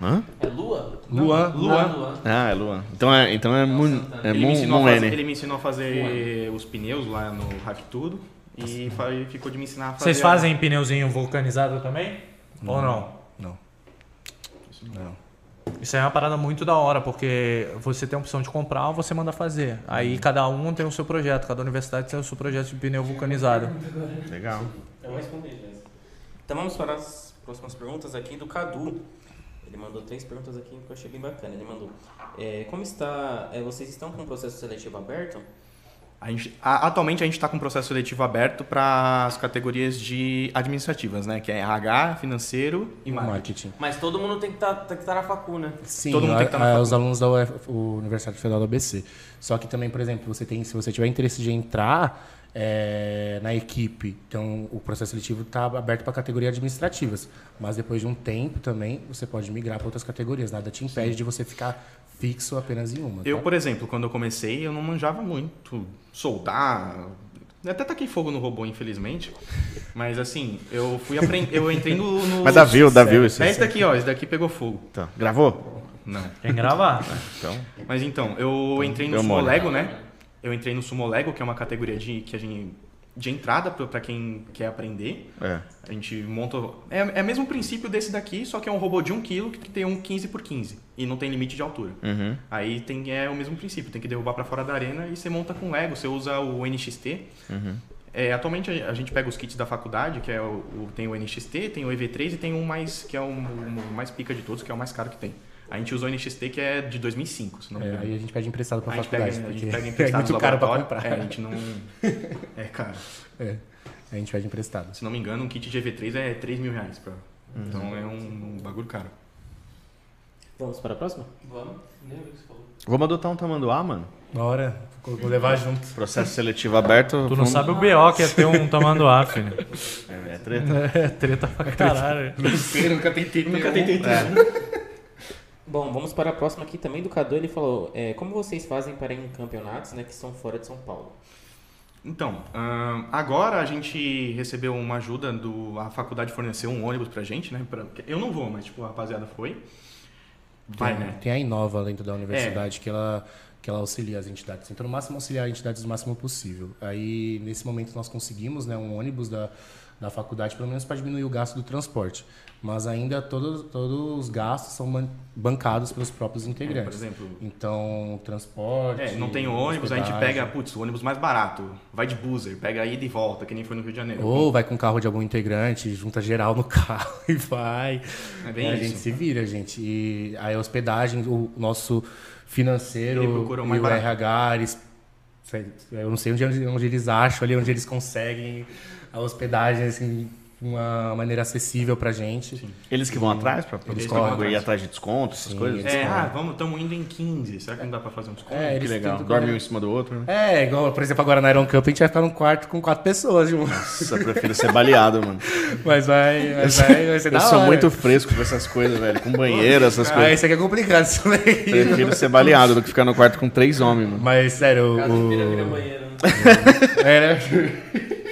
Hã?
né? É lua? Lua.
Luan.
Luan.
lua.
Ah, é Luan. Então é, então é Moon,
Santana.
é
tá. ele, me
Moon,
ensinou a
Moon
fazer,
N.
ele me ensinou a fazer os pneus lá no Rack Tudo. E fa- ficou de me ensinar a fazer.
Vocês fazem pneuzinho vulcanizado também? Ou não?
Não.
Isso aí é uma parada muito da hora, porque você tem a opção de comprar ou você manda fazer. Aí cada um tem o seu projeto, cada universidade tem o seu projeto de pneu vulcanizado.
Legal.
né?
Eu vou responder, já. Então vamos para as próximas perguntas aqui do Cadu.
Ele mandou três perguntas aqui que eu achei bem bacana. Ele mandou: é, Como está. é, vocês estão com o processo seletivo aberto?
A gente- a- atualmente a gente está com um processo seletivo aberto para as categorias de administrativas, né? Que é RH, financeiro e marketing.
Marketing.
Mas todo mundo tem que estar na facu, né?
Sim,
Todo mundo tem que tá na
a- a-
faculdade.
os alunos da UF, o Universidade Federal do ABC. Só que também, por exemplo, você tem, se você tiver interesse de entrar é, na equipe, então o processo seletivo está aberto para categorias administrativas. Mas depois de um tempo também, você pode migrar para outras categorias. Nada te impede de você ficar fixo apenas em uma.
Eu,
então.
tá?
por exemplo, quando eu comecei, eu não manjava muito soldar. Até taquei fogo no robô, infelizmente. Mas assim, eu fui aprendendo. Eu entrei no. no-
Mas dá view, dá view isso assim.
É
aí.
esse daqui, ó. Esse daqui pegou fogo.
Tá. Gravou?
Não.
Tem que gravar.
Então.
Mas então, eu entrei no
deu mole.
Sumo Lego, né? Eu entrei no Sumo Lego, que é uma categoria de, que a gente, de entrada para quem quer aprender.
É.
A gente monta. É, é o mesmo princípio desse daqui, só que é um robô de 1 kg que tem um 15 por 15 e não tem limite de altura.
Uhum.
Aí tem, é o mesmo princípio, tem que derrubar pra fora da arena e você monta com Lego, você usa o NXT.
Uhum.
É, atualmente a a gente pega os kits da faculdade, que é o, o- tem o NXT, tem o EV3 e tem um mais que é o o mais pica de todos, que é o mais caro que tem. A gente usa o NXT que é de 2005, se não me
É,
engano.
aí a gente pede emprestado para
A
a
gente pega, a
faculdade.
gente
porque
pega emprestado
é
no
muito caro para
laboratório.
comprar.
É, a gente não. É caro.
É, a gente pede emprestado.
Se não me engano, um kit de EV3 é 3 mil reais. Pra...
Hum.
Então é um, um bagulho caro.
Vamos para a próxima?
Vamos. Nem ouvi o que você falou.
Vamos adotar um tamanduá, mano?
Bora, vou vou levar junto.
Processo seletivo aberto.
Tu não sabe o BO que é ter um tomando ar, filho.
É treta.
É treta pra caralho.
nunca tentei. Nunca tentei.
Bom, vamos para a próxima aqui também do Cadu. Ele falou: é, Como vocês fazem para ir em campeonatos né, que são fora de São Paulo?
Então, ahn, agora a gente recebeu uma ajuda do a faculdade forneceu um ônibus pra gente, né? pra- eu não vou, mas tipo a rapaziada foi. Vai,
tem,
né? É.
tem a Inova dentro da universidade que, ela, que ela auxilia as entidades. Tentando no máximo auxiliar as entidades o máximo possível. Aí, nesse momento, nós conseguimos né, um ônibus da, da faculdade, pelo menos para diminuir o gasto do transporte. Mas ainda todos, todos os gastos são man- bancados pelos próprios
É, por
integrantes.
exemplo.
então, transporte.
É, não tem ônibus, a gente
hospedagem.
pega, putz, o ônibus mais barato. Vai de buzzer, pega a ida e volta, que nem foi no Rio de Janeiro.
Ou vai com o carro de algum integrante, junta geral no carro e vai.
É bem
a
isso.
gente se vira, gente. E aí a hospedagem, o nosso financeiro
Ele procura o
e
mais
o
barato.
RH, eles, eu não sei onde, onde eles acham ali, onde eles conseguem a hospedagem, assim, de uma maneira acessível pra gente.
Eles que vão atrás pra poder
Eles que vão
ir
atrás.
atrás de desconto, essas
Sim,
coisas.
É, ah, vamos, estamos indo em 15. Será que não dá pra fazer um desconto?
É,
que
eles
legal.
tentam-
Dorme um em cima do outro, né?
É, igual, por exemplo, agora na Iron Cup a gente vai ficar num quarto com quatro pessoas, viu?
Nossa, eu prefiro ser baleado, mano.
Mas vai, mas É, vai, vai ser da
Eu sou
hora.
muito fresco com essas coisas, velho. Com banheiro, essas
Ah,
coisas.
isso aqui é complicado, isso daí.
Prefiro ser baleado do que ficar no quarto com três homens, mano.
Mas, sério, o...
banheiro.
É, né?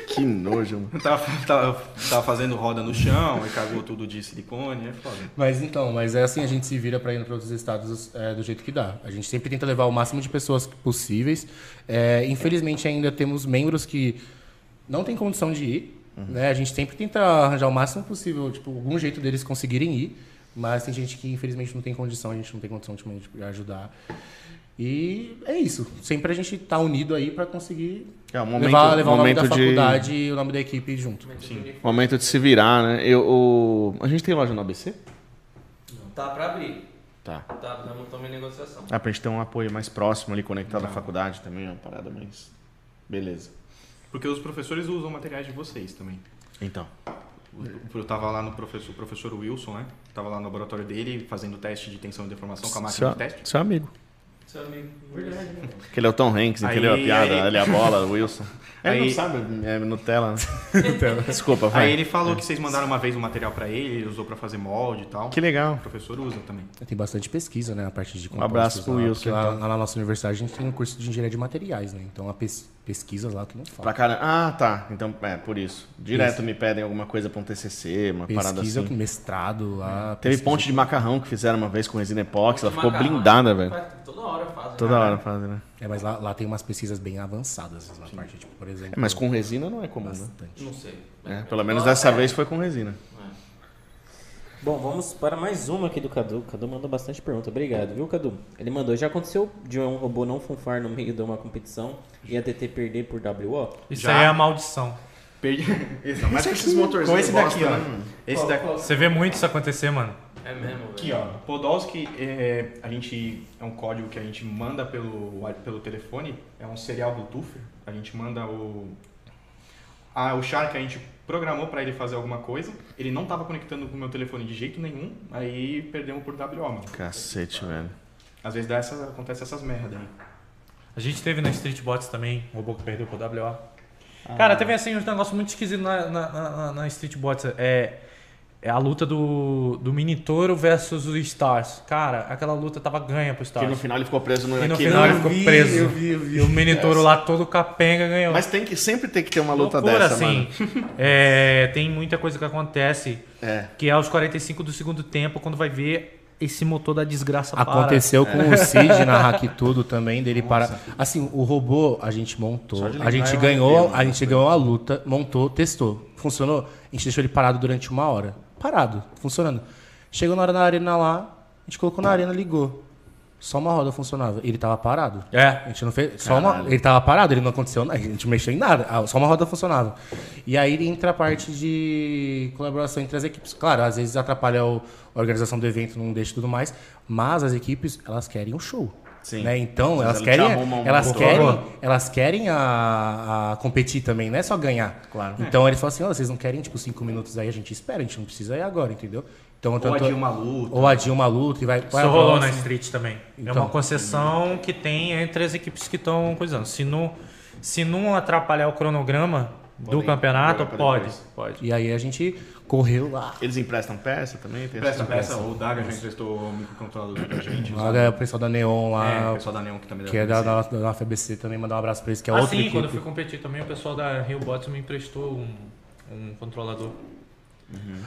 Que nojo, mano.
Tava, tava- tava fazendo roda no chão e cagou tudo de silicone, é foda.
Mas então, mas é assim, a gente se vira para ir para outros estados é, do jeito que dá. A gente sempre tenta levar o máximo de pessoas possíveis. É, infelizmente, ainda temos membros que não têm condição de ir.
Uhum.
Né? A gente sempre tenta arranjar o máximo possível, tipo, algum jeito deles conseguirem ir. Mas tem gente que infelizmente não tem condição, a gente não tem condição de tipo, de ajudar. E é isso. Sempre a gente tá unido aí para conseguir
É, um momento,
levar, levar o nome
momento
da
de,
faculdade e o nome da equipe junto.
Momento de se virar, né? Eu, o- A gente tem loja no ABC?
Tá para abrir.
Tá.
Tá, estamos em negociação.
Ah, pra gente ter um apoio mais próximo ali, conectado à faculdade também, é uma parada mais. Beleza.
Porque os professores usam materiais de vocês também.
Então.
O- Eu tava lá no professor, o professor Wilson, né? Tava lá no laboratório dele fazendo teste de tensão e deformação com a máquina
Seu,
de teste.
seu amigo.
Seu amigo. Verdade.
Aquele é o Tom Hanks,
Aí-
entendeu? a piada,
aí-
ali a bola, o Wilson. Ele
Aí-
não sabe, é Nutella, né? Desculpa, vai.
Aí ele falou que vocês mandaram uma vez o material pra ele, ele usou pra fazer molde e tal.
Que legal.
O professor usa também.
Tem bastante pesquisa, né? A parte de compostos
Um abraço pro
lá,
Wilson,
porque Lá,
então.
lá na nossa universidade a gente tem um curso de engenharia de materiais, né? Então há pes pesquisas lá que não
Pra
falta.
cara... Ah, tá. Então, é, por isso. Direto
Isso.
me pedem alguma coisa pra um TCC, uma parada
Pesquisa,
assim.
com mestrado lá.
Teve
pesquisa-
ponte de macarrão que fizeram uma vez com resina epóxi, ela
De
ficou
macarrão.
blindada, velho.
Toda hora fazem.
É. Toda hora fazem, né?
É, mas lá, lá tem umas pesquisas bem avançadas na parte, tipo, por exemplo.
É, mas com resina não é comum, né?
bastante.
Não sei.
É, pelo menos dessa vez foi com resina.
Bom, vamos para mais uma aqui do Cadu. Cadu mandou bastante pergunta. Obrigado, viu, Cadu? Ele mandou: Já aconteceu de um robô não funfar no meio de uma competição e a DT perder por WO?
Isso
Já?
aí é a maldição.
Perdi.
Mas
com esses motorzinhos. Com esse daqui, né? ó. Esse daqui.
Você vê muito isso acontecer, mano.
É mesmo, velho.
Aqui, ó. Podolski, é, a gente, é um código que a gente manda pelo, pelo telefone, é um serial Bluetooth. A gente manda o. A, o char que a gente programou para ele fazer alguma coisa. Ele não tava conectando com o meu telefone de jeito nenhum, aí perdemos por WO, mano.
Cacete, velho.
Às vezes dá essa, acontece essas merda aí.
A gente teve na Street Bots também, o robô que perdeu pro WO.
Ah.
Cara, teve assim uns negócios muito esquisitos na, na, na, na Street Bots. É, é a luta do, do Mini Toro versus os Stars. Cara, aquela luta tava ganha pro
Que
Stars.
no final ele ficou preso no
Tá. E no
naquele-
final ele ficou preso.
Eu vi, eu vi.
E o Mini Toro lá todo capenga ganhou.
Mas tem que sempre tem que ter uma luta
Loucura, assim.
dessa, mano.
É, tem muita coisa que acontece.
É.
Que é aos 45 do segundo tempo, quando vai ver esse motor da desgraça
Aconteceu com o Cid na Hack Tudo também, dele para. Assim, o robô a gente montou, a gente ganhou, a gente ganhou a luta, montou, testou, funcionou. A gente deixou ele parado durante uma hora, parado, funcionando. Chegou na hora na arena lá, a gente colocou na arena, ligou. Só uma roda funcionava. Ele tava parado.
É.
A gente não fez. Só uma, ele tava parado, ele não aconteceu nada, a gente não mexeu em nada. Ah, Só uma roda funcionava. E aí entra a parte de colaboração entre as equipes. Claro, às vezes atrapalha o- a organização do evento, não deixa e tudo mais. Mas as equipes, elas querem um show.
Sim.
Né? Então,
Às
elas
vezes
querem,
elas te arrumam um
elas
pouco.
querem, elas querem a, a competir também, não é só ganhar. Claro. Então eles falam assim, ó, vocês não querem tipo cinco minutos aí, a gente espera, a gente não precisa ir agora, entendeu? Então,
Ou adia uma luta.
Ou adia uma luta e vai. vai
Isso rolou na
né?
próxima.
Street também. é
Então.
uma concessão que tem entre as equipes que estão coisando. Se não, se não atrapalhar o cronograma do campeonato,
jogar pra
pode.
depois.
Pode.
E aí a gente correu lá.
Eles emprestam peça também? Tem
Presta
essa-
peça, o Daga já emprestou o microcontrolador pra gente.
Lá é o pessoal da Neon
É, o
lá,
pessoal da Neon que também
que é da, da, da FBC também, mandar um abraço pra eles, que é
assim,
outra equipe.
quando eu fui competir também, o pessoal da Rio Bots me emprestou um, um controlador.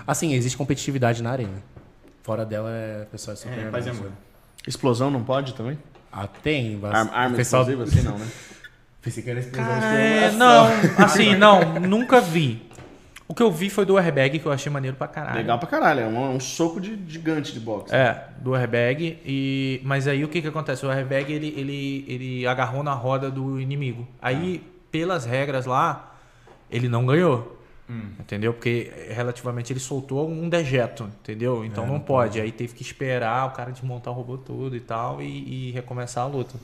Assim, existe competitividade na arena. Fora dela é pessoal é super.
É, paz e amor.
Explosão não pode também?
Ah, tem. mas-
Ar- arma
o pessoal...
explosiva assim não, né?
Pensei que era explosiva.
É, não, assim, não, nunca vi. O que eu vi foi do airbag, que eu achei maneiro pra caralho.
Legal pra caralho, é um, é um soco de gigante de boxe.
É, do airbag. E... Mas aí o que, que acontece? O airbag ele, ele, ele agarrou na roda do inimigo. Aí, pelas regras lá, ele não ganhou. Entendeu? Porque relativamente ele soltou um dejeto, entendeu? Então não, pode. Aí teve que esperar o cara desmontar o robô todo e tal e, e recomeçar a luta.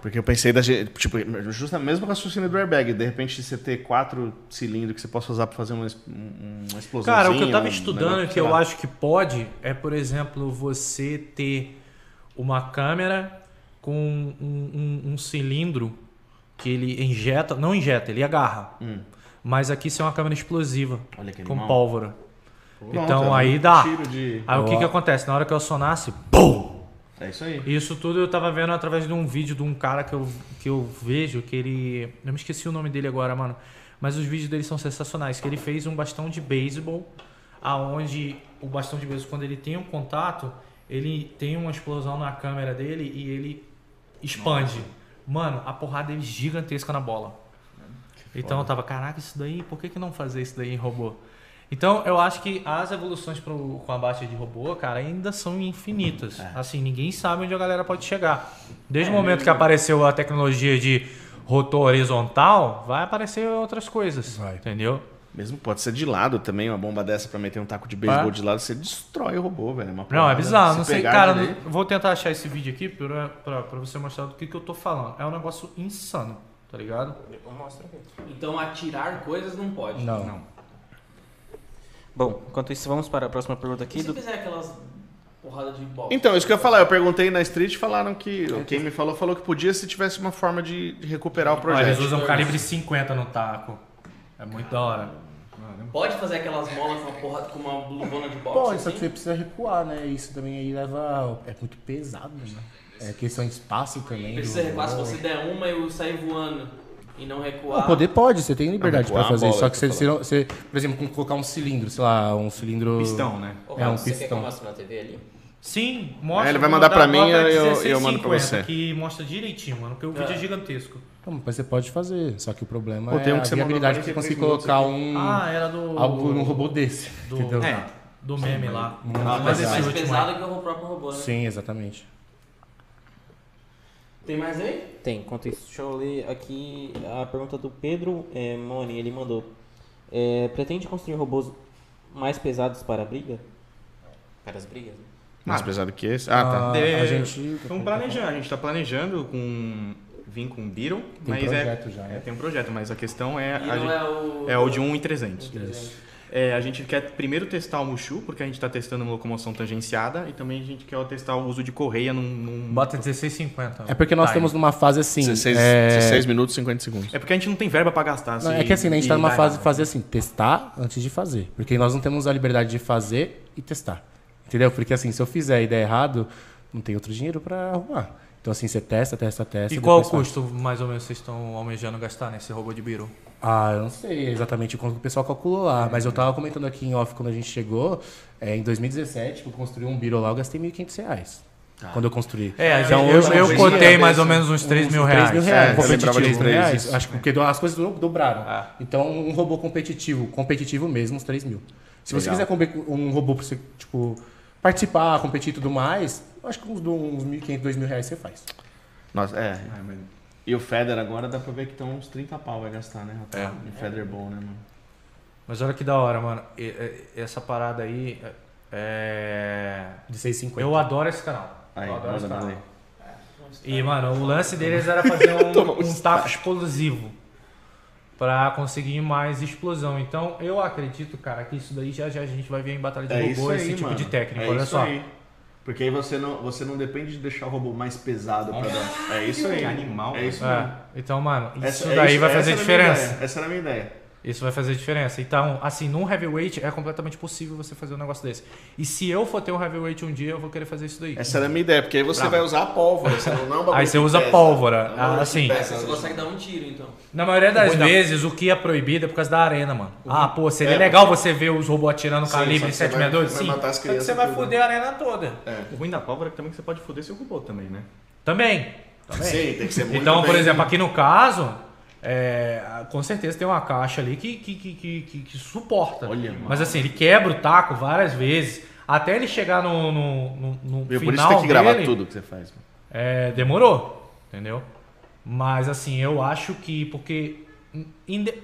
Porque eu pensei da ge- tipo, justamente mesmo raciocínio do airbag, de repente você ter quatro cilindros que você possa usar pra fazer uma, es- um- uma explosão.
Cara, o que eu tava
um
estudando, é
negócio,
que
sei
eu
lá.
acho que pode, é, por exemplo, você ter uma câmera com um, um- um cilindro que ele injeta, não injeta, ele agarra. Mas aqui isso é uma câmera explosiva,
Hum. Olha que
com
animal.
pólvora.
Pronto,
então
é um
aí dá.
Tiro de...
Aí o que que acontece? Na hora que eu sonasse, BUM!
É isso aí.
Isso tudo eu tava vendo através de um vídeo de um cara que eu, que eu vejo, que ele. Eu me esqueci o nome dele agora, mano. Mas os vídeos dele são sensacionais. Que ele fez um bastão de beisebol, aonde o bastão de beisebol, quando ele tem um contato, ele tem uma explosão na câmera dele e ele expande. Mano, a porrada é gigantesca na bola. Então eu tava, caraca, isso daí, por que, que não fazer isso daí em robô? Então eu acho que as evoluções pro, com a baixa de robô, cara, ainda são infinitas.
É.
Assim, ninguém sabe onde a galera pode chegar. Desde o momento que apareceu a tecnologia de rotor horizontal, vai aparecer outras coisas. Entendeu?
Mesmo pode ser de lado também, uma bomba dessa pra meter um taco de beisebol
Ah.
de lado, você destrói o robô, velho. é uma
Não, é
porrada.
bizarro.
Se
Não sei,
pegar
cara,
direito-
eu vou tentar achar esse vídeo aqui pra, pra, pra você mostrar do que, que eu tô falando. É um negócio insano, tá ligado?
Então atirar coisas não pode.
Não.
Bom, enquanto isso, vamos para a próxima pergunta
E
aqui.
se
Do...
fizer aquelas porradas de bola?
Então, isso que eu ia falar, eu perguntei na street, falaram
É
que. Quem me falou falou que podia se tivesse uma forma de de recuperar o
Ó, eles
projeto. Ah,
usam é um calibre 50 no taco. É muito da hora.
Pode fazer aquelas molas com uma porrada com uma luvona de boxe?
Pode, só que
assim?
você precisa recuar, né? Isso também aí leva. É muito pesado, né? É questão de espaço também.
Precisa
do-
recuar se você der uma eu sair voando e não recuar.
Não, poder pode, você tem liberdade
Recuar
pra fazer.
a bola,
só que
eu
você,
tô
você, não- você, por exemplo, com colocar um cilindro, sei lá, um cilindro.
Pistão, né?
Ô,
É,
Rafa,
um
você quer que eu
pistão.
mostre na TV ali?
Sim, mostra.
É, ele
vou
vai mandar pra mim,
agora
eu- eu
16,50,
mando pra você.
Que mostra direitinho, mano, porque o vídeo é, gigantesco.
Não, mas você pode fazer. Só que o problema
Pô, tem
é
um
a
que você mandou
viabilidade pra você conseguir
43 minutos
colocar um,
Ah, era do.
algo num robô desse.
do,
entendeu?
É.
do meme lá.
Ah,
Mas é
pesado.
mais pesado que o próprio robô, né?
Sim, exatamente.
Tem mais aí?
Tem, enquanto isso, deixa eu ler aqui a pergunta do Pedro é, Moni, ele mandou. É, pretende construir robôs mais pesados para a briga?
Para as brigas, né?
Mais pesado que esse? Ah, tá.
a gente-
Vamos planejar, a gente tá planejando com. Vim com o Beatle, mas
projeto
é,
já, né?
é, Tem um projeto, mas a questão é.
E
a
não
gente-
é o-
é o de 1 em 300. É, a gente quer primeiro testar o Mushu, porque a gente tá testando uma locomoção tangenciada, e também a gente quer testar o uso de correia num. num-
Bota Tá 16,50.
É porque nós
Time.
estamos numa fase assim.
16,
é...
16 minutos e 50 segundos.
É porque a gente não tem verba pra gastar.
Não,
se-
é que assim, né, a gente
e
tá numa
dá
fase de
errado.
fazer assim, testar antes de fazer. Porque nós não temos a liberdade de fazer e testar. Entendeu? Porque assim, se eu fizer e der errado, não tem outro dinheiro pra arrumar. Então assim, você testa, testa, testa.
E qual o
depois faz.
custo, mais ou menos, vocês estão almejando gastar nesse robô de biru?
Ah, eu não sei exatamente quanto que o pessoal calculou lá. Mas eu tava comentando aqui em off quando a gente chegou. é, em 2017, que eu construí um biro lá, eu gastei 1.500 reais. Quando eu construí.
É,
Então,
eu,
hoje em
eu
dia,
cotei mais ou menos uns 3 um mil reais.
3 mil reais,
É, eu lembrava
competitivo,
de
3 mil
três,
reais.
isso.
Acho que porque do- as coisas do- dobraram. Então, um robô competitivo, competitivo mesmo, uns 3 mil. Se você quiser comprar um robô pra você, tipo, participar, competir e tudo mais, eu acho que uns, do- uns 1.500, 2 mil reais você faz.
Nossa, é.
Ah, mas- E o Feder agora dá pra ver que estão uns 30 pau vai gastar, né,
É.
rapaz? Um Feder bom, né, mano?
Mas olha que da hora, mano. E- e- Essa parada aí. É.
De 6,50.
Eu adoro esse canal.
Aí,
eu adoro
manda,
esse
manda
canal.
aí.
E, mano, o lance deles era fazer um, um taco explosivo. Pra conseguir mais explosão. Então, eu acredito, cara, que isso daí já já a gente vai ver em Batalha de
É
Robô
isso aí,
esse tipo
mano.
de técnica.
É
olha
isso
só.
aí. Porque aí você não, você não depende de deixar o robô mais pesado pra dar. É isso aí.
animal,
É isso
É,
mesmo.
então, mano, isso
Essa- é
daí
isso-
vai
essa
fazer
era a minha
diferença.
ideia, Essa era a minha ideia.
Isso vai fazer diferença. Então, assim, num heavyweight é completamente possível você fazer um negócio desse. E se eu for ter um heavyweight um dia, eu vou querer fazer isso daí.
Essa era a minha ideia, porque aí você vai usar a pólvora. Você não é um bagulho
Aí você
que
usa
pesa.
pólvora,
Não é um bagulho que
assim.
pesa.
Você consegue dar um tiro, então.
Na maioria das vezes, o que é proibido é por causa da arena, mano.
Uhum.
Ah, pô, seria legal você ver os robôs atirando
só
calibre
que É. você vai-
762?
vai
Sim.
matar as
Só que
crianças
você vai
tudo, né?
foder a arena toda.
O ruim da pólvora é que também que você pode foder seu robô também, né?
Também.
Sim, tem que ser muito
É. Então, por
bem-
exemplo, aqui no caso, é, com certeza tem uma caixa ali que, que, que, que, que- que suporta.
Olha, mano.
Mas assim, ele quebra o taco várias vezes. Até ele chegar no, no, no- no final
Meu, por isso tem que gravar
dele,
tudo que você faz. mano.
é, demorou, entendeu? Mas assim, eu acho que porque hum, inde-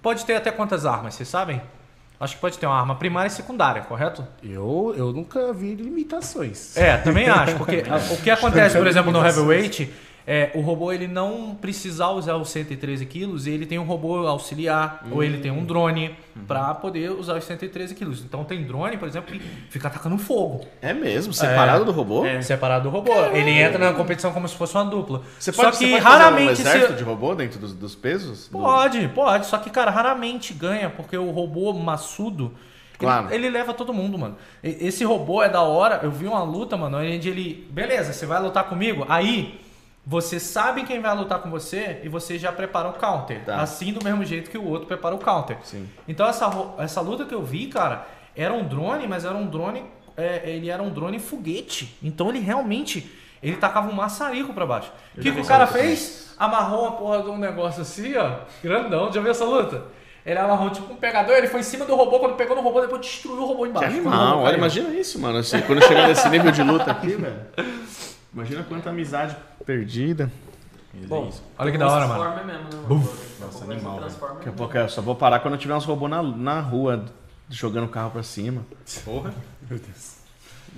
pode ter até quantas armas, vocês sabem? Acho que pode ter uma arma primária e secundária, correto?
Eu, eu nunca vi limitações.
É, também acho, porque a- o que acontece, por exemplo, no heavyweight, é, o robô ele não precisar usar os 113 quilos, ele tem um robô auxiliar, ou ele tem
Hum.
um drone
Uhum.
pra poder usar os 113 quilos. Então tem drone, por exemplo, que fica atacando fogo,
É mesmo, separado
É.
do robô?
separado do robô. Ele entra na competição como se fosse uma dupla.
Você
Só
pode,
que
você pode
raramente
fazer um exército
se-
de robô dentro dos, dos pesos? Do-
Pode, pode. Só que, cara, raramente ganha, porque o robô maçudo. ele-
Claro.
Ele, leva todo mundo, mano. E- Esse robô é da hora. Eu vi uma luta, mano, onde ele. Beleza, você vai lutar comigo? Aí. Você sabe quem vai lutar com você e você já prepara o counter. Assim, do mesmo jeito que o outro prepara o counter.
Sim.
Então, essa, ro- essa luta que eu vi, cara, era um drone, mas era um drone. é, ele era um drone foguete. Então, ele realmente. Ele tacava um maçarico pra baixo. O que, que o cara fez? Amarrou uma porra de um negócio assim, ó. Grandão. Já viu essa luta? Ele amarrou tipo um pegador, ele foi em cima do robô. Quando pegou no robô, depois destruiu o robô
Que
embaixo.
animal, olha, imagina isso, mano. assim, quando chegar nesse nível de luta aqui, velho.
Imagina quanta amizade.
Perdida.
é
Bom,
Olha que da hora, mano.
Transforma mesmo, né? mano? Nossa, animal.
Daqui a pouco eu só vou parar quando eu tiver uns robôs na, na rua jogando o carro pra cima.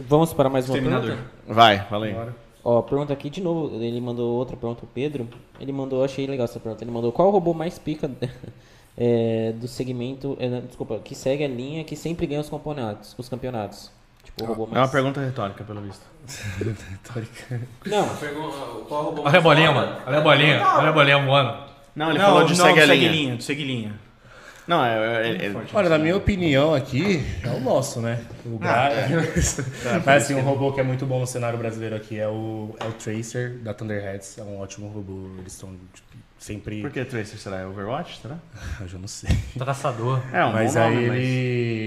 Vamos para mais uma pergunta?
Vai, fala aí.
Ó, pergunta aqui de novo. Ele mandou outra pergunta, o Pedro. Ele mandou, achei legal essa pergunta. Ele mandou qual robô mais pica é, do segmento. é, não, desculpa, que segue a linha que sempre ganha os campeonatos. Os campeonatos. Tipo, o robô mais.
É uma pergunta retórica, pelo visto.
Tá
Não, pergunta, qual robô
Olha a bolinha, mano. Olha a bolinha. Olha a bolinha voando.
Não, ele
Não,
falou
não,
de
do
segue a linha.
Seguilinha, do seguilinha.
Não, é. é- é-
Olha, na minha opinião aqui, é o nosso, né?
Ah,
O lugar. Mas assim, um robô que é muito bom no cenário brasileiro aqui é o, é o Tracer da Thunderheads. É um ótimo robô. Eles estão tipo, sempre.
Por que Tracer será? É Overwatch? Será?
Eu já não sei.
Traçador.
É, um
mas
bom
aí
nome, mas-
ele,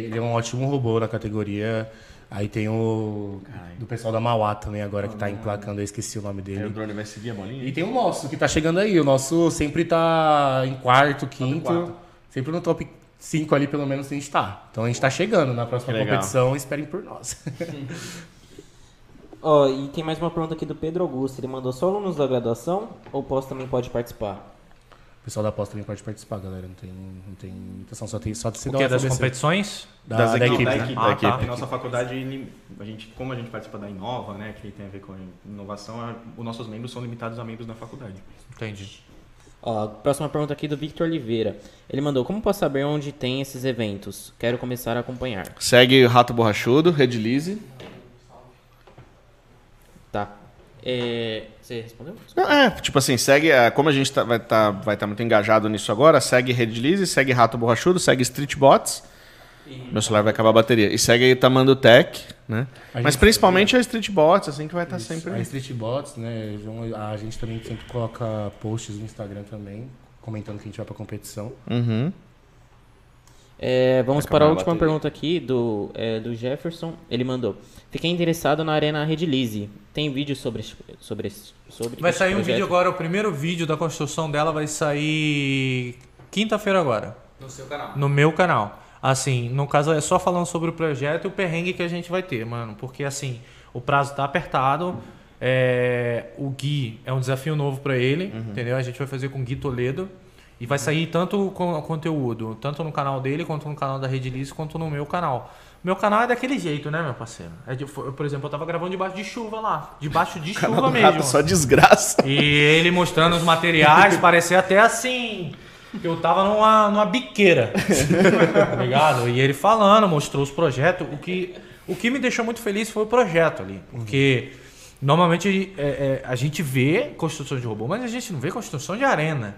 ele é um ótimo robô na categoria. Aí tem o. Do pessoal da Mauá também agora que tá emplacando, eu esqueci o nome
Aí É o
dele.
drone vai seguir a bolinha?
E tem o nosso, que tá chegando aí. O nosso sempre tá em quarto, quinto. Sempre no top 5 ali, pelo menos, a gente tá. Então a gente tá chegando na próxima
Que legal.
competição, esperem por nós.
Ó, e tem mais uma pergunta aqui do Pedro Augusto. Ele mandou só alunos da graduação ou pós também pode participar?
pessoal da aposta também pode participar, galera. Não tem, não tem limitação, só tem só de ser
O que é das competições?
da,
Das
da
equipes,
equipe,
da
né?
equipe,
Ah,
da
tá.
equipe. A nossa faculdade, ele- a gente, como a gente participa da Inova, né, que tem a ver com inovação, a- os nossos membros são limitados a membros da faculdade.
Entendi.
Ó, próxima pergunta aqui do Victor Oliveira. Ele mandou: Como posso saber onde tem esses eventos? Quero começar a acompanhar.
Segue o Rato Borrachudo, Redilize.
Tá. É, você respondeu?
Não, É, tipo assim, segue. ah, Como a gente tá- vai estar vai tá muito engajado nisso agora, segue Redilize, segue Rato Borrachudo, segue Streetbots. Meu celular vai acabar a bateria. E segue aí Tamando Tech, né?
A
Mas
gente-
principalmente a Streetbots, assim, que vai estar sempre.
A Street Bots, né? vão- A gente também sempre coloca posts no Instagram também, comentando que a gente vai pra competição.
Uhum.
É, vamos para a
a
última
bateria.
pergunta aqui do, é, do Jefferson. Ele mandou: Fiquei interessado na Arena Redilize. Tem vídeo sobre este- sobre esse- sobre
Vai
este
sair um
projeto?
vídeo agora, o primeiro vídeo da construção dela vai sair quinta-feira agora.
No seu canal.
No meu canal. Assim, no caso é só falando sobre o projeto e o perrengue que a gente vai ter, mano. Porque assim, o prazo tá apertado. é, o Gui é um desafio novo pra ele, entendeu? A gente vai fazer com o Gui Toledo. E vai sair tanto com conteúdo, tanto no canal dele, quanto no canal da Rede Liz, quanto no meu canal. Meu canal é daquele jeito, né, meu parceiro? É de- foi- por exemplo, eu tava gravando debaixo de chuva lá. Debaixo de chuva mesmo.
Rato só desgraça.
E ele mostrando os materiais, parecia até assim. que Eu tava numa, numa biqueira. tá ligado? E ele falando, mostrou os projetos. O que, o que me deixou muito feliz foi o projeto ali. Porque normalmente é, é, a gente vê construção de robô, mas a gente não vê construção de arena.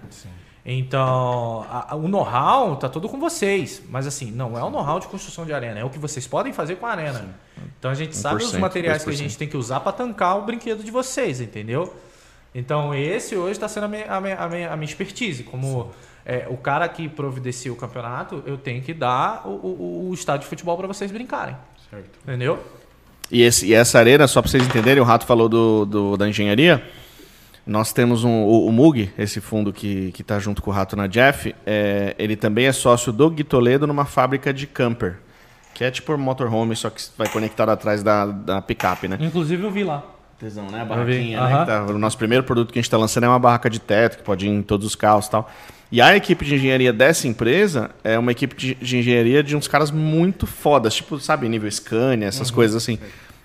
Então, a- a- o know-how tá todo com vocês. Mas assim, não é o know-how de construção de arena, é o que vocês podem fazer com a arena. Então a gente sabe os
1%,
materiais que a
2%.
gente tem que usar para tancar o brinquedo de vocês, entendeu? Então esse hoje está sendo a minha, a minha- a minha- a minha expertise. Como é, o cara que providencia o campeonato, eu tenho que dar o, o- o estádio de futebol para vocês brincarem.
Certo.
Entendeu?
E, esse- e essa arena, só pra vocês entenderem, o Rato falou do, do- da engenharia. Nós temos um, o, o MUG, esse fundo que, que tá junto com o Rato na Jeff, é, ele também é sócio do Gui Toledo numa fábrica de camper. Que é tipo um motorhome, só que vai conectado atrás da, da picape, né?
Inclusive eu vi lá.
Tesão, né? A
barraquinha,
barraquinha,
né?
né? o nosso primeiro produto que a gente está lançando é uma barraca de teto, que pode ir em todos os carros e tal. E a equipe de engenharia dessa empresa é uma equipe de, de engenharia de uns caras muito fodas, tipo, sabe, nível Scania, essas coisas assim.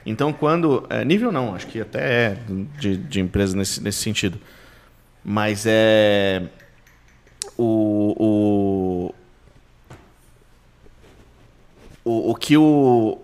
Então, quando. é, nível não, acho que até é de, de empresa nesse, nesse sentido. Mas é. O. O, o, o que o,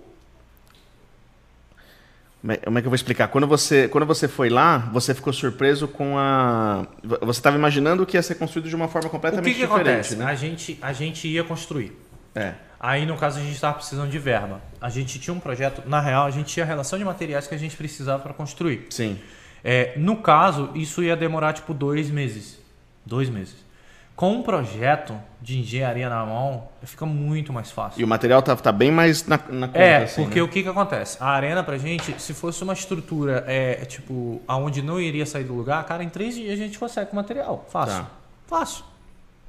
como é- Como é que eu vou explicar? Quando você, quando você foi lá, você ficou surpreso com a. v- Você estava imaginando que ia ser construído de uma forma
O
completamente
que, que
diferente,
acontece?
né?
A, gente, a gente ia construir.
É.
Aí, no caso, a gente estava precisando de verba. A gente tinha um projeto, na real, a gente tinha a relação de materiais que a gente precisava para construir.
Sim.
É, no caso, isso ia demorar tipo dois meses. Dois meses. Com um projeto de engenharia na mão, fica muito mais fácil.
E o material tá, tá bem mais na, na conta.
É,
assim,
porque
né?
o que que acontece? A arena pra gente, se fosse uma estrutura, é, tipo, aonde não iria sair do lugar, cara, em três dias a gente consegue o material. Fácil.
Tá.
Fácil.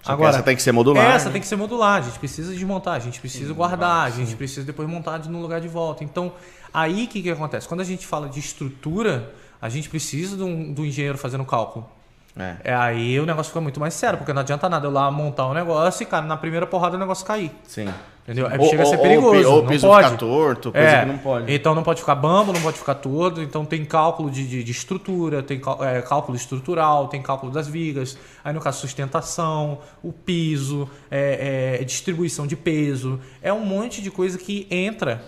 Só que essa tem que ser modular.
Essa É, tem que ser modular, a gente precisa desmontar, a gente precisa guardar, a gente precisa depois montar de- no lugar de volta. Então, aí o que, que acontece? Quando a gente fala de estrutura, a gente precisa de um, do engenheiro fazendo cálculo.
É.
É, aí o negócio fica muito mais sério, porque não adianta nada eu lá montar um negócio e, cara, na primeira porrada o negócio cair.
Sim.
Entendeu? É,
Ou-
chega a ser
ou-
perigoso.
Ou o
não
piso
pode.
ficar torto, coisa
É,
que não pode.
Então não pode ficar bambo, não pode ficar torto. Então tem cálculo de, de- de estrutura, tem cal- é, cálculo estrutural, tem cálculo das vigas. Aí no caso sustentação, o piso, é, é, distribuição de peso. É um monte de coisa que entra.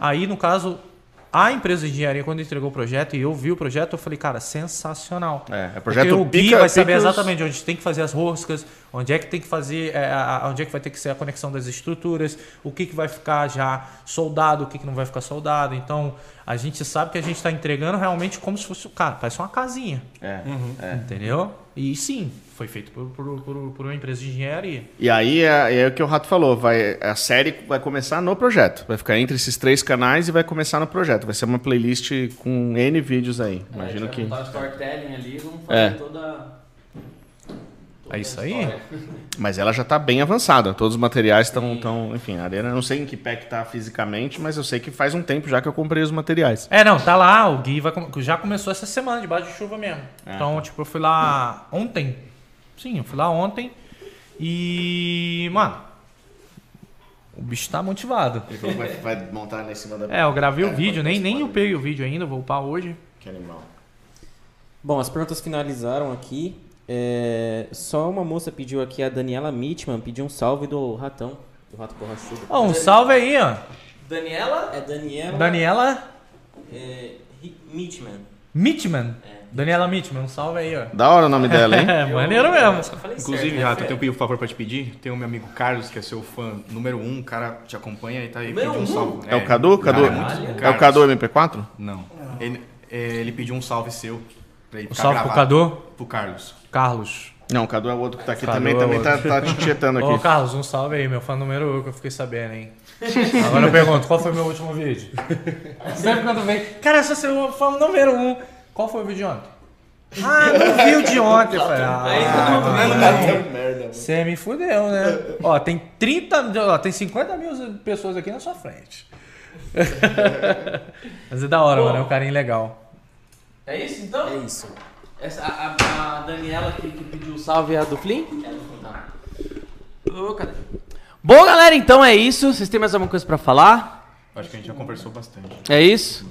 Aí no caso a empresa de engenharia quando entregou o projeto e eu vi o projeto eu falei cara sensacional.
É, é
Porque
projeto
o Gui
pica-
vai saber
picas-
exatamente onde tem que fazer as roscas, onde é que tem que fazer, é, a- a- onde é que vai ter que ser a conexão das estruturas, o que, que vai ficar já soldado, o que, que não vai ficar soldado. Então, a gente sabe que a gente está entregando realmente como se fosse, cara, parece uma casinha,
É.
entendeu? E sim, foi feito por, por- por- por uma empresa de engenharia.
E aí é, é o que o Rato falou, vai, a série vai começar no projeto. Vai ficar entre esses três canais e vai começar no projeto. Vai ser uma playlist com N vídeos aí. Imagino que.
Tá storytelling ali, vamos
fazer É.
toda.
É isso aí?
Mas ela já tá bem avançada. Todos os materiais estão. Tão, enfim, a arena, eu não sei em que pé que tá fisicamente, mas eu sei que faz um tempo já que eu comprei os materiais.
É, não, tá lá, o Gui vai, com- já começou essa semana, debaixo de chuva mesmo. Então, tipo, eu fui lá ontem, Sim, eu fui lá ontem e. Mano. O bicho tá motivado.
Ele falou que vai, vai montar lá em cima da.
É, eu gravei o
É,
vídeo,
pode
nem,
participar.
nem upei o vídeo ainda, vou upar hoje.
Que animal.
Bom, as perguntas finalizaram aqui. É, Só uma moça pediu aqui, a Daniela Mitman, pediu um salve do ratão, do rato borrachudo.
Ó, um salve aí, ó.
Daniela?
É Daniela
Daniela
é, Hi- Mitman.
Mitman. Daniela Mitman, um salve aí, ó.
Da hora o nome dela, hein?
É, maneiro mesmo.
Inclusive, Rato, eu tenho um favor pra te pedir. Tem o meu amigo Carlos, que é seu fã número um, o cara te acompanha e tá aí.
Número
pediu
um?
um salve.
É o Cadu?
cara,
Cadu?
é muito-
É o Cadu MP4?
Não. Ele, é, ele pediu um salve seu pra ele
Um
ficar
salve pro
gravado.
Cadu.
Pro Carlos.
Carlos.
Não, o Cadu é o outro que tá aqui
Cadu
também,
é
também
o
tá, tá te tietando
Ô,
aqui.
Carlos, um salve aí, meu fã número um que eu fiquei sabendo, hein? Agora eu pergunto, qual foi meu último vídeo? Sempre quando vem, cara, esse é seu fã número um. Qual foi o vídeo de ontem? Ah, não vi o de ontem. Eu falei, ah, você me fudeu, né? Ó, tem 30, mil- ó, tem 50 mil pessoas aqui na sua frente. Mas é da hora,
Pô.
mano, é um carinho legal.
É isso então?
É isso.
Essa, a, a- a Daniela que, que pediu o salve é a do Flynn? É
tá.
do Flynn. cadê? Bom, galera, então é isso. Vocês têm mais alguma coisa pra falar?
Acho que a gente já conversou bastante.
É isso?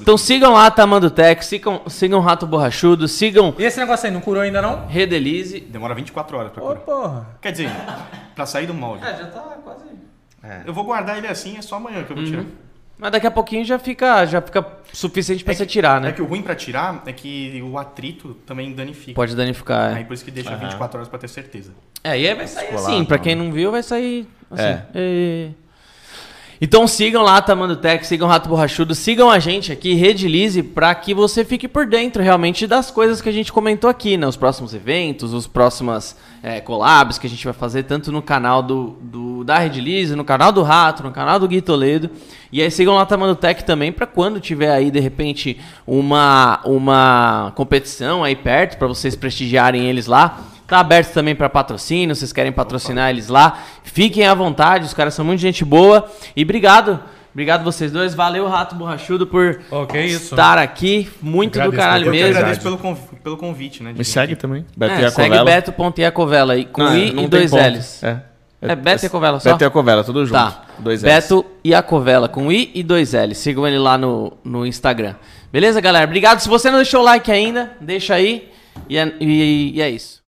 Então sigam lá Tamando Tech, sigam, sigam Rato Borrachudo, sigam
E esse negócio aí, não curou ainda não?
Redelize.
Demora 24 horas pra
Ô,
curar.
porra.
Quer dizer, pra sair do molde.
já tá quase.
Eu vou guardar ele assim, é só amanhã que
Uhum.
eu vou tirar.
Mas daqui a pouquinho já fica, já fica suficiente pra
É
você
que-
tirar, né?
É que o ruim pra tirar é que o atrito também danifica.
Pode danificar.
Aí
É,
por isso que deixa 24 horas pra ter certeza.
é e aí vai sair
Descolar,
assim. Pra
tá.
quem não viu, vai sair assim. É. Então sigam lá Tamando Tech, sigam Rato Borrachudo, sigam a gente aqui, Redilize, pra que você fique por dentro realmente das coisas que a gente comentou aqui, né? Os próximos eventos, os próximas é, collabs que a gente vai fazer, tanto no canal do, do- da Redilize, no canal do Rato, no canal do Gui Toledo. E aí sigam lá Tamando Tech também, pra quando tiver aí, de repente, uma, uma competição aí perto, pra vocês prestigiarem eles lá. Tá aberto também para patrocínio, vocês querem patrocinar eles lá, fiquem à vontade, os caras são muito gente boa. E obrigado, obrigado vocês dois, valeu Rato Borrachudo por
Ô, que isso.
estar aqui, muito do
Agradeço,
caralho
Eu que
mesmo.
agradeço pelo, conv- pelo convite, né? de
Me
vir
segue
aqui.
também.
É, segue Beto.iacovela aí, com I e dois L's.
É.
É Beto e Acovela só?
Beto e Acovela, tudo junto.
Tá.
Dois L's.
Beto e a Covela, com I e dois L. Sigam ele lá no, no Instagram. Beleza, galera? Obrigado. Se você não deixou o like ainda, deixa aí. E é- e- e é isso.